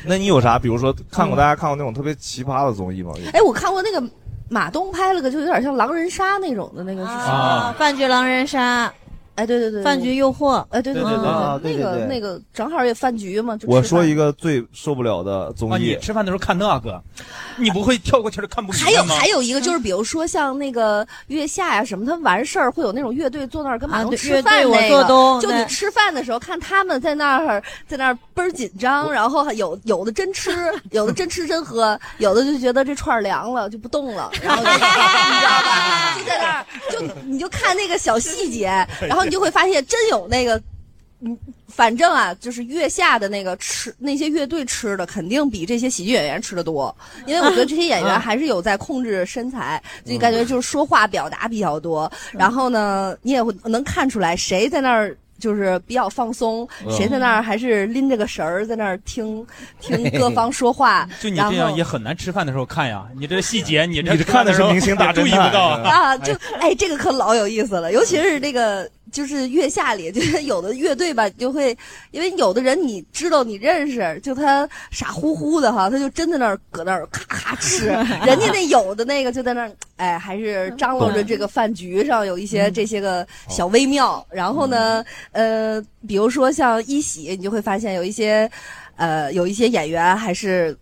[SPEAKER 1] 那你有啥？比如说看过大家看过那种特别奇葩的综艺吗？
[SPEAKER 2] 哎，我看过那个马东拍了个，就有点像狼人杀那种的那个是什么
[SPEAKER 1] 啊
[SPEAKER 7] 饭局狼人杀，
[SPEAKER 2] 哎，对对对，
[SPEAKER 7] 饭局诱惑，
[SPEAKER 2] 哎，对
[SPEAKER 1] 对对对啊
[SPEAKER 2] 对，
[SPEAKER 1] 对
[SPEAKER 2] 那个
[SPEAKER 1] 对对
[SPEAKER 2] 那个正好也饭局嘛，就
[SPEAKER 1] 我
[SPEAKER 2] 吃
[SPEAKER 1] 说
[SPEAKER 2] 饭
[SPEAKER 1] 一个最受不了的综
[SPEAKER 14] 啊，
[SPEAKER 1] 艺，
[SPEAKER 14] 你吃饭的时候看那个，你不会跳过去儿看不明
[SPEAKER 2] 还有
[SPEAKER 1] 嗯
[SPEAKER 14] 白吗？
[SPEAKER 2] 还有一个就是，比如说像那个月下呀、什么，他们完事儿会有那种乐队坐那儿跟马
[SPEAKER 7] 啊
[SPEAKER 2] 东
[SPEAKER 7] 对
[SPEAKER 2] 吃饭
[SPEAKER 7] 乐队我
[SPEAKER 2] 那
[SPEAKER 7] 做
[SPEAKER 2] 个，
[SPEAKER 7] 东
[SPEAKER 2] 就你
[SPEAKER 7] 对
[SPEAKER 2] 吃饭的时候看他们在那儿在那儿倍儿紧张，然后还有有的真吃，有的真吃真喝，有的就觉得这串儿凉了就不动了，然后就 你知 道吧，就在那儿就你就看那个小细节，然后你就会发现真有那个。嗯，反正啊，就是月下的那个吃那些乐队吃的，肯定比这些喜剧演员吃的多，因为我觉得这些演员
[SPEAKER 3] 嗯
[SPEAKER 2] 还是有在控制身材，就感觉就是说话表达比较多。
[SPEAKER 3] 嗯
[SPEAKER 2] 然后呢，你也会能看出来谁在那儿。就是比较放松，
[SPEAKER 3] 嗯
[SPEAKER 2] 谁在那儿还是拎着个绳儿在那儿
[SPEAKER 3] ，
[SPEAKER 2] 听听各方说话
[SPEAKER 3] 就你
[SPEAKER 2] 然
[SPEAKER 3] 这样
[SPEAKER 2] 后
[SPEAKER 3] 也很难吃饭的时候看呀，你这细节，你这
[SPEAKER 1] 你这看的是明星大侦探
[SPEAKER 3] 注意不到
[SPEAKER 2] 啊，就哎，这个可老有意思了，尤其是那个就是月下里，就是有的乐队吧，就会因为有的人你知道你认识，就他傻乎乎的哈，他就真在那儿搁那儿咔咔吃，人家那有的那个就在那儿哎，还是张罗着这个饭局上有一些这些个小微妙，然后呢，呃，比如说像一喜，你就会发现有一些呃有一些演员还是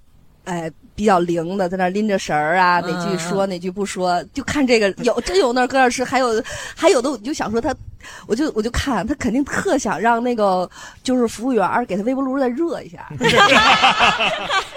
[SPEAKER 2] 哎。比较灵的，在那儿拎着绳儿啊，哪句说
[SPEAKER 5] 嗯
[SPEAKER 2] 哪句不说，就看这个有真有那儿搁那儿吃，还有还有的，我就想说他，我就我就看他肯定特想让那个就是服务员儿给他微波炉再热一下，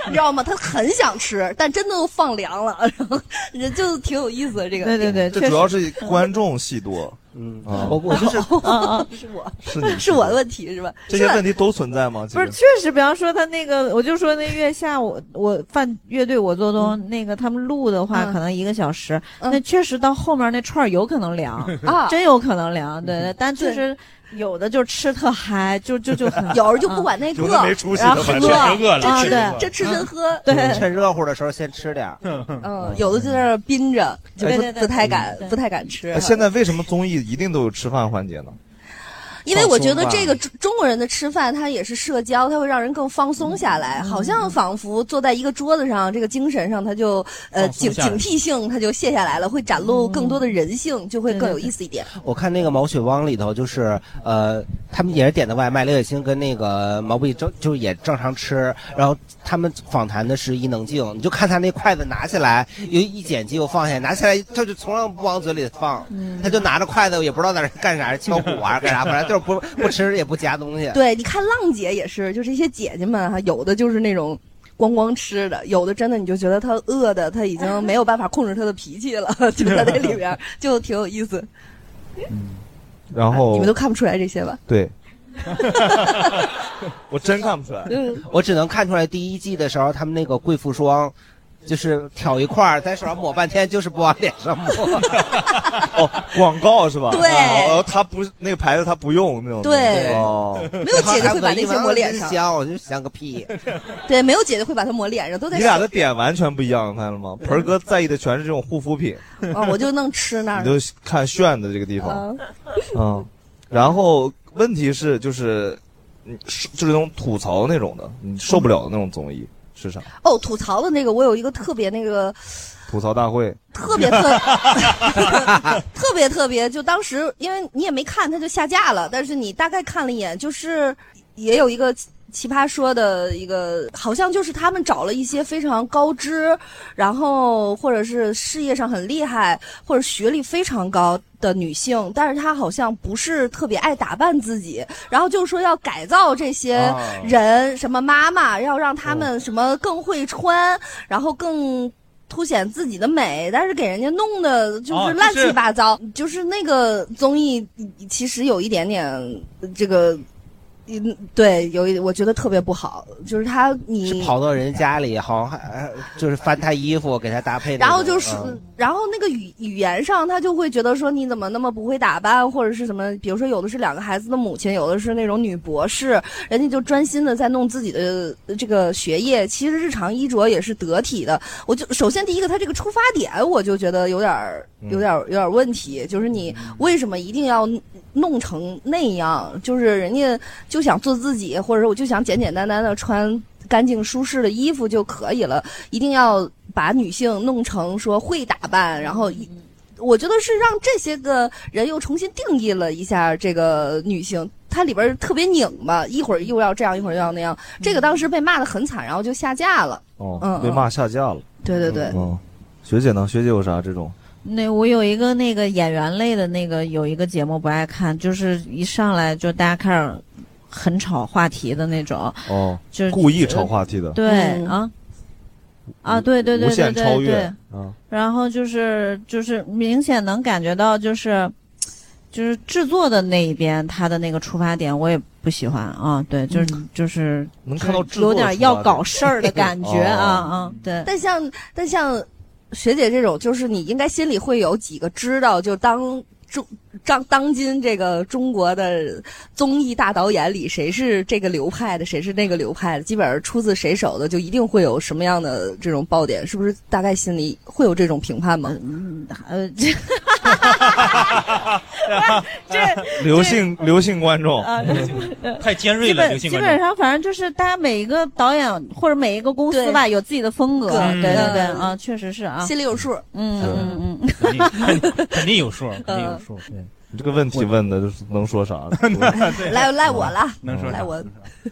[SPEAKER 2] 你知道吗？他很想吃，但真的都放凉了， 然后人就挺有意思的这个。
[SPEAKER 1] 这主要是观众戏多。嗯啊，我我 就是
[SPEAKER 7] 嗯
[SPEAKER 2] 啊，是我
[SPEAKER 1] 是你
[SPEAKER 2] 是我的问题是吧？
[SPEAKER 1] 这些问题都存在吗？
[SPEAKER 7] 不是，
[SPEAKER 1] 其
[SPEAKER 7] 确实，比方说他那个，我就说那月下我我饭乐队我做东、那个他们录的话，
[SPEAKER 2] 嗯
[SPEAKER 7] 可能一个小时，那确实到后面那串儿有可能凉
[SPEAKER 2] 啊
[SPEAKER 7] 真有可能凉，对对，但确
[SPEAKER 2] 对
[SPEAKER 7] 实有的就吃特嗨，就就就很
[SPEAKER 2] 有人就不管那
[SPEAKER 4] 有的没出息
[SPEAKER 7] 然后
[SPEAKER 4] 的
[SPEAKER 7] 喝，
[SPEAKER 4] 反正饿了嗯
[SPEAKER 7] 啊
[SPEAKER 4] 吃
[SPEAKER 7] 对，
[SPEAKER 2] 这吃真喝，
[SPEAKER 4] 趁热乎的时候先吃点儿。
[SPEAKER 2] 嗯，有的就在那儿憋着，就
[SPEAKER 1] 哎
[SPEAKER 2] 不
[SPEAKER 1] 对对
[SPEAKER 2] 不太敢不太敢吃啊
[SPEAKER 1] 实。哎现在为什么综艺一定都有吃饭环节呢？
[SPEAKER 2] 因为我觉
[SPEAKER 1] 放
[SPEAKER 2] 得
[SPEAKER 1] 松吧
[SPEAKER 2] 这个中中国人的吃饭，它也是社交，它会让人更放松下
[SPEAKER 1] 嗯
[SPEAKER 2] 来，好像仿佛坐在一个桌子上，这个精神上它就呃
[SPEAKER 4] 放松
[SPEAKER 2] 警
[SPEAKER 4] 下来
[SPEAKER 2] 警惕性它就卸下来了，会展露更多的人性，就会更有意思一点。
[SPEAKER 1] 嗯
[SPEAKER 4] 我看那个《毛血旺》里头，就是呃，他们也是点的外卖，刘雪欣跟那个毛不易正就是也正常吃，然后他们访谈的是伊能静，你就看他那筷子拿起来，又一剪辑又放下，拿起来他就从来不往嘴里放，
[SPEAKER 2] 嗯
[SPEAKER 4] 他就拿着筷子也不知道在那干啥，敲鼓啊干啥，反正就是不不吃也不夹东西。
[SPEAKER 2] 对，你看浪姐也是，就这些姐姐们哈，有的就是那种光光吃的，有的真的你就觉得她饿的，她已经没有办法控制她的脾气了， 就在那里边儿就挺有意思。
[SPEAKER 1] 然后
[SPEAKER 2] 啊你们都看不出来这些吧？
[SPEAKER 1] 对，我真看不出来。
[SPEAKER 4] 我只能看出来第一季的时候，他们那个贵妇霜，就是挑一块儿在手上抹半天，就是不往脸上 抹。
[SPEAKER 1] 哦广告是吧？
[SPEAKER 4] 对
[SPEAKER 1] 哦，他不那个牌子他不用那种东西。
[SPEAKER 2] 对
[SPEAKER 1] 哦，
[SPEAKER 2] 没有姐姐会把那些抹脸上
[SPEAKER 4] 还闻一闻真香，哦我就香个屁。
[SPEAKER 2] 对，没有姐姐会把它抹脸上，都嗯在
[SPEAKER 1] 你俩
[SPEAKER 2] 手
[SPEAKER 1] 的点完全不一样，看了吗？盆儿哥在意的全是这种护肤品，
[SPEAKER 2] 啊，我就弄吃那 儿
[SPEAKER 1] 你。都看炫的这个地方。嗯，然后问题是就是，嗯是就是那种吐槽那种的，你受不了的那种综艺是啥？
[SPEAKER 2] 哦，吐槽的那个，我有一个特别那个
[SPEAKER 1] 吐槽大会。
[SPEAKER 2] 特别特特别特别，就当时因为你也没看，它就下架了，但是你大概看了一眼，就是也有一个。奇葩说的一个，好像就是他们找了一些非常高知，然后或者是事业上很厉害，或者学历非常高的女性，但是她好像不是特别爱打扮自己，然后就说要改造这些
[SPEAKER 5] 啊
[SPEAKER 2] 人，什么妈妈要让他们什么更会穿，然后更凸显自己的美，但是给人家弄的就是
[SPEAKER 5] 哦
[SPEAKER 2] 乱
[SPEAKER 5] 就是
[SPEAKER 2] 七八糟，就是那个综艺其实有一点点呃这个。嗯，对，有一我觉得特别不好，就是他你
[SPEAKER 4] 跑到人家里，好像还就是翻他衣服给他搭配那种。
[SPEAKER 2] 然后就是，
[SPEAKER 4] 嗯
[SPEAKER 2] 然后那个语语言上，他就会觉得说你怎么那么不会打扮，或者是什么，比如说有的是两个孩子的母亲，有的是那种女博士，人家就专心的在弄自己的呃这个学业，其实日常衣着也是得体的。我就首先第一个，他这个出发点我就觉得有点儿
[SPEAKER 4] 嗯
[SPEAKER 2] 有点儿有点儿问题，就是你为什么一定要弄成那样？就是人家就想做自己，或者说我就想简简单单的穿干净舒适的衣服就可以了，一定要把女性弄成说会打扮，然
[SPEAKER 7] 嗯
[SPEAKER 2] 后一。我觉得是让这些个人又重新定义了一下这个女性，它里边儿特别拧巴，一会儿又要这样，一会儿又要那样。这
[SPEAKER 7] 嗯
[SPEAKER 2] 个当时被骂的很惨，然后就下架了。
[SPEAKER 1] 哦
[SPEAKER 2] 嗯，
[SPEAKER 1] 被骂下架了。
[SPEAKER 2] 对对对，
[SPEAKER 1] 嗯，学姐呢？学姐有啥这种？
[SPEAKER 7] 那我有一个那个演员类的那个有一个节目不爱看，就是一上来就大家开始很吵话题的那种，
[SPEAKER 1] 哦，
[SPEAKER 7] 就是
[SPEAKER 1] 故意炒话题的。
[SPEAKER 7] 对、
[SPEAKER 1] 嗯
[SPEAKER 7] 啊啊，对对对
[SPEAKER 1] 无
[SPEAKER 7] 对
[SPEAKER 1] 限超
[SPEAKER 7] 对
[SPEAKER 1] 越
[SPEAKER 7] 对，
[SPEAKER 1] 啊！
[SPEAKER 7] 然后就是就是明显能感觉到就是。就是制作的那一边，他的那个出发点我也不喜欢啊。对，就是、就是
[SPEAKER 1] 嗯能看到
[SPEAKER 7] 就是
[SPEAKER 1] 制作
[SPEAKER 7] 有
[SPEAKER 1] 出
[SPEAKER 7] 点
[SPEAKER 1] 来
[SPEAKER 7] 要
[SPEAKER 1] 的
[SPEAKER 7] 搞事儿的感觉啊啊
[SPEAKER 1] 哦！
[SPEAKER 7] 对，
[SPEAKER 2] 但像但像学姐这种，就是你应该心里会有几个知道，就当中当当今这个中国的综艺大导演里，谁是这个流派的，谁是那个流派的，基本上出自谁手的，就一定会有什么样的这种爆点，是不是？大概心里会有这种评判吗？
[SPEAKER 7] 嗯，呃，这
[SPEAKER 1] 刘姓刘姓观众嗯
[SPEAKER 7] 啊，
[SPEAKER 3] 太尖锐
[SPEAKER 7] 基
[SPEAKER 3] 了，
[SPEAKER 7] 本
[SPEAKER 3] 刘姓
[SPEAKER 7] 基
[SPEAKER 3] 观
[SPEAKER 7] 本
[SPEAKER 3] 众。
[SPEAKER 7] 上，反正就是大家每一个导演或者每一个公司吧，有自己的风格。
[SPEAKER 3] 嗯
[SPEAKER 7] 对对对
[SPEAKER 2] 嗯
[SPEAKER 7] 啊，确实是啊，
[SPEAKER 2] 心里有数。
[SPEAKER 7] 嗯嗯嗯。
[SPEAKER 3] 肯定有数，肯定有数。
[SPEAKER 2] 嗯
[SPEAKER 3] 对，
[SPEAKER 1] 你这个问题问的能说啥？
[SPEAKER 2] 来赖我了，
[SPEAKER 1] 能说啥
[SPEAKER 2] 赖我。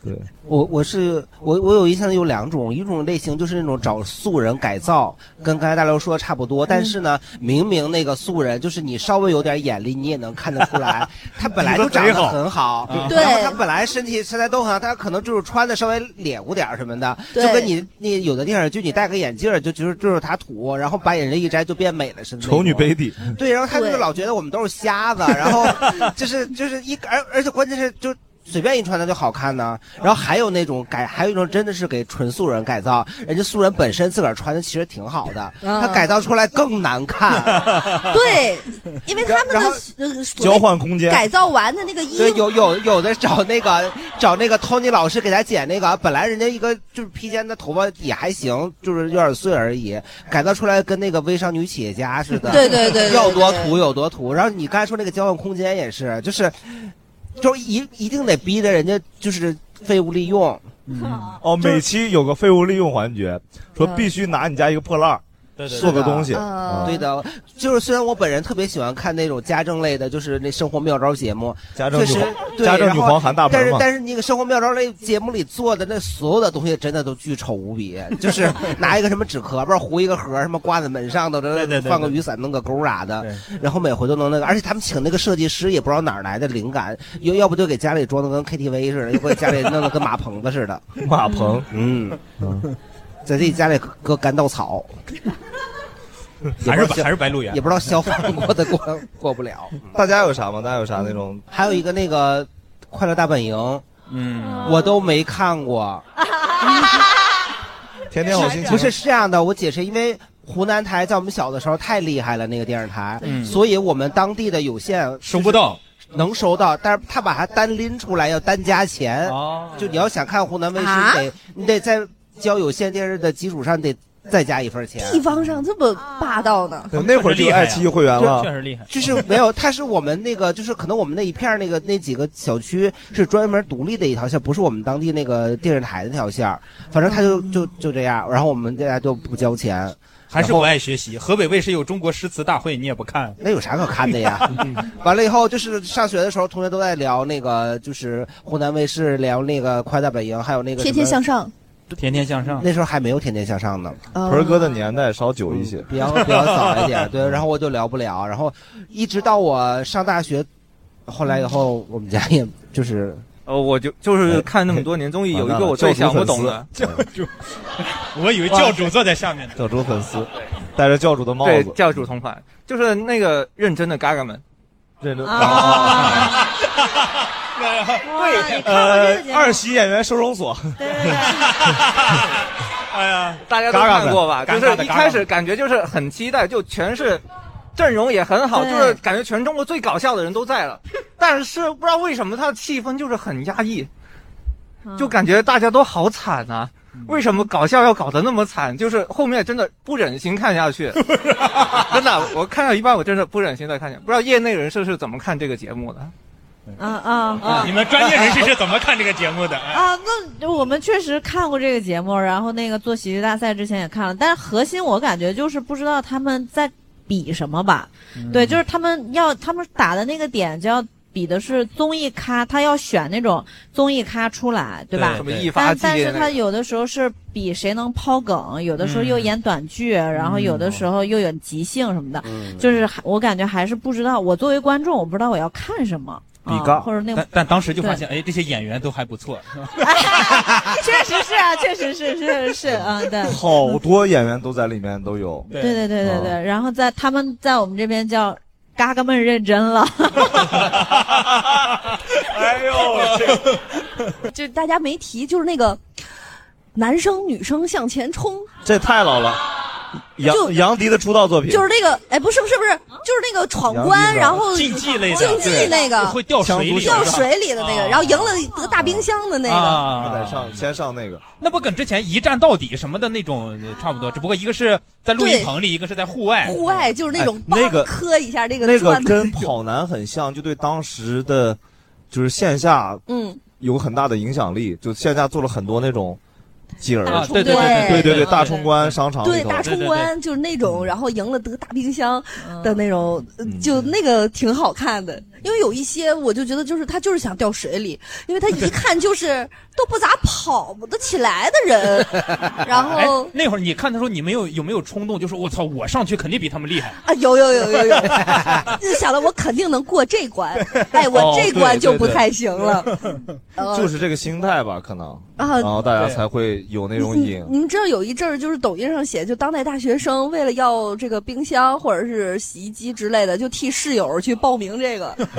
[SPEAKER 1] 对，
[SPEAKER 4] 我我是我我有印象的有两种，一种类型就是那种找素人改造，跟刚才大刘说的差不多，但是呢，明明那个素人就是你稍微有点眼力，你也能看得出 来，他本来就长得很好，长得然后对他本来身体身材都很好，他可能就是穿的稍微脸糊点儿什么的，就对跟你你有的电视剧你戴个眼镜儿就就是就是他土，然后把眼睛一摘就变美了似的那种，
[SPEAKER 1] 丑女杯底。
[SPEAKER 4] 对，然后他们就老觉得我们都是瞎子，然后就是就是一而而且关键是就。随便一穿它就好看呢，然后还有那种改，还有一种真的是给纯素人改造，人家素人本身自个儿穿的其实挺好的，
[SPEAKER 2] 嗯
[SPEAKER 4] 他改造出来更难看。
[SPEAKER 2] 对，因为他们
[SPEAKER 4] 然
[SPEAKER 2] 的
[SPEAKER 4] 后
[SPEAKER 2] 呃所谓
[SPEAKER 4] 交换空间
[SPEAKER 2] 改造完的那个衣
[SPEAKER 4] 对，
[SPEAKER 2] 服，
[SPEAKER 4] 有有有的找那个找那个 Tony 老师给他剪那个，本来人家一个就是披肩的头发也还行，就是有点碎而已，改造出来跟那个微商女企业家似的。
[SPEAKER 2] 对对对 对
[SPEAKER 4] 要多土有多土。然后你刚才说那个交换空间也是，就是就是一一定得逼着人家就是废物利用。
[SPEAKER 1] 哦，每期有个废物利用环节，说必须拿你家一个破烂儿做个东西。嗯
[SPEAKER 4] 对的，就是虽然我本人特别喜欢看那种家政类的，就是那生活妙招节目，
[SPEAKER 1] 家政
[SPEAKER 4] 确
[SPEAKER 1] 女
[SPEAKER 4] 实
[SPEAKER 1] 皇
[SPEAKER 4] 对
[SPEAKER 1] 家政
[SPEAKER 4] 然后
[SPEAKER 1] 女皇韩大鹏
[SPEAKER 4] 但是
[SPEAKER 1] 嘛
[SPEAKER 4] 但是那个生活妙招类节目里做的那所有的东西真的都巨丑无比，就是 拿一个什么纸壳儿糊一个盒，什么挂在门上头，这
[SPEAKER 1] 对
[SPEAKER 4] 放个雨伞弄个钩儿啥的，然后每回都能那个，而且他们请那个设计师也不知道哪儿来的灵感，要要不就给家里装的跟 KTV 似的，要不给家里弄得跟马棚子似的，
[SPEAKER 1] 马棚
[SPEAKER 4] 嗯，在自己家里搁干稻草。
[SPEAKER 3] 还是
[SPEAKER 4] 也不知道消
[SPEAKER 3] 还是白鹿原
[SPEAKER 4] 也不知道消防过得 过过不了。
[SPEAKER 1] 大家有啥吗？大家有啥那种？
[SPEAKER 4] 嗯还有一个那个《快乐大本营》，
[SPEAKER 3] 嗯，
[SPEAKER 4] 我都没看过。
[SPEAKER 1] 天天好心情
[SPEAKER 4] 不是是这样的，我解释，因为湖南台在我们小的时候太厉害了，那个电视台，
[SPEAKER 3] 嗯
[SPEAKER 4] 所以我们当地的有线收不
[SPEAKER 3] 到。
[SPEAKER 4] 能收到，但是他把它单拎出来要单加钱，
[SPEAKER 1] 哦
[SPEAKER 4] 就你要想看湖南卫视，
[SPEAKER 2] 啊
[SPEAKER 4] 得你得在交有线电视的基础上得再加一份钱。
[SPEAKER 2] 地方上这么霸道呢。
[SPEAKER 1] 那会儿就有爱奇艺会员了，
[SPEAKER 4] 确实就是没有，它是我们那个，就是可能我们那一片儿那个那几个小区是专门独立的一条线，不是我们当地那个电视台的那条线儿。反正他就就就这样，然后我们大家就不交钱，
[SPEAKER 3] 还是
[SPEAKER 4] 然
[SPEAKER 3] 不
[SPEAKER 4] 后
[SPEAKER 3] 爱学习。河北卫视有中国诗词大会，你也不看，
[SPEAKER 4] 那有啥可看的呀？
[SPEAKER 1] 嗯
[SPEAKER 4] 完了以后就是上学的时候，同学都在聊那个，就是湖南卫视聊那个《快乐大本营》，还有那个
[SPEAKER 2] 天天向
[SPEAKER 4] 上。
[SPEAKER 2] 上，
[SPEAKER 3] 天天向上。
[SPEAKER 4] 那时候还没有《天天向上》呢，嗯
[SPEAKER 2] 哦
[SPEAKER 1] 盆儿哥的年代稍久一些，
[SPEAKER 4] 比较比较早一点， 对，然后我就聊不了，然后一直到我上大学，后来以后我们家也就是哎
[SPEAKER 8] 呃，我就就是看那么多年综艺，有一个我最想不懂的，
[SPEAKER 1] 教主，
[SPEAKER 3] 我以为教主坐在下面呢。
[SPEAKER 1] 教主粉丝，戴着教主的帽
[SPEAKER 8] 对
[SPEAKER 1] 子，
[SPEAKER 8] 教主同款，就是那个认真的嘎嘎们，
[SPEAKER 1] 认真
[SPEAKER 8] 啊，
[SPEAKER 3] 对
[SPEAKER 1] 呃，二喜演员收容所，
[SPEAKER 3] 哎呀，
[SPEAKER 8] 大家都看过吧？就是一开始感觉就是很期待，就全是阵容也很好，
[SPEAKER 3] 对
[SPEAKER 8] 就是感觉全中国最搞笑的人都在 了，但是不知道为什么他的气氛就是很压抑，
[SPEAKER 2] 嗯
[SPEAKER 8] 就感觉大家都好惨啊！为什么搞笑要搞得那么惨？就是后面真的不忍心看下去，真的，我看到一半我真的不忍心再看下去。不知道业内人士是怎么看这个节目的？
[SPEAKER 7] 啊啊啊！
[SPEAKER 3] 你们专业人士是怎么看这个节目的？
[SPEAKER 14] 哎
[SPEAKER 7] 啊，那我们确实看过这个节目，然后那个做喜剧大赛之前也看了，但是核心我感觉就是不知道他们在比什么吧，对，就是他们要他们打的那个点就要。比的是综艺咖，他要选那种综艺咖出来，
[SPEAKER 8] 对
[SPEAKER 7] 吧？
[SPEAKER 8] 什么一发
[SPEAKER 7] 但
[SPEAKER 8] 即那
[SPEAKER 7] 但是
[SPEAKER 8] 个
[SPEAKER 7] 他有的时候是比谁能抛梗，有的时候
[SPEAKER 8] 嗯
[SPEAKER 7] 又演短剧，然后有的时候又有即兴什么的，就是还我感觉还是不知道。我作为观众，我不知道我要看什么，啊或者那种
[SPEAKER 3] 但但当时就发现，哎，这些演员都还不错，是吧
[SPEAKER 7] 确实是啊，确实是，确实是，嗯，对，
[SPEAKER 1] 好多演员都在里面都有，嗯
[SPEAKER 7] 对对对对对。然后在他们在我们这边叫嘎嘎们认真了。
[SPEAKER 12] 哎呦，这
[SPEAKER 2] 就大家没提，就是那个男生女生向前冲，
[SPEAKER 1] 这太老了。杨
[SPEAKER 2] 就
[SPEAKER 1] 杨迪的出道作品
[SPEAKER 2] 就是那个，哎，不是不是不是，就是那个闯关，然后
[SPEAKER 1] 竞技类的
[SPEAKER 2] 竞技那
[SPEAKER 1] 对
[SPEAKER 2] 个
[SPEAKER 1] 啊会掉水里的
[SPEAKER 2] 掉水里的那个，
[SPEAKER 1] 啊
[SPEAKER 2] 然后赢了一个大冰箱的那个。
[SPEAKER 1] 他
[SPEAKER 3] 啊
[SPEAKER 1] 得上先上那个，
[SPEAKER 14] 啊那不跟之前一站到底什么的那种呃差不多，只不过一个是在录音棚里，一个是在户外。
[SPEAKER 2] 户外就是那种
[SPEAKER 1] 哎那个
[SPEAKER 2] 梆磕一下那个
[SPEAKER 1] 那个
[SPEAKER 2] 转的
[SPEAKER 1] 跟跑男很像，就对当时的就是线下
[SPEAKER 2] 嗯，
[SPEAKER 1] 有很大的影响力，就线下做了很多那种景儿
[SPEAKER 2] 大
[SPEAKER 1] 的，
[SPEAKER 2] 冲关
[SPEAKER 1] 啊对
[SPEAKER 2] 对
[SPEAKER 1] 对，大冲关商场
[SPEAKER 2] 对
[SPEAKER 1] 里头，嗯
[SPEAKER 2] 大冲关就是那种，然后赢了得大冰箱的那种，呃就
[SPEAKER 1] 嗯
[SPEAKER 2] 那个挺好看的。因为有一些我就觉得就是他就是想掉水里，因为他 一看就是都不咋跑得起来的人，然
[SPEAKER 14] 哎
[SPEAKER 2] 后，
[SPEAKER 14] 那会儿你看的时候，你没有有没有冲动，就说我操，我上去肯定比他们厉害。
[SPEAKER 2] 啊，有有有有 有，就想到我肯定能过这关，哎，我
[SPEAKER 1] 哦
[SPEAKER 2] 这
[SPEAKER 1] 对
[SPEAKER 2] 关就
[SPEAKER 1] 对
[SPEAKER 2] 不
[SPEAKER 1] 对
[SPEAKER 2] 太 行了。呃
[SPEAKER 1] 就是这个心态吧，可能，
[SPEAKER 2] 啊嗯
[SPEAKER 1] 然后大家才会有那种瘾。
[SPEAKER 2] 你们知道有一阵儿就是抖音上写，就当代大学生为了要这个冰箱或者是洗衣机之类的，就替室友去报名这个。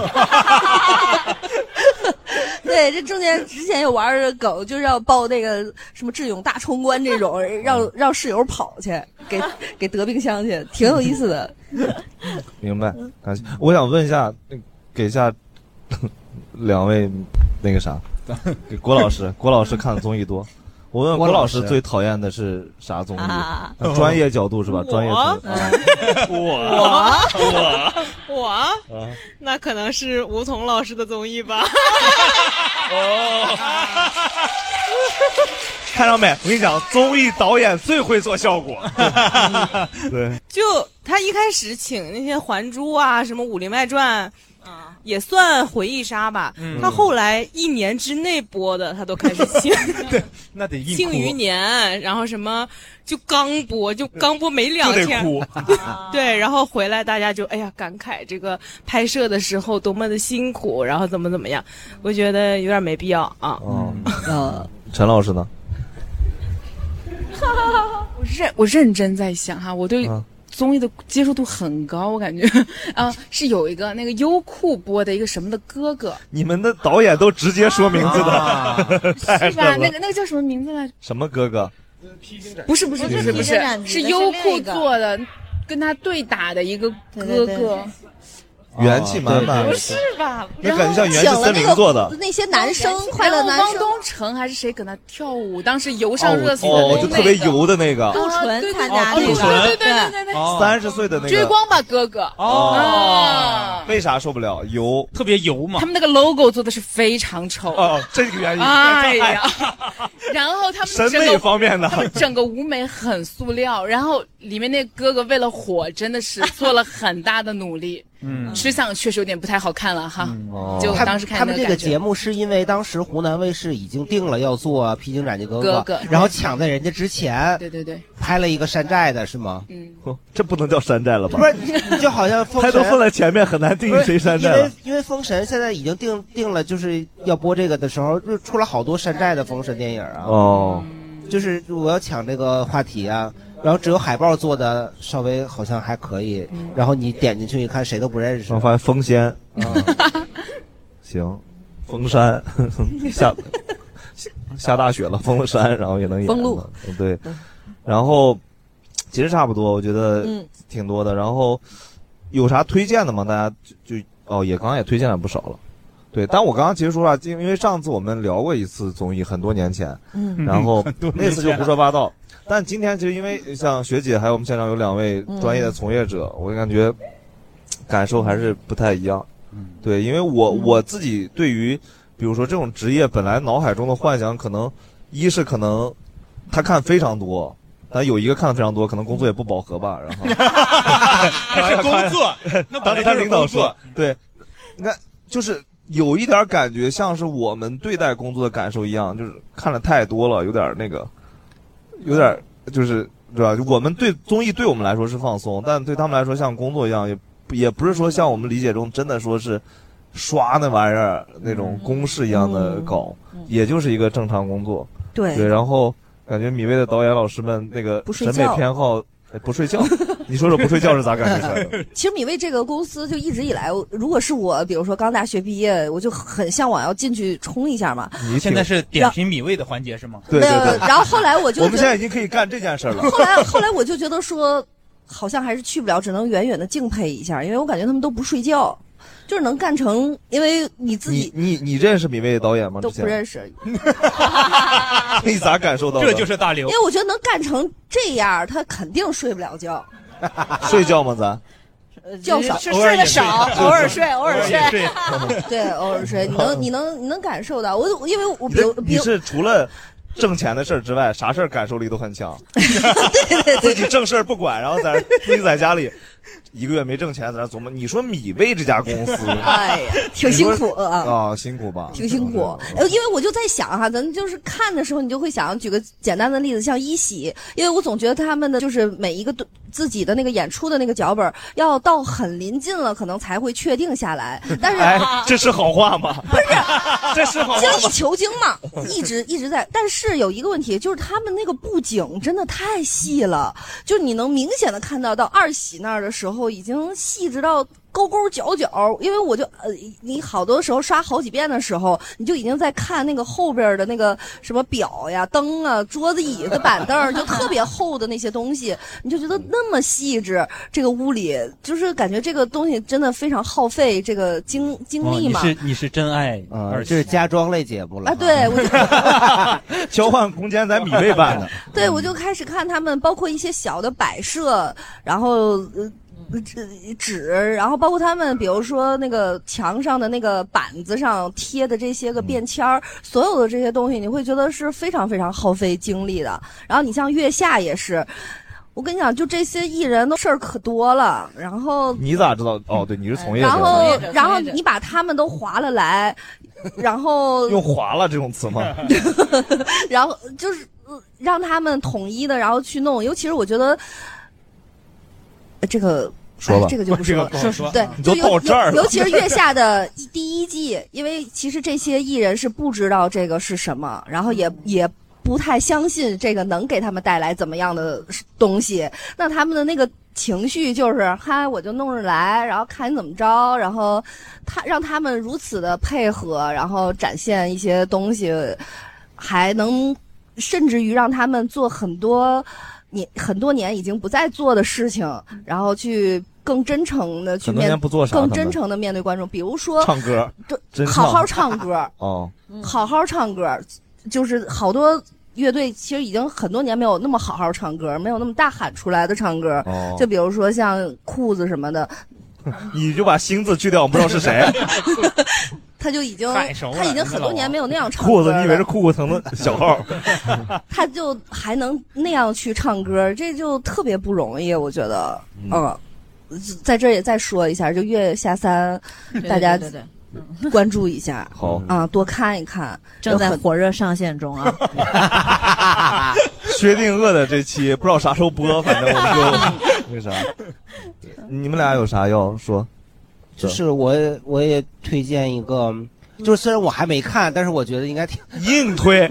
[SPEAKER 2] 对，这中间之前有玩儿狗，就是要报那个什么智勇大冲关这种，
[SPEAKER 1] 嗯
[SPEAKER 2] 让让室友跑去给给得冰箱去，挺有意 思的。
[SPEAKER 1] 明白，
[SPEAKER 9] 嗯
[SPEAKER 1] 感谢。我想问一下，那给一下 两位那个啥，给郭老师，郭老师看的综艺多。我问
[SPEAKER 4] 郭
[SPEAKER 1] 郭
[SPEAKER 4] 老
[SPEAKER 1] 老师
[SPEAKER 4] 师
[SPEAKER 1] 最讨厌的是啥综艺
[SPEAKER 12] 啊？
[SPEAKER 1] 专业角度是吧？专业综
[SPEAKER 9] 嗯
[SPEAKER 1] 艺。
[SPEAKER 14] 嗯
[SPEAKER 12] 我我
[SPEAKER 10] 嗯我
[SPEAKER 1] 啊
[SPEAKER 10] 那可能是吴彤老师的综艺 吧。
[SPEAKER 12] 哦，看到没？我跟你讲，综艺导演最会做效果。
[SPEAKER 1] 对，
[SPEAKER 10] 就他一开始请那些《还珠》啊，什么《武林外传》。也算回忆杀吧。
[SPEAKER 14] 嗯
[SPEAKER 10] 他后来一年之内播的，他都开 始请
[SPEAKER 14] 那 得硬
[SPEAKER 10] 庆余
[SPEAKER 14] 哭
[SPEAKER 10] 年，然后什么就刚播，就刚播没两
[SPEAKER 14] 就得
[SPEAKER 10] 天，
[SPEAKER 14] 哭
[SPEAKER 10] 对，然后回来大家就哎呀感慨这个拍摄的时候多么的辛苦，然后怎么怎么样，我觉得有点没必要啊。
[SPEAKER 1] 嗯，陈老师呢？
[SPEAKER 9] 我认我认真在想哈，我对
[SPEAKER 1] 啊
[SPEAKER 9] 综艺的接受度很高，我感觉 啊是有一个那个优酷播的一个什么的哥哥，
[SPEAKER 1] 你们的导演都直接说名字的，太
[SPEAKER 9] 啊是吧？
[SPEAKER 1] 狠
[SPEAKER 9] 那
[SPEAKER 1] 了
[SPEAKER 9] 个。那个叫什么名字来着？
[SPEAKER 1] 什么哥哥？
[SPEAKER 9] 不是不是
[SPEAKER 1] 不
[SPEAKER 9] 不
[SPEAKER 1] 是
[SPEAKER 9] 是
[SPEAKER 1] 披
[SPEAKER 9] 不
[SPEAKER 1] 荆
[SPEAKER 9] 是
[SPEAKER 1] 斩，棘
[SPEAKER 9] 是
[SPEAKER 1] 的
[SPEAKER 9] 优
[SPEAKER 1] 是
[SPEAKER 9] 酷
[SPEAKER 1] 另一个
[SPEAKER 9] 做的，跟他对打的一哥
[SPEAKER 2] 对对
[SPEAKER 9] 哥，
[SPEAKER 1] 元气满满
[SPEAKER 9] 不。是吧？
[SPEAKER 1] 那
[SPEAKER 9] 然
[SPEAKER 1] 感觉像
[SPEAKER 9] 后
[SPEAKER 1] 原始森林做的。
[SPEAKER 9] 那些男生
[SPEAKER 2] 快乐男生
[SPEAKER 9] 哦汪东城还是谁搁那跳舞？当时游上
[SPEAKER 1] 哦
[SPEAKER 9] 热搜的
[SPEAKER 1] 哦，
[SPEAKER 9] 那
[SPEAKER 1] 就
[SPEAKER 9] 个
[SPEAKER 1] 特别油的那个，
[SPEAKER 9] 杜
[SPEAKER 7] 淳
[SPEAKER 9] 对对
[SPEAKER 7] 参
[SPEAKER 9] 对
[SPEAKER 7] 加
[SPEAKER 9] 哦
[SPEAKER 7] 那
[SPEAKER 9] 杜
[SPEAKER 7] 个
[SPEAKER 9] 淳对对对对对
[SPEAKER 1] 三十岁的那个
[SPEAKER 9] 追光吧哥哥
[SPEAKER 10] 啊
[SPEAKER 1] 哦，为啥受不了？油，
[SPEAKER 14] 特别油嘛
[SPEAKER 9] 他们那个 logo
[SPEAKER 1] 啊
[SPEAKER 9] 做的是非常丑
[SPEAKER 1] 哦，这个原
[SPEAKER 9] 哎呀，然后他们
[SPEAKER 1] 审
[SPEAKER 9] 整
[SPEAKER 1] 美
[SPEAKER 9] 个
[SPEAKER 1] 方面的
[SPEAKER 9] 他们整个舞美很塑料，然后里面那哥哥为了火真的是做了很大的努力，
[SPEAKER 4] 嗯
[SPEAKER 9] 吃相确实有点不太好看了哈，
[SPEAKER 1] 嗯
[SPEAKER 9] 就
[SPEAKER 4] 他
[SPEAKER 9] 当时看
[SPEAKER 4] 他们
[SPEAKER 9] 那个
[SPEAKER 4] 这个
[SPEAKER 9] 感觉
[SPEAKER 4] 节目是因为当时湖南卫视已经定了要做《披荆斩棘哥
[SPEAKER 9] 哥哥
[SPEAKER 4] 然后抢在人家之前，
[SPEAKER 9] 对对对，
[SPEAKER 4] 拍了一个山寨的是吗？
[SPEAKER 9] 嗯，
[SPEAKER 1] 哦这 不能叫山寨了吧
[SPEAKER 4] 不？是，你你 就好像封
[SPEAKER 1] 他
[SPEAKER 4] 神
[SPEAKER 1] 都放在前面，很难定义谁山寨
[SPEAKER 4] 因为
[SPEAKER 1] 了。
[SPEAKER 4] 因为封神现在已经定定了，就是要播这个的时候，就出了好多山寨的封神电影啊。
[SPEAKER 1] 哦，
[SPEAKER 4] 就是我要抢这个话题啊，然后只有海报做的稍微好像还可以，
[SPEAKER 3] 嗯
[SPEAKER 4] 然后你点进去一看，谁都不认 识
[SPEAKER 1] 我。发现封仙， 行，封山下下大雪了，封了山，然后也能演了。
[SPEAKER 12] 封路
[SPEAKER 1] 嗯对，然后其实差不多，我觉得
[SPEAKER 12] 嗯
[SPEAKER 1] 挺多的。然后有啥推荐的吗？大家就就哦，也刚刚也推荐了不少了。对，但我刚刚其实说实话，因为上次我们聊过一次综艺，很多年前，
[SPEAKER 12] 嗯
[SPEAKER 1] 然 后
[SPEAKER 12] 很多年前
[SPEAKER 1] 那次就胡说八道。但今天其实因为像学姐还有我们现场有两位专业的从业者，我感觉感受还是不太一样。
[SPEAKER 12] 嗯
[SPEAKER 1] 对，因为我我自己对于比如说这种职业，本来脑海中的幻想，可能一是可能他看非常多，但有一个看的非常多，可能工作也不饱和吧，然后。
[SPEAKER 12] 还是工作，那
[SPEAKER 1] 当
[SPEAKER 12] 本
[SPEAKER 1] 着
[SPEAKER 12] 来
[SPEAKER 1] 他
[SPEAKER 12] 就是
[SPEAKER 1] 领导
[SPEAKER 12] 工作
[SPEAKER 1] 说，，对，你看，就是有一点感觉像是我们对待工作的感受一样，就是看的太多了，有点那个，有点就是对吧？我们对综艺对我们来说是放松，但对他们来说像工作一样，也也不是说像我们理解中真的说是刷那玩意儿那种公式一样的搞，也就是一个正常工作。
[SPEAKER 2] 嗯对
[SPEAKER 1] 对，然后感觉米未的导演老师们那个
[SPEAKER 2] 不睡
[SPEAKER 1] 审美
[SPEAKER 2] 觉
[SPEAKER 1] 偏好。哎不睡觉，你说说不睡觉是咋感觉出来的？
[SPEAKER 2] 其实米未这个公司就一直以来，我如果是我，比如说刚大学毕业，我就很向往要进去冲一下嘛。
[SPEAKER 1] 你挺
[SPEAKER 3] 现在是点评米味的环节是吗？
[SPEAKER 1] 对对对。
[SPEAKER 2] 然后后来我就
[SPEAKER 1] 我们
[SPEAKER 2] 觉
[SPEAKER 1] 现
[SPEAKER 2] 得
[SPEAKER 1] 在已经可以干这件事了。
[SPEAKER 2] 后来后来我就觉得说，好像还是去不了，只能远远的敬佩一下，因为我感觉他们都不睡觉，就是能干成，因为你自己
[SPEAKER 1] 你你你认识米未导演吗？
[SPEAKER 2] 都
[SPEAKER 1] 之
[SPEAKER 2] 不
[SPEAKER 1] 前
[SPEAKER 2] 认识，
[SPEAKER 1] 你咋感受到的？
[SPEAKER 3] 这就是大
[SPEAKER 2] 因
[SPEAKER 3] 刘
[SPEAKER 2] 为我觉得能干成这样，他肯定睡不了觉，
[SPEAKER 1] 睡觉吗？咱
[SPEAKER 2] 觉少
[SPEAKER 1] 呃是偶尔也睡睡得少偶尔睡偶尔睡偶 尔也睡
[SPEAKER 2] 对，偶尔睡，你能你能你能感受到，我就因为 我
[SPEAKER 1] 你
[SPEAKER 2] 比如
[SPEAKER 1] 这
[SPEAKER 2] 比
[SPEAKER 1] 你
[SPEAKER 2] 如
[SPEAKER 1] 是除了挣钱的事儿之外，啥事儿感受力都很 强。自己正事儿不管，然后在自 己在家里一个月没挣钱，在那琢磨。你说米味这家公司，
[SPEAKER 2] 哎呀挺辛苦
[SPEAKER 1] 你说
[SPEAKER 2] 啊
[SPEAKER 1] 啊，辛苦吧？
[SPEAKER 2] 挺辛苦，呃因为我就在想哈，咱们就是看的时候，你就会想，举个简单的例子，像一喜，因为我总觉得他们的就是每一个对自己的那个演出的那个脚本，要到很临近了，可能才会确定下来。但是、啊
[SPEAKER 1] 哎，这是好话吗？不是， 这是好话
[SPEAKER 2] 精益
[SPEAKER 1] 吗？
[SPEAKER 2] 求精嘛，一直一直在。但是有一个问题，就是他们那个布景真的太细了，就你能明显的看到，到二喜那儿的时候已经细致到勾勾角角。因为我就呃，你好多时候刷好几遍的时候，你就已经在看那个后边的那个什么表呀、灯啊、桌子、椅子、板凳儿，就特别厚的那些东西，你就觉得那么细致，这个屋里就是感觉这个东西真的非常耗费这个精精
[SPEAKER 3] 哦，
[SPEAKER 2] 力
[SPEAKER 3] 你
[SPEAKER 2] 嘛。
[SPEAKER 3] 是你是真爱
[SPEAKER 4] 啊
[SPEAKER 3] 二，
[SPEAKER 4] 这是家装类节目了
[SPEAKER 2] 啊，对，我就
[SPEAKER 1] 交换空间在米味办的，
[SPEAKER 2] 对，我就开始看他们，包括一些小的摆设，然后呃。纸纸，然后包括他们，比如说那个墙上的那个板子上贴的这些个便签儿，所有的这些东西，你会觉得是非常非常耗费精力的。然后你像月下也是，我跟你讲，就这些艺人都事儿可多了，然后
[SPEAKER 1] 你咋知道？哦，对，你是从业者，
[SPEAKER 2] 然后然后你把他们都划了来，然后
[SPEAKER 1] 用“划了”这种词吗？
[SPEAKER 2] 然后就是呃让他们统一的，然后去弄。尤其是我觉得呃这个
[SPEAKER 1] 说吧
[SPEAKER 2] 哎，这个就不
[SPEAKER 1] 这个
[SPEAKER 2] 说了
[SPEAKER 1] 不。好说
[SPEAKER 2] 对，
[SPEAKER 1] 你
[SPEAKER 2] 就
[SPEAKER 1] 都到
[SPEAKER 2] 尤
[SPEAKER 1] 这儿了
[SPEAKER 2] 尤尤其是月下的一第一季，因为其实这些艺人是不知道这个是什么，然后也也。不太相信这个能给他们带来怎么样的东西，那他们的那个情绪就是嗨，我就弄着来，然后看你怎么着，然后他让他们如此的配合，然后展现一些东西，还能甚至于让他们做很多年很多年已经不再做的事情，
[SPEAKER 1] 嗯
[SPEAKER 2] 然后去更真诚的去
[SPEAKER 1] 很多
[SPEAKER 2] 面
[SPEAKER 1] 年不做啥
[SPEAKER 2] 更
[SPEAKER 1] 他
[SPEAKER 2] 真
[SPEAKER 1] 们
[SPEAKER 2] 诚的面对观众，比如说
[SPEAKER 1] 唱歌
[SPEAKER 2] 对，
[SPEAKER 1] 真
[SPEAKER 2] 好好
[SPEAKER 1] 唱
[SPEAKER 2] 唱歌，
[SPEAKER 1] 哦，
[SPEAKER 2] 好好唱歌，就是好多。乐队其实已经很多年没有那么好好唱歌，没有那么大喊出来的唱歌。
[SPEAKER 1] 哦
[SPEAKER 2] 就比如说像裤子什么的，
[SPEAKER 1] 你就把“星”字去掉，我不知道是谁。
[SPEAKER 2] 他就已经
[SPEAKER 1] 太熟了
[SPEAKER 2] 他已经很多年没有那样唱
[SPEAKER 1] 裤
[SPEAKER 2] 歌
[SPEAKER 1] 子，你以为是
[SPEAKER 2] 了，
[SPEAKER 1] 酷酷腾的小号？
[SPEAKER 2] 他就还能那样去唱歌，这就特别不容易，我觉得。嗯，在这儿也再说一下，就月下三，大家
[SPEAKER 7] 对对
[SPEAKER 2] 关注一下。
[SPEAKER 1] 好
[SPEAKER 2] 啊，多看一看。
[SPEAKER 7] 正在火
[SPEAKER 2] 热上线中啊！
[SPEAKER 1] 薛定谔的这期不知道啥时候播，反正我们就那啥。你们俩有啥要说？
[SPEAKER 4] 就是我我也推荐一个，就是虽然我还没看，但是我觉得应该挺
[SPEAKER 1] 硬推。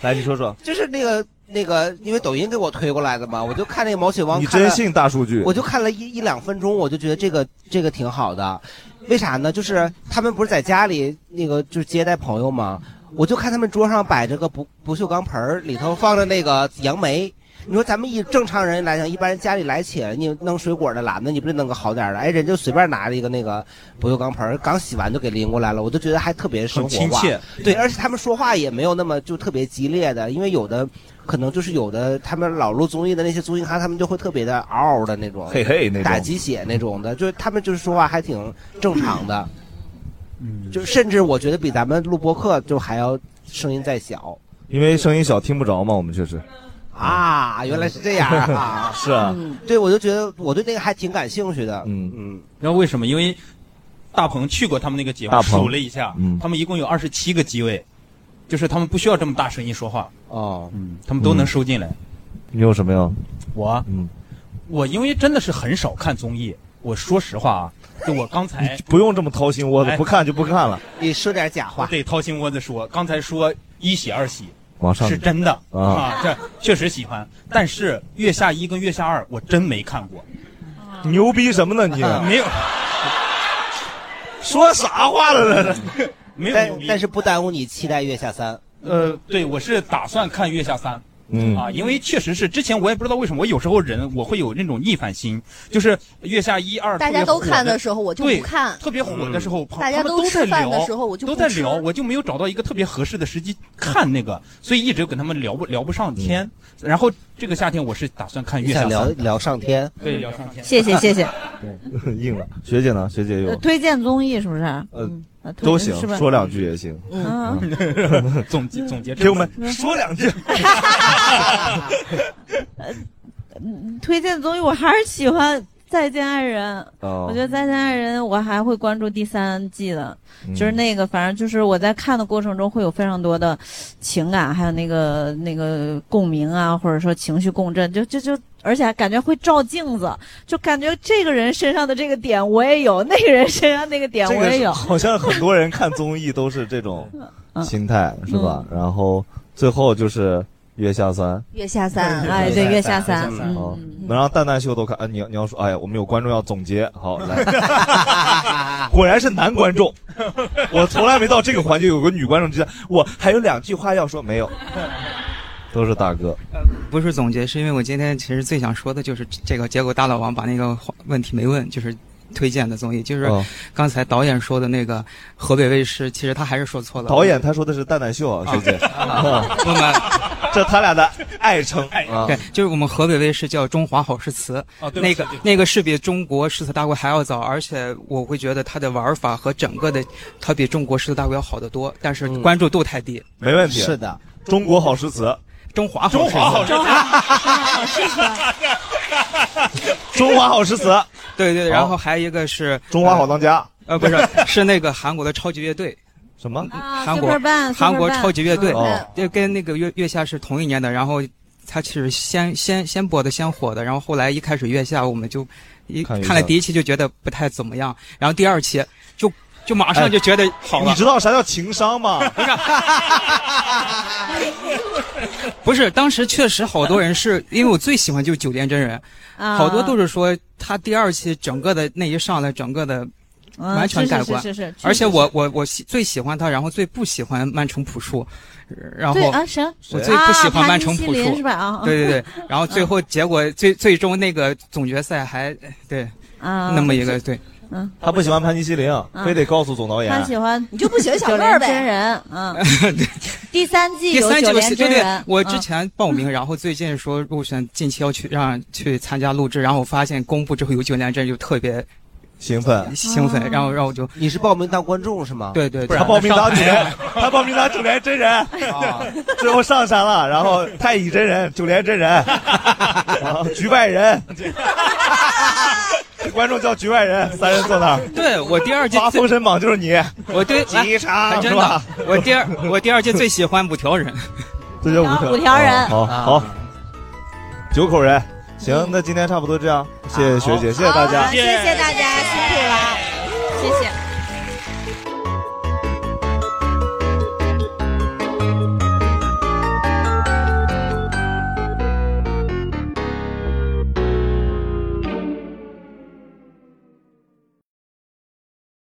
[SPEAKER 1] 来，你说说，
[SPEAKER 4] 就是那个那个，因为抖音给我推过来的嘛，我就看那个毛血旺，
[SPEAKER 1] 你
[SPEAKER 4] 看了
[SPEAKER 1] 真信大数据？
[SPEAKER 4] 我就看了一一两分钟，我就觉得这个这个挺好的，为啥呢？就是他们不是在家里那个就是接待朋友吗？我就看他们桌上摆着个不不锈钢盆儿，里头放着那个杨梅。你说咱们一正常人来讲，一般人家里来且你弄水果的篮子，你不得弄个好点儿的？哎，人就随便拿了一个那个不锈钢盆儿，刚洗完就给拎过来了，我就觉得还特别生活化。
[SPEAKER 3] 很亲切
[SPEAKER 4] 对，而且他们说话也没有那么就特别激烈的，因为有的可能就是有的他们老录综艺的那些综艺咖，他们就会特别的嗷嗷的那种，
[SPEAKER 1] 嘿嘿那种
[SPEAKER 4] 打鸡血那种的，就是他们就是说话还挺正常的，嗯，就甚至我觉得比咱们录播客就还要声音再小
[SPEAKER 1] 因为声音小听不着嘛，我们确实。，
[SPEAKER 4] 啊，原来是这样啊
[SPEAKER 1] 是啊
[SPEAKER 4] 嗯对，我就觉得我对那个还挺感兴趣的，
[SPEAKER 1] 嗯
[SPEAKER 4] 嗯，
[SPEAKER 3] 然后为什么？因为大鹏去过他们那个节
[SPEAKER 1] 大
[SPEAKER 3] 目，
[SPEAKER 1] 鹏
[SPEAKER 3] 数了一下，
[SPEAKER 1] 嗯
[SPEAKER 3] 他们一共有二十七个机位，就是他们不需要这么大声音说话，
[SPEAKER 4] 哦，
[SPEAKER 3] 嗯，他们都能收进来。
[SPEAKER 1] 你有什么要？
[SPEAKER 3] 我，啊
[SPEAKER 1] 嗯，
[SPEAKER 3] 我因为真的是很少看综艺，我说实话啊，就我刚才
[SPEAKER 1] 不用这么掏心窝子，
[SPEAKER 3] 哎
[SPEAKER 1] 不看就不看了。
[SPEAKER 4] 你说点假话，
[SPEAKER 3] 得掏心窝子说。刚才说一喜二喜，
[SPEAKER 1] 往上
[SPEAKER 3] 是真的
[SPEAKER 1] 啊
[SPEAKER 3] 啊，这确实喜欢。但是月下一跟月下二我真没看过，
[SPEAKER 2] 啊
[SPEAKER 3] 牛逼什么呢你？没有，说啥话了呢？ 没有
[SPEAKER 4] 但
[SPEAKER 3] 牛逼
[SPEAKER 4] 但是不耽误你期待月下三。
[SPEAKER 3] 呃，对，我是打算看月下三。
[SPEAKER 1] 嗯
[SPEAKER 3] 啊，因为确实是之前我也不知道为什么，我有时候人我会有那种逆反心，就是月下一二
[SPEAKER 2] 大
[SPEAKER 3] 特
[SPEAKER 2] 家
[SPEAKER 3] 别
[SPEAKER 2] 都
[SPEAKER 3] 火的
[SPEAKER 2] 看的时候我就不
[SPEAKER 3] 对
[SPEAKER 2] 看嗯
[SPEAKER 3] 特别火
[SPEAKER 4] 嗯
[SPEAKER 3] 的时候，旁
[SPEAKER 2] 大
[SPEAKER 3] 他
[SPEAKER 2] 家
[SPEAKER 3] 们
[SPEAKER 2] 都
[SPEAKER 3] 都在
[SPEAKER 2] 吃饭
[SPEAKER 3] 聊
[SPEAKER 2] 的时候我就
[SPEAKER 3] 都
[SPEAKER 2] 不
[SPEAKER 3] 在
[SPEAKER 2] 吃嗯
[SPEAKER 3] 聊，我就没有找到一个特别合适的时机看那个，所以一直跟他们聊不聊不上天。然后这个夏天我是打算看月下
[SPEAKER 4] 嗯想
[SPEAKER 3] 三
[SPEAKER 4] 聊聊上天，
[SPEAKER 3] 对聊上天，
[SPEAKER 7] 谢谢谢 谢。
[SPEAKER 1] 对，硬了。学姐呢？学姐
[SPEAKER 7] 呃
[SPEAKER 1] 有
[SPEAKER 7] 推荐综艺是不是？
[SPEAKER 1] 呃
[SPEAKER 7] 嗯啊推
[SPEAKER 1] 都行
[SPEAKER 7] 是吧，
[SPEAKER 1] 说两句也行。
[SPEAKER 7] 嗯
[SPEAKER 1] 嗯
[SPEAKER 3] 总结总结
[SPEAKER 1] 给我们说两句。
[SPEAKER 7] 嗯推荐综艺，我还是喜欢《再见爱人》
[SPEAKER 15] 哦
[SPEAKER 7] 我觉得《再见爱人》，我还会关注第三季的，
[SPEAKER 15] 嗯
[SPEAKER 7] 就是那个，反正就是我在看的过程中会有非常多的情感，还有那个那个共鸣啊，或者说情绪共振，就就就，而且还感觉会照镜子，就感觉这个人身上的这个点我也有，那个人身上那个点
[SPEAKER 1] 这
[SPEAKER 7] 我
[SPEAKER 1] 个
[SPEAKER 7] 也
[SPEAKER 1] 是
[SPEAKER 7] 有。
[SPEAKER 1] 好像很多人看综艺都是这 种
[SPEAKER 7] 嗯
[SPEAKER 1] 心态，是吧？然后最后就是月下三。
[SPEAKER 2] 月下三，哎，
[SPEAKER 7] 啊对
[SPEAKER 2] 月
[SPEAKER 7] 下三
[SPEAKER 2] 嗯
[SPEAKER 1] 好，能让蛋蛋秀都看啊！你要你要说，哎呀，我们有观众要总结，好 来，果然是男观众，我从来没到这个环节有个女观众之前，我还有两句话要说，没有，都是大哥，
[SPEAKER 11] 不是总结，是因为我今天其实最想说的就是这个，结果大老王把那个问题没问，就是推荐的综艺，就是
[SPEAKER 1] 哦
[SPEAKER 11] 刚才导演说的那个河北卫视，其实他还是说错了。
[SPEAKER 1] 导演他说的是蛋蛋秀啊，学姐，
[SPEAKER 11] 我们
[SPEAKER 1] 这他俩的爱称啊
[SPEAKER 11] 对，，就是我们河北卫视叫《中华好诗词》，
[SPEAKER 1] 哦对不
[SPEAKER 11] 那
[SPEAKER 1] 起
[SPEAKER 11] 个
[SPEAKER 1] 对不起
[SPEAKER 11] 那个是比中国诗词大会还要早，而且我会觉得它的玩法和整个的，它比中国诗词大会要好得多，但是关注度太低。
[SPEAKER 1] 嗯没问题，
[SPEAKER 11] 是的，
[SPEAKER 1] 中国好诗词，
[SPEAKER 11] 中华
[SPEAKER 1] 中华好诗词，中华好诗词，
[SPEAKER 11] 对对，然后还有一个是
[SPEAKER 1] 中华好当家，
[SPEAKER 11] 呃， 不是，是那个韩国的超级乐队。
[SPEAKER 1] 什么？
[SPEAKER 11] 韩国
[SPEAKER 7] Superband，
[SPEAKER 11] 韩国
[SPEAKER 7] Superband，
[SPEAKER 11] 超级乐队
[SPEAKER 1] 哦，
[SPEAKER 11] 就跟那个月月下是同一年的，然后。他其实先先先播的，先火的，然后后来一开始月下我们就一
[SPEAKER 1] 看
[SPEAKER 11] 看
[SPEAKER 1] 月下
[SPEAKER 11] 了第一期就觉得不太怎么样，然后第二期就就马上就觉得好了。
[SPEAKER 1] 哎你知道啥叫情商吗？
[SPEAKER 11] 不是，当时确实好多人是因为我最喜欢就是九连真人，
[SPEAKER 7] 啊
[SPEAKER 11] 好多都是说他第二期整个的那一上来，整个的
[SPEAKER 7] 嗯
[SPEAKER 11] 完全
[SPEAKER 7] 是是
[SPEAKER 11] 改观。
[SPEAKER 7] 是是是确
[SPEAKER 11] 而且
[SPEAKER 7] 实
[SPEAKER 11] 我我我喜最喜欢他，然后最不喜欢曼城朴树，然
[SPEAKER 7] 对
[SPEAKER 11] 后
[SPEAKER 7] 啊谁
[SPEAKER 11] 我最不喜欢曼城朴
[SPEAKER 7] 啊潘西
[SPEAKER 11] 树
[SPEAKER 7] 林是吧啊
[SPEAKER 11] 对对对，然后最后结果最最终那个总决赛还对
[SPEAKER 7] 啊
[SPEAKER 11] 那么一个对。
[SPEAKER 7] 嗯，
[SPEAKER 1] 他不喜欢潘尼西林，啊非得告诉总导演。
[SPEAKER 7] 他喜欢
[SPEAKER 2] 你就不喜欢小
[SPEAKER 7] 九
[SPEAKER 2] 乐儿
[SPEAKER 7] 连
[SPEAKER 2] 呗
[SPEAKER 7] 真人， 嗯，第三季
[SPEAKER 11] 第
[SPEAKER 7] 有
[SPEAKER 11] 三季
[SPEAKER 7] 九
[SPEAKER 11] 我
[SPEAKER 7] 连
[SPEAKER 11] 是对
[SPEAKER 7] 真
[SPEAKER 11] 对
[SPEAKER 7] 人，，
[SPEAKER 11] 我
[SPEAKER 7] 嗯
[SPEAKER 11] 之前报名，然后最近说入选，近期要去让去参加录制，然后我发现公布之后有九连真就特别
[SPEAKER 1] 兴奋
[SPEAKER 11] 兴
[SPEAKER 7] 哦
[SPEAKER 11] 奋，然后让我就
[SPEAKER 4] 你是报名当观众是吗？
[SPEAKER 11] 对对，
[SPEAKER 1] 他报名当九连，他报名当九
[SPEAKER 11] 主
[SPEAKER 1] 连真
[SPEAKER 11] 啊
[SPEAKER 1] 人，最后上山了，然后太乙真人、九连真人，然后局外 人，观众叫局外人，三人坐那儿。
[SPEAKER 11] 对我第二季
[SPEAKER 1] 发封神榜就是你，
[SPEAKER 11] 我对
[SPEAKER 1] 吉
[SPEAKER 11] 哎
[SPEAKER 1] 昌
[SPEAKER 11] 还真
[SPEAKER 1] 是吧
[SPEAKER 11] 的，我第二我第二季最喜欢五条人，
[SPEAKER 1] 这叫五条哦
[SPEAKER 11] 五条人
[SPEAKER 1] 好好，九口人。行，
[SPEAKER 7] 嗯
[SPEAKER 1] 那今天差不多这样，谢谢学姐，谢谢大家，
[SPEAKER 7] 谢谢大家，辛苦了，谢谢。